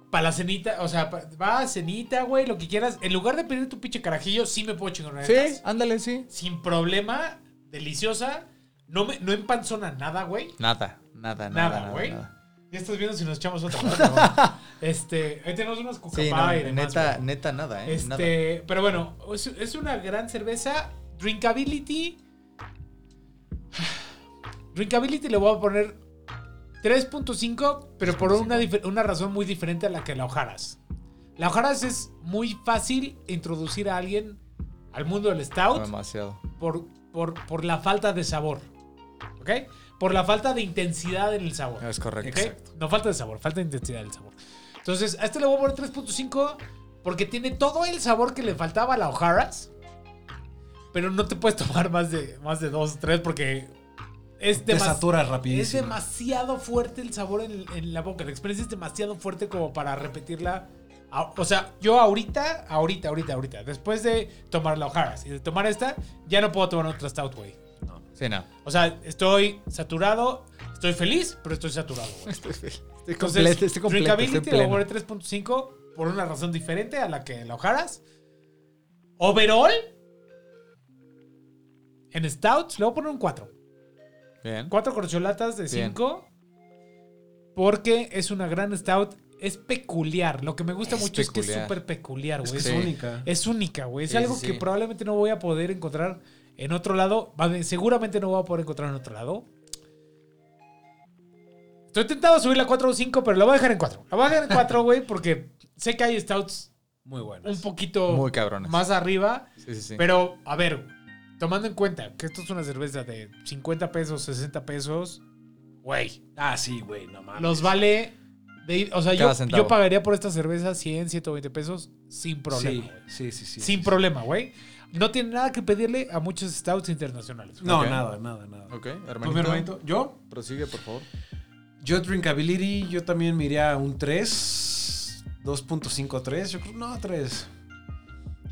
[SPEAKER 3] para la cenita, o sea, pa- va a cenita, güey, lo que quieras. En lugar de pedir tu pinche carajillo, sí me puedo chingar una de
[SPEAKER 4] Sí,
[SPEAKER 3] estas.
[SPEAKER 4] ándale, sí.
[SPEAKER 3] Sin problema, deliciosa. No, me, no empanzona nada, güey.
[SPEAKER 4] Nada, nada, nada.
[SPEAKER 3] Nada, güey.
[SPEAKER 4] nada.
[SPEAKER 3] Ya estás viendo si nos echamos otra. ¿verdad? este, ahí tenemos unos
[SPEAKER 4] Sí,
[SPEAKER 3] cucapá
[SPEAKER 4] no,
[SPEAKER 3] y demás,
[SPEAKER 4] neta,
[SPEAKER 3] güey.
[SPEAKER 4] neta nada, ¿eh? Nada.
[SPEAKER 3] Este, pero bueno, es, es una gran cerveza. Drinkability. Drinkability le voy a poner 3.5, pero por una, difer- una razón muy diferente a la que la hojaras. La hojaras es muy fácil introducir a alguien al mundo del stout
[SPEAKER 4] Demasiado.
[SPEAKER 3] por, por, por la falta de sabor. ¿Ok? Por la falta de intensidad en el sabor.
[SPEAKER 4] Es correcto.
[SPEAKER 3] ¿ok? No falta de sabor, falta de intensidad del sabor. Entonces, a este le voy a poner 3.5 porque tiene todo el sabor que le faltaba a la O'Hara's. Pero no te puedes tomar más de, más de 2 3 porque es,
[SPEAKER 2] Te
[SPEAKER 3] demas-
[SPEAKER 2] satura
[SPEAKER 3] es
[SPEAKER 2] rapidísimo.
[SPEAKER 3] demasiado fuerte el sabor en, en la boca. La experiencia es demasiado fuerte como para repetirla. A- O sea, yo ahorita, ahorita, ahorita, ahorita, después de tomar la O'Hara's y de tomar esta, ya no puedo tomar otra Stout, güey.
[SPEAKER 4] Sí, no.
[SPEAKER 3] O sea, estoy saturado, estoy feliz, pero estoy saturado, güey.
[SPEAKER 4] Estoy
[SPEAKER 3] Entonces,
[SPEAKER 4] completo, estoy completo, estoy
[SPEAKER 3] Drinkability le
[SPEAKER 4] pleno.
[SPEAKER 3] voy a poner 3.5 por una razón diferente a la que la ojaras. Overall, en Stouts le voy a poner un 4.
[SPEAKER 4] Bien.
[SPEAKER 3] 4 corcholatas de
[SPEAKER 4] Bien.
[SPEAKER 3] 5. Porque es una gran Stout. Es peculiar. Lo que me gusta
[SPEAKER 4] Es
[SPEAKER 3] mucho es que es
[SPEAKER 4] peculiar.
[SPEAKER 3] súper peculiar,
[SPEAKER 2] Es
[SPEAKER 3] güey.
[SPEAKER 2] que
[SPEAKER 3] Es
[SPEAKER 2] es
[SPEAKER 4] Sí.
[SPEAKER 2] única.
[SPEAKER 3] es única, güey. Es
[SPEAKER 4] Sí,
[SPEAKER 3] algo
[SPEAKER 4] sí,
[SPEAKER 3] que
[SPEAKER 4] sí.
[SPEAKER 3] probablemente no voy a poder encontrar en otro lado. Va de- Seguramente no voy a poder encontrar en otro lado. Estoy tentado a subir la 4 o 5, pero la voy a dejar en 4. La voy a dejar en 4, güey, porque sé que hay stouts
[SPEAKER 2] Muy buena.
[SPEAKER 3] un poquito
[SPEAKER 4] Muy cabrones.
[SPEAKER 3] más arriba.
[SPEAKER 4] Sí, sí, sí.
[SPEAKER 3] Pero, a ver, tomando en cuenta que esto es una cerveza de 50 pesos, 60 pesos, güey,
[SPEAKER 2] Ah, sí, güey, no mames.
[SPEAKER 3] los vale... de- o sea, yo,
[SPEAKER 4] Cada centavo.
[SPEAKER 3] yo pagaría por esta cerveza 100, 120 pesos sin problema.
[SPEAKER 2] Sí,
[SPEAKER 3] güey.
[SPEAKER 2] sí, sí, sí.
[SPEAKER 3] Sin
[SPEAKER 2] sí.
[SPEAKER 3] problema, güey. No tiene nada que pedirle a muchos stouts internacionales.
[SPEAKER 2] No,
[SPEAKER 4] Ok.
[SPEAKER 2] nada, nada, nada.
[SPEAKER 4] Ok,
[SPEAKER 2] ¿Tú, mi
[SPEAKER 4] hermanito.
[SPEAKER 2] hermanito? ¿Yo?
[SPEAKER 4] Prosigue, por favor.
[SPEAKER 2] Yo Drinkability, yo también me iría a un 3, 2.53, yo creo, no, 3.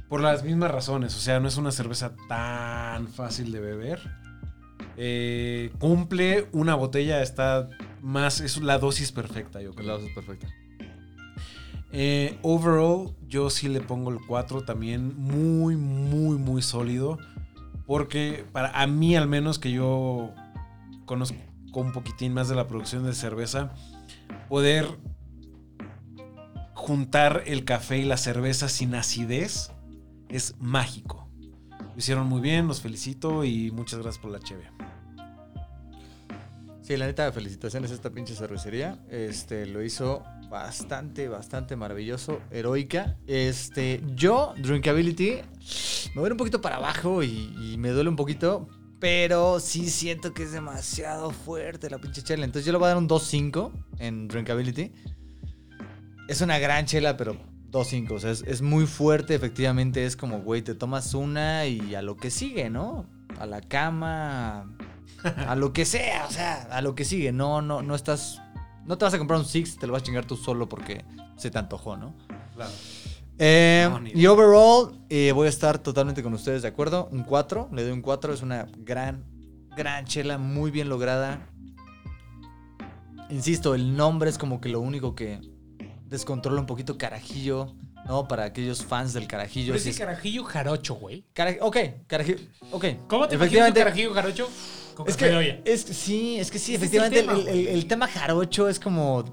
[SPEAKER 2] Por las mismas razones, o sea, no es una cerveza tan fácil de beber. Eh, cumple una botella, está más, es la dosis perfecta, yo
[SPEAKER 4] La
[SPEAKER 2] creo.
[SPEAKER 4] voz es perfecta.
[SPEAKER 2] Eh, overall, yo sí le pongo el 4 también, muy, muy, muy sólido. Porque para a mí al menos que yo conozco un poquitín más de la producción de cerveza, poder juntar el café y la cerveza sin acidez es mágico. Lo hicieron muy bien, los felicito y muchas gracias por la cheve.
[SPEAKER 4] Sí, la neta, felicitaciones a esta pinche cervecería. Este, lo hizo bastante, bastante maravilloso, heroica. Este, yo, Drinkability, me voy un poquito para abajo y, y me duele un poquito, pero sí siento que es demasiado fuerte la pinche chela. Entonces yo le voy a dar un 2.5 en Drinkability. Es una gran chela, pero 2.5, o sea, es, es muy fuerte, efectivamente. Es como, güey, te tomas una y a lo que sigue, ¿no? A la cama, a lo que sea, o sea, a lo que sigue. No, no, no estás. No te vas a comprar un Six, te lo vas a chingar tú solo porque se te antojó, ¿no?
[SPEAKER 2] Claro.
[SPEAKER 4] Eh,
[SPEAKER 2] No, ni
[SPEAKER 4] y overall, eh, voy a estar totalmente con ustedes de acuerdo. Un 4, le doy un 4. Es una gran, gran chela, muy bien lograda. insisto, el nombre es como que lo único que descontrola un poquito carajillo, ¿no? Para aquellos fans del carajillo.
[SPEAKER 3] Pero
[SPEAKER 4] sí
[SPEAKER 3] ese
[SPEAKER 4] es-
[SPEAKER 3] carajillo jarocho, güey.
[SPEAKER 4] Cara- ok, carajillo. Ok.
[SPEAKER 3] ¿Cómo te imaginas un
[SPEAKER 4] Efectivamente,
[SPEAKER 3] carajillo jarocho? Con
[SPEAKER 4] Es que, es que sí, es que sí,
[SPEAKER 3] Ese es el
[SPEAKER 4] efectivamente el,
[SPEAKER 3] tema,
[SPEAKER 4] el- el-
[SPEAKER 3] güey.
[SPEAKER 4] el tema jarocho es como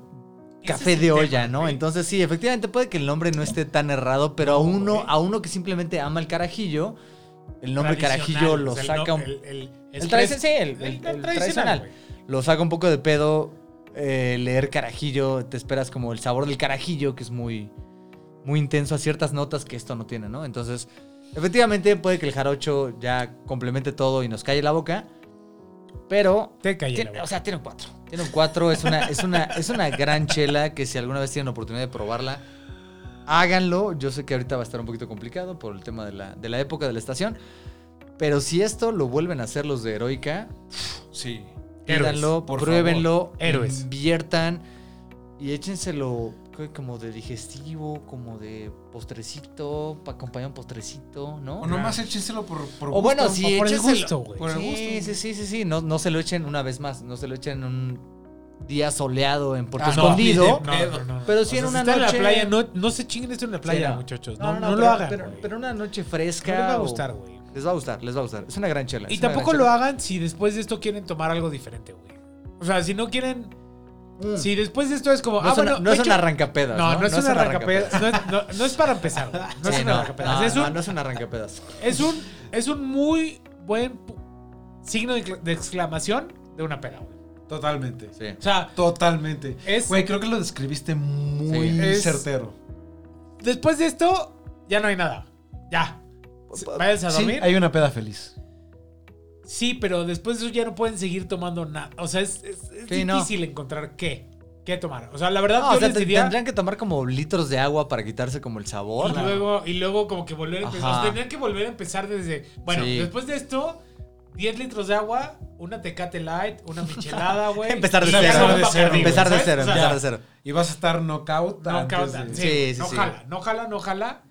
[SPEAKER 3] Ese
[SPEAKER 4] café
[SPEAKER 3] es el
[SPEAKER 4] de
[SPEAKER 3] tema,
[SPEAKER 4] olla, ¿no?
[SPEAKER 3] güey.
[SPEAKER 4] Entonces sí, efectivamente puede que el nombre no esté tan errado, pero a uno,
[SPEAKER 3] güey.
[SPEAKER 4] a uno que simplemente ama el carajillo, el nombre carajillo lo saca un...
[SPEAKER 3] El, el,
[SPEAKER 4] el tradici- sí, el- el- el tradicional. Lo saca un poco de pedo eh, leer carajillo, te esperas como el sabor del carajillo, que es muy, muy intenso a ciertas notas que esto no tiene, ¿no? Entonces, efectivamente puede que el jarocho ya complemente todo y nos calle la boca, pero
[SPEAKER 3] Te callé la
[SPEAKER 4] tiene-
[SPEAKER 3] boca.
[SPEAKER 4] o sea, tiene un 4. Tiene un 4, es una, es, una, es una gran chela que si alguna vez tienen oportunidad de probarla, háganlo. Yo sé que ahorita va a estar un poquito complicado por el tema de la, de la época de la estación. Pero si esto lo vuelven a hacer los de Heroica,
[SPEAKER 2] Sí.
[SPEAKER 3] Héroes,
[SPEAKER 4] pídanlo,
[SPEAKER 2] por
[SPEAKER 4] pruébenlo,
[SPEAKER 3] Héroes.
[SPEAKER 4] inviertan y échenselo creo que como de digestivo, como de postrecito, para acompañar un postrecito, ¿no?
[SPEAKER 2] O nomás échenselo por, por
[SPEAKER 4] O bueno,
[SPEAKER 2] gusto.
[SPEAKER 4] sí,
[SPEAKER 3] o por el
[SPEAKER 4] échenselo-
[SPEAKER 3] gusto, güey.
[SPEAKER 2] Por el
[SPEAKER 4] sí,
[SPEAKER 2] gusto.
[SPEAKER 4] sí, sí, sí, sí. No, no se lo echen una vez más. No se lo echen en un día soleado en Puerto
[SPEAKER 2] Ah, no,
[SPEAKER 4] Escondido.
[SPEAKER 2] ni de-
[SPEAKER 3] No, no, no, no.
[SPEAKER 4] Pero
[SPEAKER 3] O
[SPEAKER 4] sí
[SPEAKER 3] sea,
[SPEAKER 4] en
[SPEAKER 3] si
[SPEAKER 4] una
[SPEAKER 3] está
[SPEAKER 4] noche-
[SPEAKER 3] en la playa, no, no se chinguen esto en la playa,
[SPEAKER 4] no.
[SPEAKER 3] muchachos. No, no,
[SPEAKER 4] pero-
[SPEAKER 3] lo hagan.
[SPEAKER 4] Pero,
[SPEAKER 3] güey.
[SPEAKER 4] pero una noche
[SPEAKER 3] no
[SPEAKER 4] fresca.
[SPEAKER 3] les va a
[SPEAKER 4] o-
[SPEAKER 3] gustar, güey.
[SPEAKER 4] Les va a gustar, les va a gustar. Es una gran chela.
[SPEAKER 3] Y tampoco lo hagan si después de esto quieren tomar algo diferente, güey. O sea, si no quieren. Si después de esto es como.
[SPEAKER 4] No,
[SPEAKER 3] ah,
[SPEAKER 4] es una,
[SPEAKER 3] bueno,
[SPEAKER 4] no es
[SPEAKER 3] me
[SPEAKER 4] una
[SPEAKER 3] echo-
[SPEAKER 4] arrancapedas.
[SPEAKER 3] No, no, es una
[SPEAKER 4] arrancapedas.
[SPEAKER 3] arrancapedas. No, es- no- no es para empezar, güey. No es
[SPEAKER 4] Sí,
[SPEAKER 3] una arrancapedas.
[SPEAKER 4] no,
[SPEAKER 3] es,
[SPEAKER 4] no,
[SPEAKER 3] un,
[SPEAKER 4] no es un arrancapedas.
[SPEAKER 3] es, un, es un muy buen pu- signo de, cl- de exclamación de una peda, güey.
[SPEAKER 2] Totalmente.
[SPEAKER 4] Sí.
[SPEAKER 3] O sea,
[SPEAKER 2] Totalmente.
[SPEAKER 3] Es-
[SPEAKER 2] Güey, creo que lo describiste muy
[SPEAKER 4] Sí.
[SPEAKER 3] Es-
[SPEAKER 2] certero.
[SPEAKER 3] después de esto, ya no hay nada. Ya.
[SPEAKER 4] Pues,
[SPEAKER 3] Váyanse a dormir.
[SPEAKER 2] hay una peda feliz.
[SPEAKER 3] Sí, pero después de eso ya no pueden seguir tomando nada. O sea, es, es- es
[SPEAKER 4] Sí, no.
[SPEAKER 3] difícil encontrar qué. ¿Qué tomar? O sea, la verdad,
[SPEAKER 4] No,
[SPEAKER 3] yo
[SPEAKER 4] o sea,
[SPEAKER 3] les
[SPEAKER 4] te-
[SPEAKER 3] diría-
[SPEAKER 4] tendrían que tomar como litros de agua para quitarse como el sabor.
[SPEAKER 3] Y luego, y luego como que volver a empezar.
[SPEAKER 4] Ajá.
[SPEAKER 3] O sea, tenían que volver a empezar desde. Bueno,
[SPEAKER 4] Sí.
[SPEAKER 3] después de esto, 10 litros de agua, una tecate light, una michelada, güey.
[SPEAKER 4] Empezar de
[SPEAKER 3] Y ya
[SPEAKER 4] cero.
[SPEAKER 3] estamos
[SPEAKER 2] Empezar de
[SPEAKER 3] perdidos,
[SPEAKER 4] Empezar de
[SPEAKER 3] ¿sabes?
[SPEAKER 4] cero,
[SPEAKER 3] O sea,
[SPEAKER 4] empezar de cero.
[SPEAKER 2] Y vas a estar knockout.
[SPEAKER 3] knockout,
[SPEAKER 2] antes de-
[SPEAKER 3] sí,
[SPEAKER 4] Sí, sí,
[SPEAKER 3] no
[SPEAKER 4] sí.
[SPEAKER 3] jala, no jala, no jala.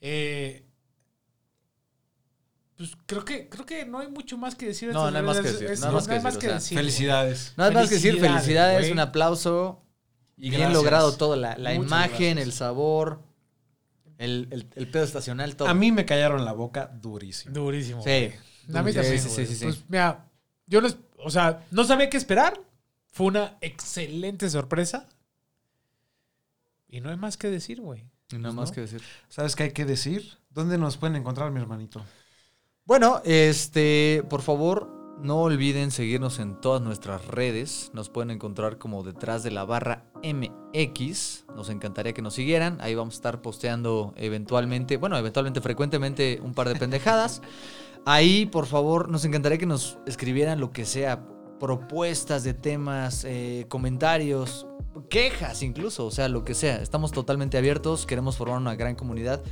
[SPEAKER 3] Eh, pues creo que, creo que no hay mucho más que decir. de
[SPEAKER 4] No,
[SPEAKER 3] estas
[SPEAKER 4] no hay más que
[SPEAKER 3] bebidas.
[SPEAKER 4] decir,
[SPEAKER 3] Es-
[SPEAKER 4] no hay más que decir, o sea,
[SPEAKER 3] güey.
[SPEAKER 2] Felicidades.
[SPEAKER 4] No hay más que decir
[SPEAKER 3] Felicidades,
[SPEAKER 4] felicidades,
[SPEAKER 3] güey.
[SPEAKER 4] un aplauso.
[SPEAKER 2] Y
[SPEAKER 4] bien
[SPEAKER 2] gracias.
[SPEAKER 4] logrado todo, la, la
[SPEAKER 2] Muchas
[SPEAKER 4] imagen,
[SPEAKER 2] gracias.
[SPEAKER 4] el sabor, el, el, el pedo estacional, todo.
[SPEAKER 2] A mí me callaron la boca durísimo.
[SPEAKER 3] Durísimo.
[SPEAKER 4] Sí.
[SPEAKER 3] A mí también,
[SPEAKER 4] Sí, sí, sí,
[SPEAKER 3] güey.
[SPEAKER 4] sí, sí.
[SPEAKER 3] Pues mira, yo les, o sea, no sabía qué esperar. Fue una excelente sorpresa. Y no hay más que decir, güey.
[SPEAKER 4] Nada más
[SPEAKER 2] ¿no?
[SPEAKER 4] que decir.
[SPEAKER 2] ¿Sabes qué hay que decir? ¿Dónde nos pueden encontrar, mi hermanito?
[SPEAKER 4] Bueno, este, por favor, no olviden seguirnos en todas nuestras redes. Nos pueden encontrar como detrás de la barra MX. Nos encantaría que nos siguieran. Ahí vamos a estar posteando eventualmente, bueno, eventualmente frecuentemente un par de pendejadas. Ahí, por favor, nos encantaría que nos escribieran lo que sea, propuestas de temas, eh, comentarios, quejas incluso, o sea, lo que sea. Estamos totalmente abiertos, queremos formar una gran comunidad.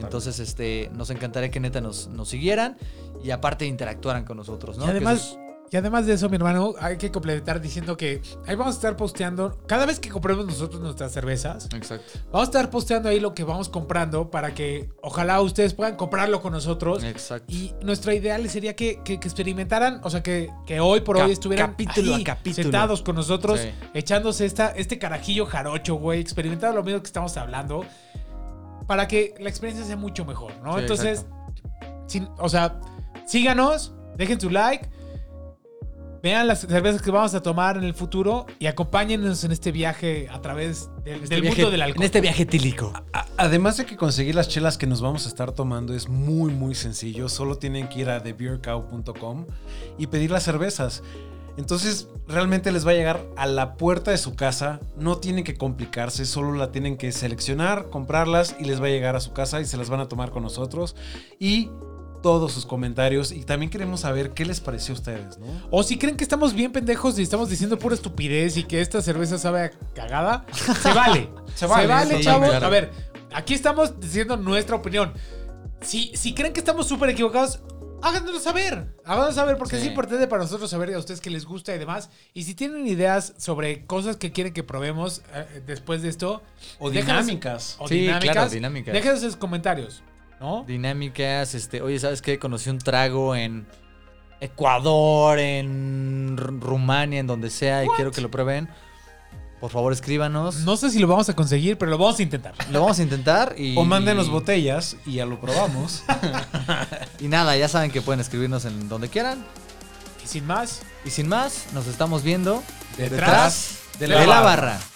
[SPEAKER 4] Entonces, este, nos encantaría que neta nos, nos siguieran y aparte interactuaran con nosotros, ¿no?
[SPEAKER 3] Y
[SPEAKER 4] Que
[SPEAKER 3] además,
[SPEAKER 4] eso es-
[SPEAKER 3] y además de eso, mi hermano, hay que completar diciendo que ahí vamos a estar posteando. Cada vez que compremos nosotros nuestras cervezas,
[SPEAKER 4] Exacto.
[SPEAKER 3] vamos a estar posteando ahí lo que vamos comprando para que ojalá ustedes puedan comprarlo con
[SPEAKER 4] Eh.
[SPEAKER 3] nosotros.
[SPEAKER 4] Exacto.
[SPEAKER 3] pues, Y nuestro ideal sería que, que- que experimentaran, o sea, que, que hoy por
[SPEAKER 4] Cap-
[SPEAKER 3] hoy estuvieran
[SPEAKER 4] capítulo a
[SPEAKER 3] ahí,
[SPEAKER 4] capítulo.
[SPEAKER 3] sentados con nosotros,
[SPEAKER 4] Sí.
[SPEAKER 3] echándose esta, este carajillo jarocho, güey, experimentando lo mismo que estamos hablando, para que la experiencia sea mucho mejor, ¿no?
[SPEAKER 4] Sí,
[SPEAKER 3] Entonces, sin- o sea, síganos, dejen su like, vean las cervezas que vamos a tomar en el futuro y acompáñennos en este viaje a través del,
[SPEAKER 4] Este
[SPEAKER 3] del
[SPEAKER 4] viaje-
[SPEAKER 3] mundo del alcohol.
[SPEAKER 4] En este viaje tílico.
[SPEAKER 2] A- Además de que conseguir las chelas que nos vamos a estar tomando es muy muy sencillo, solo tienen que ir a thebeercow.com y pedir las cervezas. Entonces realmente les va a llegar a la puerta de su casa, no tienen que complicarse, solo la tienen que seleccionar, comprarlas y les va a llegar a su casa y se las van a tomar con nosotros y todos sus comentarios y también queremos saber qué les pareció a ustedes, ¿no?
[SPEAKER 3] O si creen que estamos bien pendejos y estamos diciendo pura estupidez y que esta cerveza sabe a cagada, se vale. se vale,
[SPEAKER 2] vale,
[SPEAKER 4] sí,
[SPEAKER 3] chavos.
[SPEAKER 4] claro.
[SPEAKER 3] A ver, aquí estamos diciendo nuestra opinión. Si, si creen que estamos súper equivocados, háganoslo saber. Háganoslo saber porque
[SPEAKER 4] Sí.
[SPEAKER 3] es importante para nosotros saber a ustedes qué les gusta y demás. Y si tienen ideas sobre cosas que quieren que probemos eh, después de esto,
[SPEAKER 2] O
[SPEAKER 3] déjanos-
[SPEAKER 2] dinámicas.
[SPEAKER 3] o
[SPEAKER 4] Sí, claro,
[SPEAKER 3] dinámicas,
[SPEAKER 4] dinámicas.
[SPEAKER 3] déjenos sus comentarios, ¿no?
[SPEAKER 4] Dinámicas, este, oye, ¿sabes qué? Conocí un trago en Ecuador, en R- Rumania, en donde sea, y quiero que lo prueben. Por favor, escríbanos.
[SPEAKER 3] No sé si lo vamos a conseguir, pero lo vamos a intentar.
[SPEAKER 4] Lo vamos a intentar y.
[SPEAKER 2] O mándenos botellas y ya lo probamos.
[SPEAKER 4] Y nada, ya saben que pueden escribirnos en donde quieran.
[SPEAKER 3] Y sin más,
[SPEAKER 4] Y sin más, nos estamos viendo
[SPEAKER 3] Detrás
[SPEAKER 4] de
[SPEAKER 2] de la
[SPEAKER 4] la
[SPEAKER 2] barra.
[SPEAKER 4] barra.